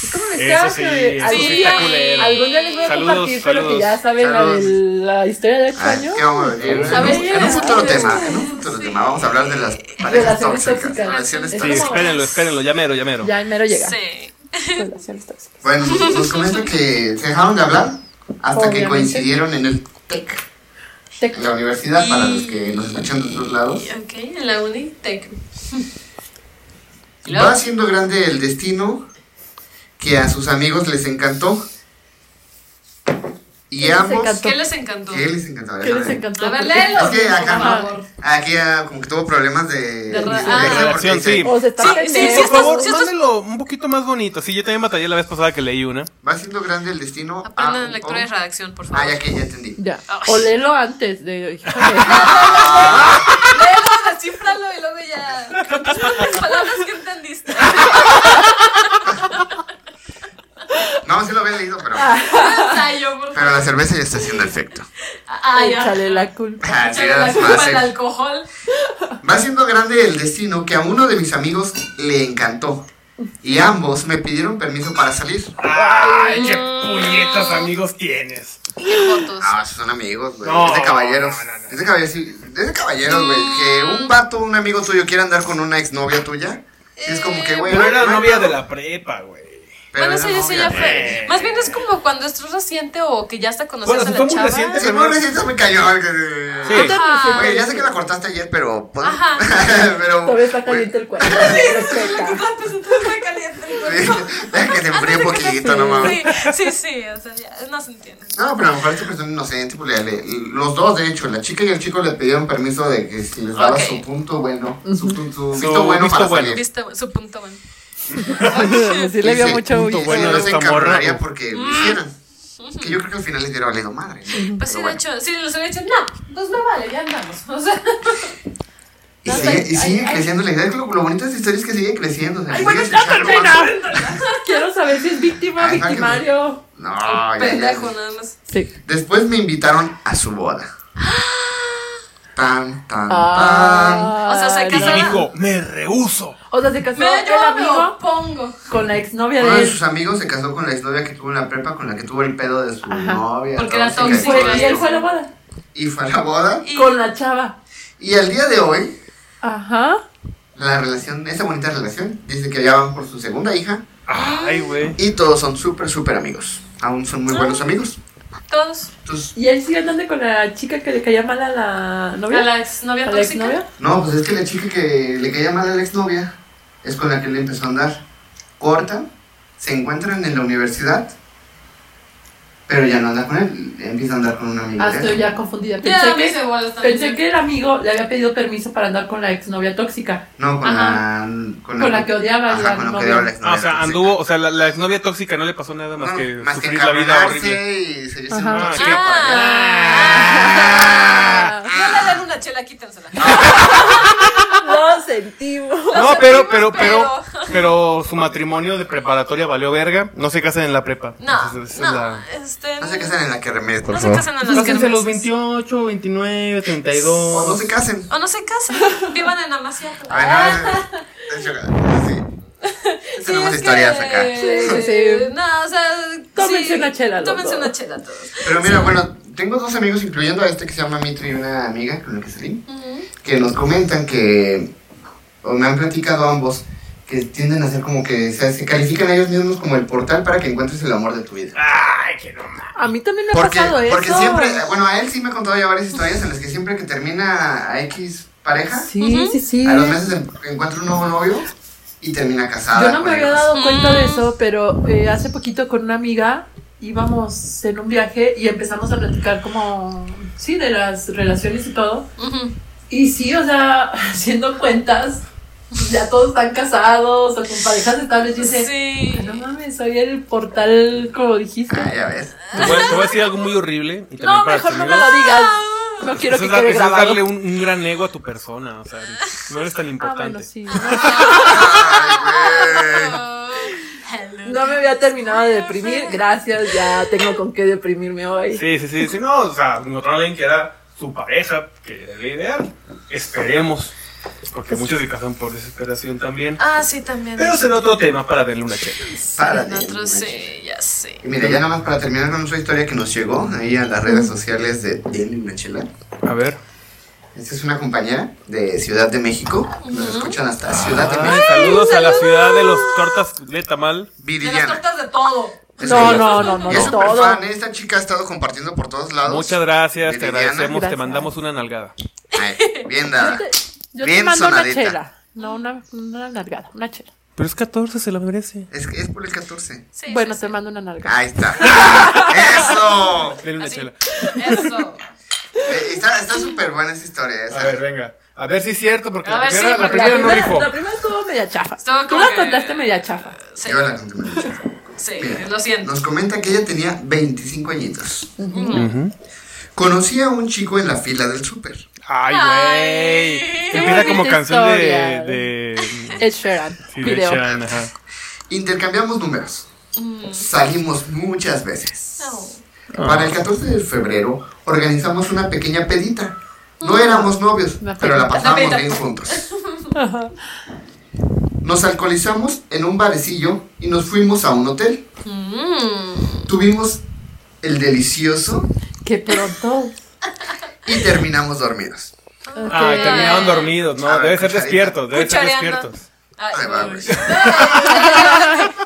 A: Es como les
J: Eso
A: decía
J: sí,
A: que
J: eso sí
A: algún
J: está
A: día-
J: culero.
A: algún día les voy a
J: Saludos,
A: compartir con lo que
J: saludos.
A: ya saben la,
B: Saludos.
A: del- la historia de ocho
B: Ay,
A: años.
B: ¿qué vamos a decir?
A: A ver,
B: En un- en un futuro
A: ya,
B: tema, en un futuro tema, vamos a hablar de las parejas
A: Relaciones
B: tóxicas.
A: tóxicas.
B: Relaciones
A: Sí,
C: Sí,
B: tóxicas.
C: espérenlo, espérenlo. Ya mero, ya mero.
A: Ya en mero llega.
D: Sí.
A: Relaciones tóxicas.
B: Bueno, nos comenta que se dejaron de hablar hasta que
A: Obviamente.
B: coincidieron en el TEC,
A: Te-
B: en la universidad, para los que nos escuchan de otros lados.
D: Y- Ok, en la Unitec. Claro.
B: Va siendo grande el destino que a sus amigos les encantó. Y
A: ¿Qué les
B: ambos.
A: encantó?
D: ¿Qué les encantó?
B: ¿Qué les encantó?
A: ¿Qué les
B: Déjame.
A: encantó?
D: A ver, léelo.
B: Es que acá,
D: por favor.
B: Aquí ah, como que tuvo problemas de.
D: De ra-
B: de-
D: ah.
B: de-
D: De
C: relación,
B: porque
C: sí.
B: dice,
A: O se está
D: Sí, sí,
A: pendejo.
D: sí,
C: Por favor,
D: sí, estás-
C: mándenlo un poquito más bonito. Sí, yo también batallé la vez pasada que leí una.
B: Va siendo grande el destino. a-
D: Aprendan lectura y
B: o-
D: redacción, por favor.
B: Ah, ya que ya entendí.
A: Ya. O léelo antes de. híjole.
D: (laughs) Léelo, descífralo y luego
B: Ah,
D: ya. Con tus propias (laughs) palabras que entendiste. (laughs)
B: No, sí lo había leído, pero.
A: Ah.
D: Ensayo, por
B: Pero
D: favor.
B: la cerveza ya está haciendo efecto. (laughs)
D: Ah, ya.
A: Échale la culpa.
B: Ah, sí,
D: Échale la
B: es
D: culpa
B: fácil.
D: al alcohol.
B: Va siendo grande el destino que a uno de mis amigos le encantó. Y ambos me pidieron permiso para salir.
C: ¡Ay, qué puñetas amigos tienes!
D: Mm, Qué fotos.
B: Ah, esos son amigos, güey.
C: No,
B: es de caballeros.
C: no, no, no.
B: Es de caballeros, sí. Es de caballeros, güey. Que un vato, un amigo tuyo, quiera andar con una exnovia tuya. Es como que, güey.
C: Pero
B: no,
C: era
B: no,
C: novia
B: no,
C: de la prepa, güey.
B: pero
D: Eh, bueno,
B: era
D: eso ya, eso
B: novia,
D: ya
B: güey.
D: fue. Más bien es como cuando estás reciente o que ya hasta conoces
C: Bueno, si
D: a
C: fue
D: la
C: muy
D: chava.
C: reciente,
B: Sí, bueno, sí, eso me cayó. güey.
C: Sí.
D: Ajá.
B: Güey, ya sé que la cortaste ayer, pero. pues,
D: Ajá.
B: (laughs) pero.
A: Todavía está
B: güey,
A: caliente el cuerpo. Respeta.
D: Antes Ah, pues entonces me calienta el cuerpo.
B: sí, (laughs) Deja que se enfríe un poquito, no mames.
D: Sí, sí, sí, o sea, ya no se entiende.
B: No, pero a lo mejor esta persona inocente, pues, le- le- los dos, de hecho, la chica y el chico le pidieron permiso de que si les daba
D: Ok.
B: su punto bueno, su, punto su
C: Su
B: visto bueno
C: visto
B: para
C: bueno.
B: salir.
D: Viste su punto bueno.
A: Sí, le vio
B: Dice,
A: mucho
C: punto
A: bullying.
C: bueno
B: Sí,
C: de
B: no se
C: esta morra.
B: encabronaría porque lo hicieran. Que yo creo que al final les hubiera valido madre. ¿no?
D: Pues sí,
B: Pero
D: de
B: bueno.
D: hecho, sí, les hubiera dicho, no, pues no vale, ya andamos. (laughs) O sea,
B: Y sigue, y sigue creciendo la idea. es que Lo, lo bonito de esta historia es que sigue creciendo. o sea, sigue escuchando más.
A: Quiero saber si es víctima o
B: Ay, sáquenme.
A: victimario.
B: No, ya, ya.
D: pendejo nada más.
A: Sí.
B: Después me invitaron a su boda. Tan, tan, tan.
A: Ah,
D: O sea, se
C: Y
D: casó-
C: dijo, me rehuso.
A: O sea, se casó
D: Me,
A: el
D: yo me
A: amigo
D: opongo.
A: con la exnovia
B: Uno
A: de
B: de
A: él.
B: sus amigos se casó con la exnovia que tuvo en la prepa, con la que tuvo el pedo de su novia.
D: Porque era
B: tóxica y
D: tóxica.
B: todo
A: Fue- y él
B: esto.
A: fue a la boda.
B: Y fue a la boda.
D: Y
A: Con la chava.
B: Y al día de hoy,
A: Ajá.
B: la relación, esa bonita relación, dice que ya van por su segunda hija.
C: Ay, güey.
B: Y todos son súper, súper amigos. Aún son muy
A: Ah.
B: buenos amigos.
D: todos.
B: Entonces,
A: Y él sigue andando con la chica que le caía mal a la novia.
D: A la exnovia
A: ¿A la
D: tóxica.
A: exnovia.
B: no, pues es que la chica que le caía mal a la exnovia es con la que le empezó a andar. Corta, se encuentran en la universidad, pero ya no anda con él, empieza a andar con un amigo.
A: Ah,
B: de él.
A: estoy ya confundida. Pensé,
D: Ya, me hice
A: que,
D: bolas
A: pensé
D: también.
A: que el amigo le había pedido permiso para andar con la exnovia tóxica.
B: No, con la,
A: Con la que odiaba
B: Ajá,
A: la
B: con la que
A: novia.
B: odiaba la exnovia.
C: Ah, o sea,
B: tóxica.
C: anduvo, o sea, la, la exnovia tóxica no le pasó nada más
B: No,
C: que
B: más que
C: sufrir la vida horrible. Ah,
B: encabronarse y seguir siendo
A: Ajá.
B: tóxica por allá.
D: Ah. No le dan una chela, quítensela.
B: Ah.
A: Lo sentimos.
C: Ah. No, pero, pero,
D: sentimos,
C: pero, pero su matrimonio de preparatoria valió verga. No se casen en la prepa.
D: No,
C: Esa- esa es
D: no,
C: la-
D: este.
B: No se casen en la que remes, por
D: no se
B: favor.
D: casan a las
C: Cásense a los
D: kermeses.
C: 28, 29, 32.
B: O no se casen.
D: O no se
A: (laughs)
D: casen, vivan en Amaciato.
B: A ver, no,
D: (laughs)
B: no, sí. Tenemos
D: Ah. es
B: historias
D: que-
B: acá.
A: Sí, sí.
D: No, o sea.
A: Tómense
D: sí,
A: una chela los
D: Tómense
A: dos.
D: una chela todos.
B: Pero mira, bueno, tengo dos amigos, incluyendo a este que se llama Mitri y una amiga con la que salí, que nos comentan que, o me han platicado ambos, que tienden a ser como que se, se califican ellos mismos como el portal para que encuentres el amor de tu vida.
C: Ay, que no mames.
A: A mí también me ha
B: Porque,
A: pasado eso.
B: porque siempre, bueno, a él sí me ha contado ya varias historias en las que siempre que termina a X pareja,
A: Sí, sí, sí.
B: a los meses en- encuentra un nuevo novio y termina casada.
A: Yo no
B: con
A: me
B: el
A: había
B: otro.
A: dado cuenta de eso, pero eh, hace poquito con una amiga íbamos en un viaje y empezamos a platicar como, sí, de las relaciones y todo. Y sí, o sea, (laughs) haciendo cuentas, ya todos están casados o con parejas estables. Yo dice,
K: Sí.
A: no mames, soy el portal como dijiste.
B: Ah, ya ves.
C: Te voy, a- te voy a decir algo muy horrible. Y también
A: no,
C: para
A: mejor
C: tus
A: no me
C: amigos.
A: lo digas. No quiero
C: Eso
A: que
C: es, da-
A: quede
C: eso es
A: grabado.
C: darle un, un gran ego a tu persona. O sea, no eres tan
A: Ah,
C: importante.
A: bueno, sí.
B: Ay, güey.
A: No me había terminado de (laughs) deprimir. Gracias, ya tengo con qué deprimirme hoy.
C: Sí, sí, sí, sí, no, o sea, encontrar a alguien que era su pareja, que era la ideal, esperemos, porque muchos se casan por desesperación también,
K: Ah, sí, también.
C: pero será otro tema para darle una checa.
B: Párate, güey.
K: Nosotros sí, ya sé.
B: Y mira, ya nada más para terminar con nuestra historia que nos llegó ahí a las redes sociales de Deli Nachela.
C: A ver.
B: Esta es una compañera de Ciudad de México. Nos escuchan hasta Ciudad de
C: Ay,
B: México.
C: saludos a la ciudad de los tortas de tamal.
D: De las
B: Viridiana.
D: tortas de todo.
B: Es
A: No,
B: que-
A: no, no, no,
B: y es
A: no,
B: súper
A: todo.
B: fan, ¿eh? Esta chica ha estado compartiendo por todos lados.
C: Muchas gracias, te
B: Viridiana.
C: agradecemos, te
A: Gracias.
C: mandamos una nalgada.
B: Ay, bien dada.
A: Yo te
B: Bien
A: mando
B: sonadita.
A: una chela. No, una, una nalgada, una chela.
C: Pero es 14, se la merece.
B: Es, que es por el 14.
D: Sí,
A: bueno,
D: sí,
A: te mando una nalgada.
B: Ahí está. (laughs) ¡Eso!
C: Denle
A: ¿Ah,
C: una chela.
D: sí. eso.
B: Eh, Está está súper buena esa historia. ¿eh? esa.
C: A ver, venga. A ver si es cierto, porque
D: A
C: la
D: ver, sí,
C: primera, la
D: porque
A: La
C: primera no
A: primera,
C: dijo.
A: la primera estuvo media chafa.
D: Estuvo
A: Tú
D: como
A: la
D: que-
A: contaste media chafa.
D: Sí,
B: Yo la conté mucho.
D: sí,
B: Mira.
D: lo siento.
B: Nos comenta que ella tenía 25 añitos.
C: Ujú.
B: Conocí a un chico en la fila del súper.
C: Ay, güey.
A: Qué
C: Empieza como
A: bonita
C: canción de,
A: historia.
C: de.
A: Ed Sheeran.
C: sí, de
A: video.
C: Chan, ajá.
B: Intercambiamos números. Salimos muchas veces.
D: Oh.
C: Ah.
B: Para el 14 de febrero organizamos una pequeña pedita. No éramos novios,
A: Una
B: pero la
A: pedita.
B: pasábamos
D: Una pedita.
B: bien juntos. Nos alcoholizamos en un barecillo y nos fuimos a un hotel. Tuvimos el delicioso
A: (laughs) Qué pronto.
B: y terminamos dormidos.
C: Ah,
A: Ok.
C: terminaron dormidos,
B: A
C: ¿no?
B: ver,
C: Deben ser
B: cucharita.
C: despiertos, deben ser
D: Cuchareando.
C: despiertos.
D: Ay,
B: Ahí va, güey.
D: sí,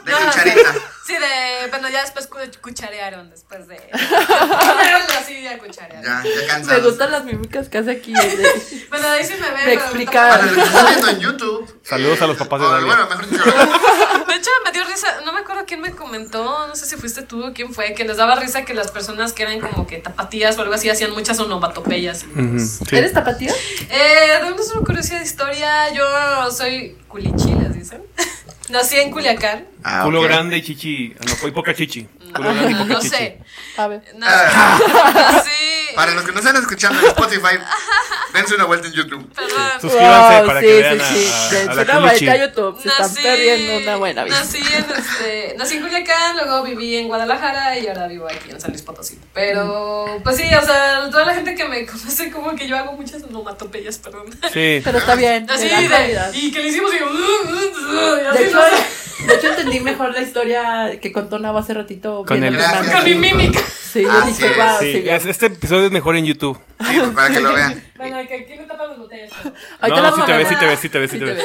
B: De cucharita.
D: de. Bueno, ya después cu- cucharearon. Después de. (laughs) Así ya cucharearon.
B: Ya, ya
A: Me
B: cansados.
A: gustan las mímicas que hace
C: (laughs)
A: aquí. de-
D: Bueno, ahí sí me ven.
A: Me
D: pero-
A: explica.
B: Para los que están viendo en YouTube.
C: Saludos a los papás de
B: o, Ah,
C: Dalia.
B: Bueno, mejor dicho,
C: (laughs)
D: De hecho, me dio risa. No me acuerdo quién me comentó. No sé si fuiste tú o quién fue. Que les daba risa que las personas que eran como que tapatías o algo así hacían muchas onomatopeyas.
C: Ujú, sí.
A: ¿Eres tapatía?
D: Eh, de una solo curiosidad de historia, yo soy culichilas, dicen. (laughs) Nací en Culiacán.
B: Ah,
C: Culo
B: ok.
C: grande y chichi. ah, No, y poca chichi. Culo grande y poca
D: No
C: chichi.
D: sé.
A: A ver.
D: Nací. Sí.
B: Para los que no están escuchando en Spotify, dense una vuelta en YouTube.
D: Perdón.
C: Suscríbanse
A: Wow,
C: para
A: sí,
C: que vean
A: sí,
C: a-
A: sí.
C: a, a
A: Dense
C: la
A: una
C: Culichi.
A: vuelta a YouTube. Se están perdiendo una buena vida.
D: Nací en, este, nací en Culiacán, luego viví en Guadalajara y ahora vivo aquí en San Luis Potosí.
A: Mm.
D: Pero, pues sí, o sea, toda la gente que me conoce, como que yo hago muchas onomatopeyas, perdón.
C: Sí.
A: Pero está bien.
D: Así
A: de la
D: de.
A: realidad.
D: Y que le hicimos y yo. "Uh, uh, uh", y así,
A: De hecho,
D: no sé,
A: de hecho, entendí mejor la historia que contó Nava hace ratito.
C: Con
A: viendo
C: el-
A: los
B: Gracias.
D: Con mi
A: mames.
D: mímica.
A: Sí, yo
B: Así
A: dije,
B: es.
A: wow,
C: Sí,
A: sí. ya.
C: es- este episodio es mejor en YouTube.
B: Sí, pues, para que lo vean.
D: Bueno, que aquí no tapan las botellas. pero-
A: Ahorita
C: No,
A: la
C: sí te
A: vamos a
C: ves, sí te
A: ver.
C: ves, sí te ves, sí te ves.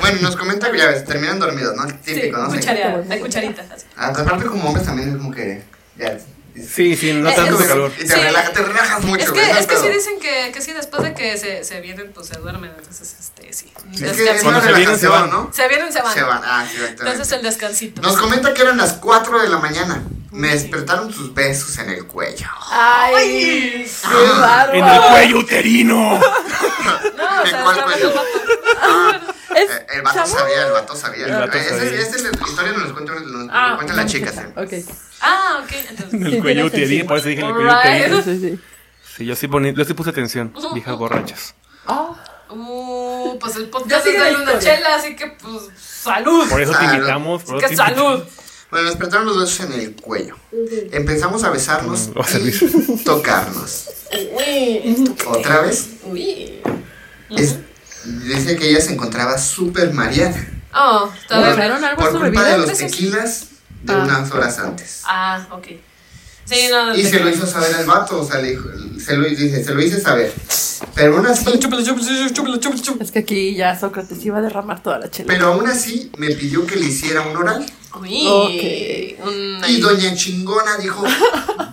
B: Bueno, nos comenta que ya ves, terminan dormidos, ¿no? Típico, ¿no? Sí.
D: cuchareada, de cucharitas. así.
B: Ah, Aparte, como hombres también es como que. Ya.
C: Sí, sí, no
D: Eh,
C: tanto
D: es-
C: calor.
B: Y te,
D: Sí.
B: relaja- te relajas mucho.
D: Es que,
B: güey, no
D: es que sí
B: pedo.
D: dicen que, que sí, después de que se, se vienen, pues se duermen. Entonces, este, sí.
B: Es que es
D: Descansan.
B: una
C: Cuando se vienen, se
B: relajación,
C: van.
B: ¿no?
D: Se vienen, se van.
B: Se van. Ah, sí,
D: Entonces,
B: exactamente.
D: el descansito.
B: Nos comenta que eran las 4 de la mañana. Me despertaron sus besos en el cuello.
A: Ay, qué bárbaro.
C: En el
A: (laughs)
C: cuello uterino.
D: No, o
B: ¿En
D: sea,
B: cuál
D: estaba
B: cuello?
D: el vato.
A: Es
B: Eh, El vato
A: chavo.
B: sabía, el vato sabía.
C: El vato
B: Esa
C: sabía.
B: es la historia nos la cuenta, nos la
A: Ah,
B: cuentan las chicas. ¿eh?
A: Ok.
D: Ah, ok. Entonces,
C: En el
A: Sí, tiene
C: cuello
A: sentido.
C: uterino, por eso dije en el cuello
D: Alright.
C: uterino.
A: Sí, sí, sí.
C: Sí, yo sí, poni- yo sí puse atención,
A: (laughs)
C: viejas borrachas.
A: Ah,
D: uh, pues el
A: Ya
D: podcast
A: sigue
D: es
A: la
D: de una
A: historia.
D: chela, así que, pues, salud.
C: Por eso te
B: Salud.
C: invitamos. Por
D: que
C: eso te invitamos.
D: salud.
B: Bueno, nos despertaron los besos en el cuello. Empezamos a
C: (laughs)
B: besarnos
C: Mm, va a ser
B: y tocarnos. Otra vez.
D: Uy.
B: Es- dice que ella se encontraba súper mareada.
D: Oh,
A: ¿Le
D: todavía
A: echaron algo a
B: por
A: su
B: culpa
A: bebida?
B: de los
D: Entonces-
B: tequilas de
A: Ah.
B: unas horas antes.
D: Ah, ok. Sí, no, no.
B: Y
D: te
B: se lo
D: creo.
B: hizo saber al vato, o sea, le dijo, se lo, dice, se lo hice saber. Pero aún así,
A: Es que aquí ya Sócrates iba a derramar toda la chela.
B: pero aún así me pidió que le hiciera un oral.
D: Uy,
A: Ok.
D: un-
B: Y doña chingona dijo,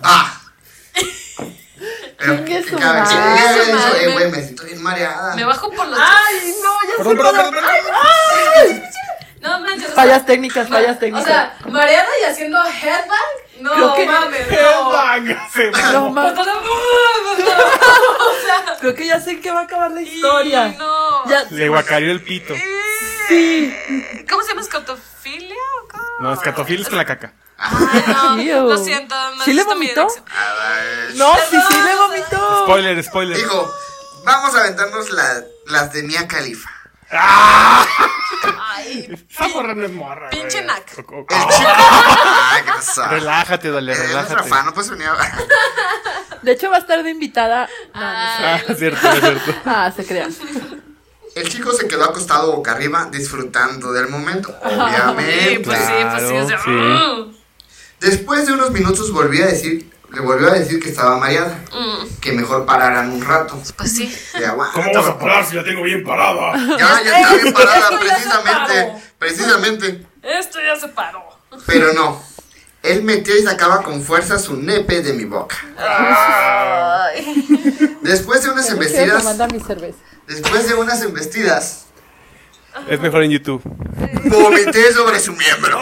B: ah. Pero
A: Chingue
B: que
A: su
B: cabe
A: madre.
B: chingar
D: Chingue su
B: eso,
D: madre.
B: eh, güey, me siento bien mareada.
D: Me bajo por los.
A: Ay, no, ya (laughs)
L: Perdón,
A: sé
L: perdón,
A: para-
L: perdón,
A: Ay,
L: perdón.
D: No manches. o sea,
A: Fallas técnicas,
D: ma-
A: fallas técnicas.
D: O sea, mareada y haciendo headbang. No
A: Creo que-
D: mames, no.
L: Headbang.
A: no mames.
D: O sea,
A: Creo que ya sé que va a acabar la historia.
D: y No.
A: Ya,
C: Le guacareó el pito.
A: sí.
D: ¿Cómo se llama? ¿Escatofilia? o cómo?
C: No, escatofiles con la caca.
D: Ay, no,
A: Ew.
D: lo siento. no
A: ¿Sí le
D: acepto mi
A: vomitó?
D: dirección.
A: No, sí, sí, le vomitó.
C: Spoiler, spoiler.
B: Dijo, vamos a aventarnos la- las de Mia Califa.
D: Ay,
L: Esa morra no es morra. güey.
D: Pinche nac.
C: O- o- (laughs)
B: El chico. Ay, qué pasó.
C: Relájate, dale,
B: Eh, nuestro
C: relájate.
B: fan, no puedes venir a- (laughs)
A: De hecho, va a estar de invitada.
C: Ah, (laughs) es cierto, es cierto.
A: Ah, se crea.
B: El chico se quedó acostado boca arriba disfrutando del momento,
D: Sí,
B: obviamente.
D: pues sí, pues sí. o sea,
C: Claro,
D: mm,
B: Después de unos minutos volví a decir, le volvió a decir que estaba mareada,
D: mm,
B: que mejor pararan un rato.
D: Pues sí.
B: Ya, aguanta,
L: ¿Cómo vas a parar si la tengo bien parada?
B: Ya, ya está bien parada,
D: Esto ya se
B: precisamente,
D: paró.
B: precisamente.
D: Esto ya se paró.
B: Pero no, él metía y sacaba con fuerza su nepe de mi boca. Después de unas
A: No quiero que
B: embestidas,
A: manda mi cerveza.
B: después de unas embestidas,
C: Es mejor en YouTube.
B: vomité sobre su miembro.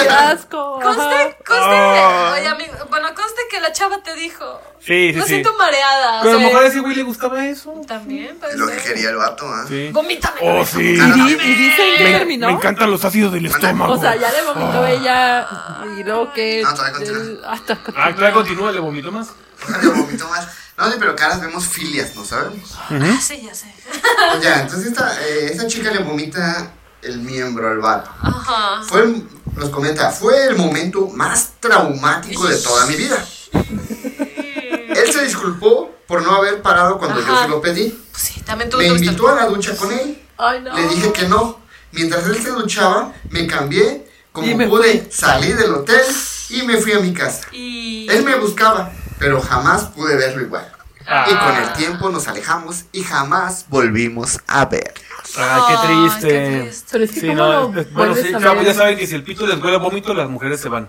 A: ¡Qué asco!
D: Conste,
A: Ajá.
D: conste.
C: Ah.
D: Oye, amigo, bueno, conste que la chava te dijo.
C: Sí, sí,
D: Lo
C: sí.
D: siento mareada. o
C: Pero a lo
D: sea,
C: mejor a ese güey le gustaba eso.
D: También, pues.
B: Lo que quería el vato, ¿ah?
C: Sí.
D: Vomítame.
L: Oh, sí.
C: Ah,
A: ¿Y, di- y dicen que
L: Me,
A: terminó?
L: me encantan los ácidos del estómago.
A: O sea, ya le vomitó ella y luego que...
B: No, Ah, todavía continúa.
A: del- hasta-
L: Ah, claro, continúa, le vomito más.
B: Le vomitó más. No sé, pero caras vemos filias, ¿no sabemos?
D: Ah, sí, ya sé.
B: Pues ya, entonces esta, eh, esta chica le vomita el miembro al vato.
D: Ajá.
B: Fue, el- nos comenta, fue el momento más traumático de toda mi vida. Él se disculpó por no haber parado cuando yo
D: Ajá.
B: se lo pedí.
D: Pues sí, también tú
B: Me
D: tuviste-
B: invitó a la ducha con él.
A: Ay, no.
B: Le dije que no. Mientras él se duchaba, me cambié como
A: Y me
B: pude, salí del hotel y me fui a mi casa.
D: Y.
B: Él me buscaba, pero jamás pude verlo igual. Y
C: Ah,
B: con el tiempo nos alejamos y jamás volvimos a ver.
C: Ay, qué
D: Ay, qué
C: triste.
D: triste.
A: Pero es que
C: Sí,
A: ¿cómo
C: no,
A: lo
C: es- bueno,
A: vuelves
C: sí,
A: a
C: chavos,
A: ver?
C: ya saben que si el pito les huele a vómito, las mujeres
A: (laughs)
C: se van.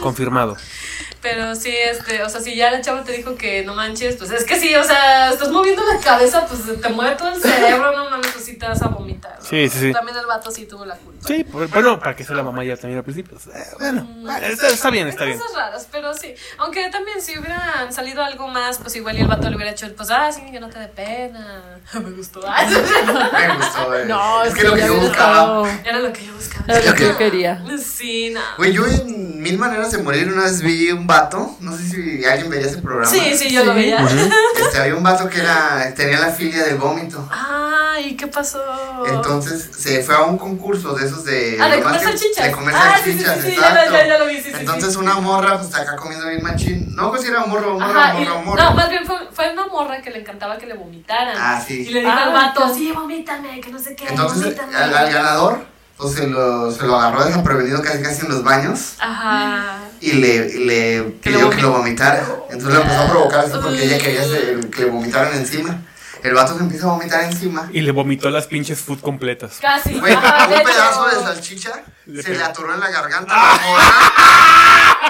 C: Confirmado.
D: Pero sí, este, o sea, si ya la chava te dijo que no manches, pues es que sí, o sea, estás moviendo la cabeza, pues te mueve todo el cerebro, no mames, pues sí te vas a vomitar. ¿no?
C: Sí, sí, sí.
D: También el vato sí tuvo la culpa.
C: Sí, por- bueno, para que sea la mamá ya también al principio. Eh, bueno,
A: Mm.
C: bueno, está, está bien, está bien.
D: Cosas raras, pero sí. Aunque también si hubieran salido algo más, pues igual y el vato le hubiera hecho, pues, ah, sí, que no te dé pena. (laughs) Me gustó. Ah,
B: Me gustó, eh.
A: No,
B: es que lo que
A: ya
B: yo
A: había
B: buscaba.
A: estado-
D: Era lo que yo buscaba.
A: Era lo que
B: Ok.
A: yo quería.
D: Sí, no.
B: Güey, yo en Mil Maneras de Morir una vez vi un vato, no sé si alguien veía ese programa.
D: Sí, sí, yo lo
A: Sí.
D: veía.
B: Este, había un vato que era, tenía la filia del vómito.
D: Ay, ¿qué pasó?
B: Entonces se fue a un concurso de esos de.
D: Ah, de
B: lo más
D: comer
B: que-
D: salchichas.
B: De comer
D: ah, sí, sí,
B: salchichas,
D: sí, sí, ya,
B: exacto.
D: lo- ya, ya lo vi, sí, sí, sí.
B: Entonces una morra pues acá comiendo bien machín. No, pues era morro, morro,
D: Ajá, y-
B: morro, morro.
D: No, más bien fue, fue una morra que le encantaba que le vomitaran.
B: Ah,
D: Y
B: sí.
D: le dijo al
A: Ah,
D: vato,
A: entonces-
D: sí, vomítame, que no sé qué,
B: Entonces
D: vomítame.
B: al, al ganador pues, se, lo, se lo agarró desprevenido casi casi en los baños
A: (laughs)
D: Ajá.
B: y le, y le
D: lo
B: pidió que lo vomitara. Entonces lo empezó a provocar así porque ella quería se- que le vomitaran encima. El vato se empieza a vomitar encima.
C: Y le vomitó las pinches food
A: (laughs)
C: completas.
D: Casi.
B: Güey,
D: Ajá, de
B: un pedazo de
D: hecho.
B: salchicha se le atoró en la garganta. la morra
D: Ah.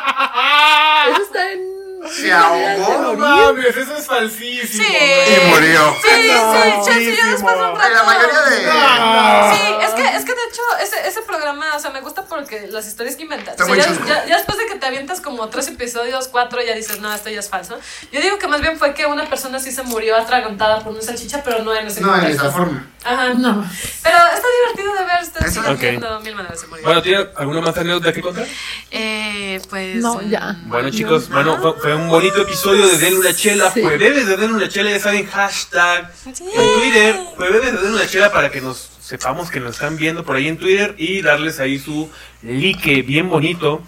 A: Eso está en...
B: Se
D: (laughs)
B: ahogó.
L: mames, eso es falsísimo.
D: Sí.
B: Y murió.
D: Sí, sí,
A: No.
D: chance, yo después de un rato.
B: La mayoría de.
C: Ah.
D: Sí, es que, es que de hecho ese, ese programa, o sea, me gusta porque las historias que inventas.
B: Está
D: O sea,
B: muy
D: ya,
B: chusco.
D: ya- ya después de que te avientas como tres episodios, cuatro, ya dices, no, esto ya es falso. Yo digo que más bien fue que una persona sí se murió atragantada por una salchicha, pero no en ese
B: No, en
D: contexto.
B: esa forma.
D: Ajá.
A: No.
D: Pero está divertido de ver, está
B: Eso-
D: sigan
C: Ok.
D: viendo mil maneras de morir.
C: Bueno, ¿tiene alguna más anécdota que contar?
D: eh, pues.
A: No, ya.
C: Bueno, chicos, bueno, fue, fue un bonito episodio de Den una chela.
A: Sí.
C: Jueves de Den una chela, ya saben, hashtag
D: Sí.
C: en Twitter. Jueves de Den una chela para que nos sepamos que nos están viendo por ahí en Twitter y darles ahí su like bien bonito.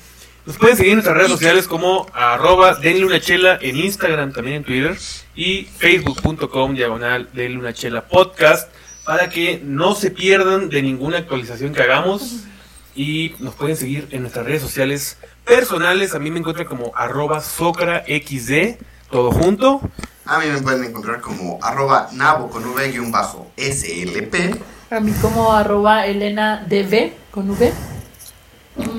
C: Nos pueden seguir en nuestras redes sociales como arroba denle una chela en Instagram, también en Twitter y facebook.com diagonal denle una chela podcast para que no se pierdan de ninguna actualización que hagamos y nos pueden seguir en nuestras redes sociales personales. A mí me encuentran como arroba socraxd, todo junto.
B: A mí me pueden encontrar como arroba nabo con v guión bajo slp
A: A mí como arroba Elena DV con V.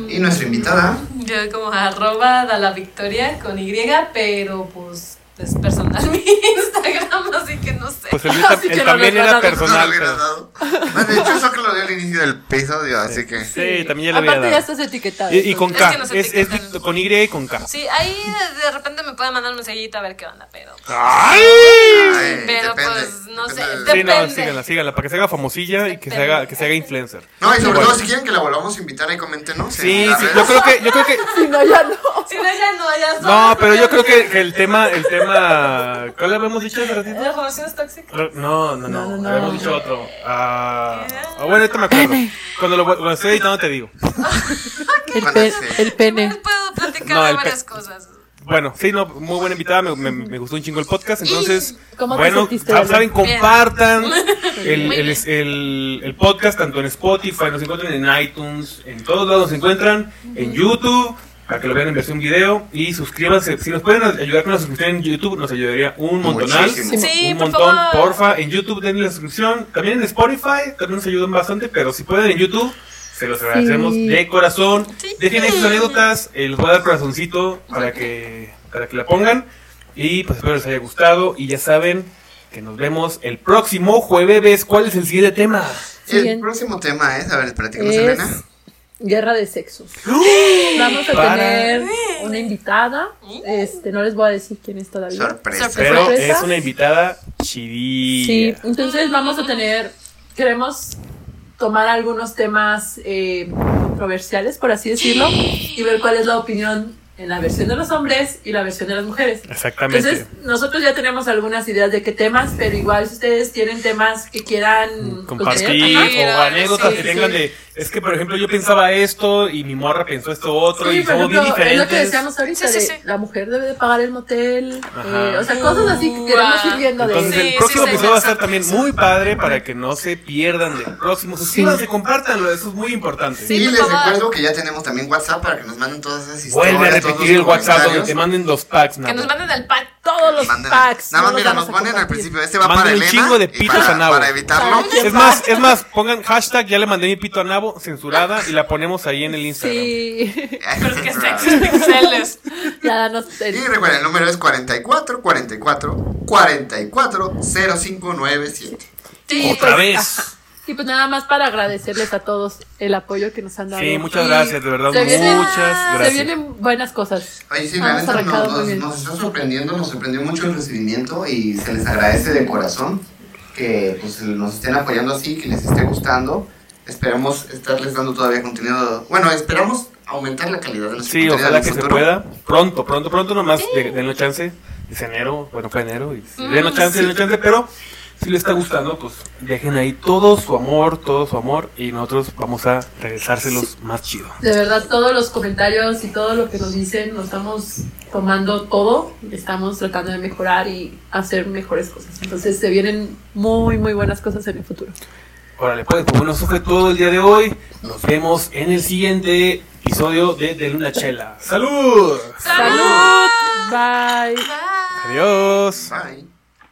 B: Y nuestra invitada,
D: Yo como arroba da la victoria con Y, pero pues es personal (laughs) mi Instagram, así que no sé.
M: (laughs)
C: Pues el, mío tam-
M: Así
C: el
M: que lo
C: también
M: habías
C: era
M: ganado.
C: personal.
B: No lo hubiera
C: pero-
B: dado. Bueno, de hecho, eso que lo di al inicio del episodio, así que.
C: Sí, también ya lo había
A: Aparte ya
C: dado.
A: estás etiquetado.
C: Y, y con
D: Es
C: K.
D: que nos
C: Es, es
D: etiquetan.
C: con Y y con K.
D: Sí, ahí de, de repente me pueden mandar un mensajito a ver qué onda, pero.
C: ¡Ay!
B: Ay,
D: Pero,
B: depende,
D: pues, no sé,
B: depende del-
D: de-
C: Sí, no,
D: Depende.
C: síganla, síganla. Para que se haga famosilla y que se haga, que se haga influencer.
B: No, y sobre
C: Bueno.
B: todo, si quieren que la volvamos a invitar, ahí coméntenos. en
C: Sí,
B: las
C: sí,
B: redes.
C: yo creo que, yo creo que,
A: Si no, ya no.
D: Si no, ya no, ya
C: no, pero yo creo que, que el tema, el tema, ¿cuál habíamos dicho hace ratito?
D: ¿Las relaciones tóxicas?
C: No, no, no,
A: No, no, no.
C: habíamos dicho otro. Ah, ah, bueno, ahorita me acuerdo. Cuando lo, cuando estoy editando te digo.
A: El,
B: Bueno,
A: pe-
B: sí.
A: el pene.
D: Les puedo platicar
C: No,
D: de
C: el pe-
D: varias cosas.
C: Bueno, sí, no, muy buena invitada, me, me- me gustó un chingo el podcast, entonces,
A: ¿Cómo te
C: bueno,
A: sentiste,
C: sab-
A: Ale?
C: saben,
D: Bien.
C: compartan el,
D: Muy
C: el-
D: bien.
C: el- el podcast tanto en Spotify, nos encuentran en iTunes, en todos lados nos encuentran, en YouTube, para que lo vean en versión video, y suscríbanse, si nos pueden ayudar con la suscripción en YouTube, nos ayudaría un montonal.
B: Muchísimo.
A: Sí,
D: Sí,
C: un
D: por
C: montón,
D: favor.
C: porfa. En YouTube denle la suscripción. También en Spotify, también nos ayudan bastante, pero si pueden en YouTube, se los agradecemos de corazón. Dejen ahí sus anécdotas, eh, les voy a dar corazoncito para que, para que la pongan. Y pues espero les haya gustado. Y ya saben que nos vemos el próximo jueves. ¿Cuál es el siguiente tema?
B: El
A: Siguiente.
B: próximo tema es, a ver, platícanos,
A: Es
B: Elena.
A: guerra de sexos. (gasps) Vamos a
C: Para.
A: tener una invitada. Este, no les voy a decir quién es todavía.
B: Sorpresa.
D: Sorpresa.
C: Pero
A: sorpresa.
C: es una invitada chidilla.
A: Sí, entonces vamos a tener, queremos tomar algunos temas eh, controversiales, por así decirlo, y ver cuál es la opinión en la versión de los hombres y la versión de las mujeres.
C: Exactamente.
A: Entonces, nosotros ya tenemos algunas ideas de qué temas, pero igual si ustedes tienen temas que quieran
C: Mm, compartir
A: ajá,
C: o anécdotas
A: sí,
C: que
A: sí.
C: tengan de es que por ejemplo yo pensaba esto y mi morra pensó esto otro
A: Sí,
C: y
A: por
C: somos bien
A: ejemplo, es lo que
C: diferentes
A: decíamos ahorita,
D: Sí, sí,
A: de
D: sí.
A: la mujer debe de pagar el motel,
C: Ajá.
A: eh, o sea, cosas así que queremos ir viendo de...
C: entonces
D: Sí,
C: el
D: sí,
C: próximo
D: sí,
C: episodio va a
D: sí,
C: estar también muy padre para que no se pierdan del próximo suscríbanse compártanlo eso es muy importante
D: Sí,
B: y
D: por
B: les
D: favor.
B: recuerdo que ya tenemos también WhatsApp para que nos manden todas esas historias.
C: vuelve a
B: todos
C: repetir
B: sus
C: el WhatsApp donde
B: comentarios.
C: te manden los packs
D: Que nos
C: Nabo.
D: manden el pack.
A: todos los
B: Manden-
A: packs.
B: Nada más,
A: no los
B: mira,
A: vamos
B: nos
A: a
B: ponen al
A: compartir.
B: principio. Este va
C: Manden
B: para
C: un
B: Elena.
C: chingo de
B: y
C: pitos a
B: para,
C: Nabo.
B: para evitarlo.
A: Para-
C: es más es más pongan hashtag ya le mandé mi pito a Nabo censurada y la ponemos ahí en el Instagram
A: Sí,
B: (laughs)
D: Pero que sexy (laughs) pixeles.
A: (laughs) ya danos el-
B: Y recuerden, el número es 44 44 44 0597.
D: Sí,
A: pues,
C: otra vez
A: Y pues nada más para agradecerles a todos el apoyo que nos han dado.
C: sí muchas
A: Y
C: gracias de verdad
A: se vienen-
C: muchas
A: Se
C: gracias
A: vienen buenas cosas.
B: Oye, sí,
A: Vamos
B: la neta
A: arrancado,
B: nos,
A: muy
B: nos,
A: bien.
B: nos está sorprendiendo, nos sorprendió mucho el recibimiento y se les agradece de corazón que pues, nos estén apoyando así, que les esté gustando. Esperamos estarles dando todavía contenido. Bueno, esperamos aumentar la calidad de nuestro
C: Sí,
B: contenido en
C: ojalá
B: el
C: que se
B: futuro.
C: pueda. Pronto, pronto, pronto nomás. de- Denle chance. Es enero, bueno, fue enero. Y, denle chance, denle chance. Pero si les está gustando, pues dejen ahí todo su amor, todo su amor. Y nosotros vamos a regresárselos más chido.
A: De verdad, todos los comentarios y todo lo que nos dicen, nos estamos tomando todo. Estamos tratando de mejorar y hacer mejores cosas. Entonces se vienen muy, muy buenas cosas en el futuro.
C: Órale, pues, pues, bueno, eso fue todo el día de hoy. Nos vemos en el siguiente episodio de De Luna Chela. ¡Salud!
D: ¡Salud!
A: Bye.
D: Bye.
C: Adiós.
B: Bye.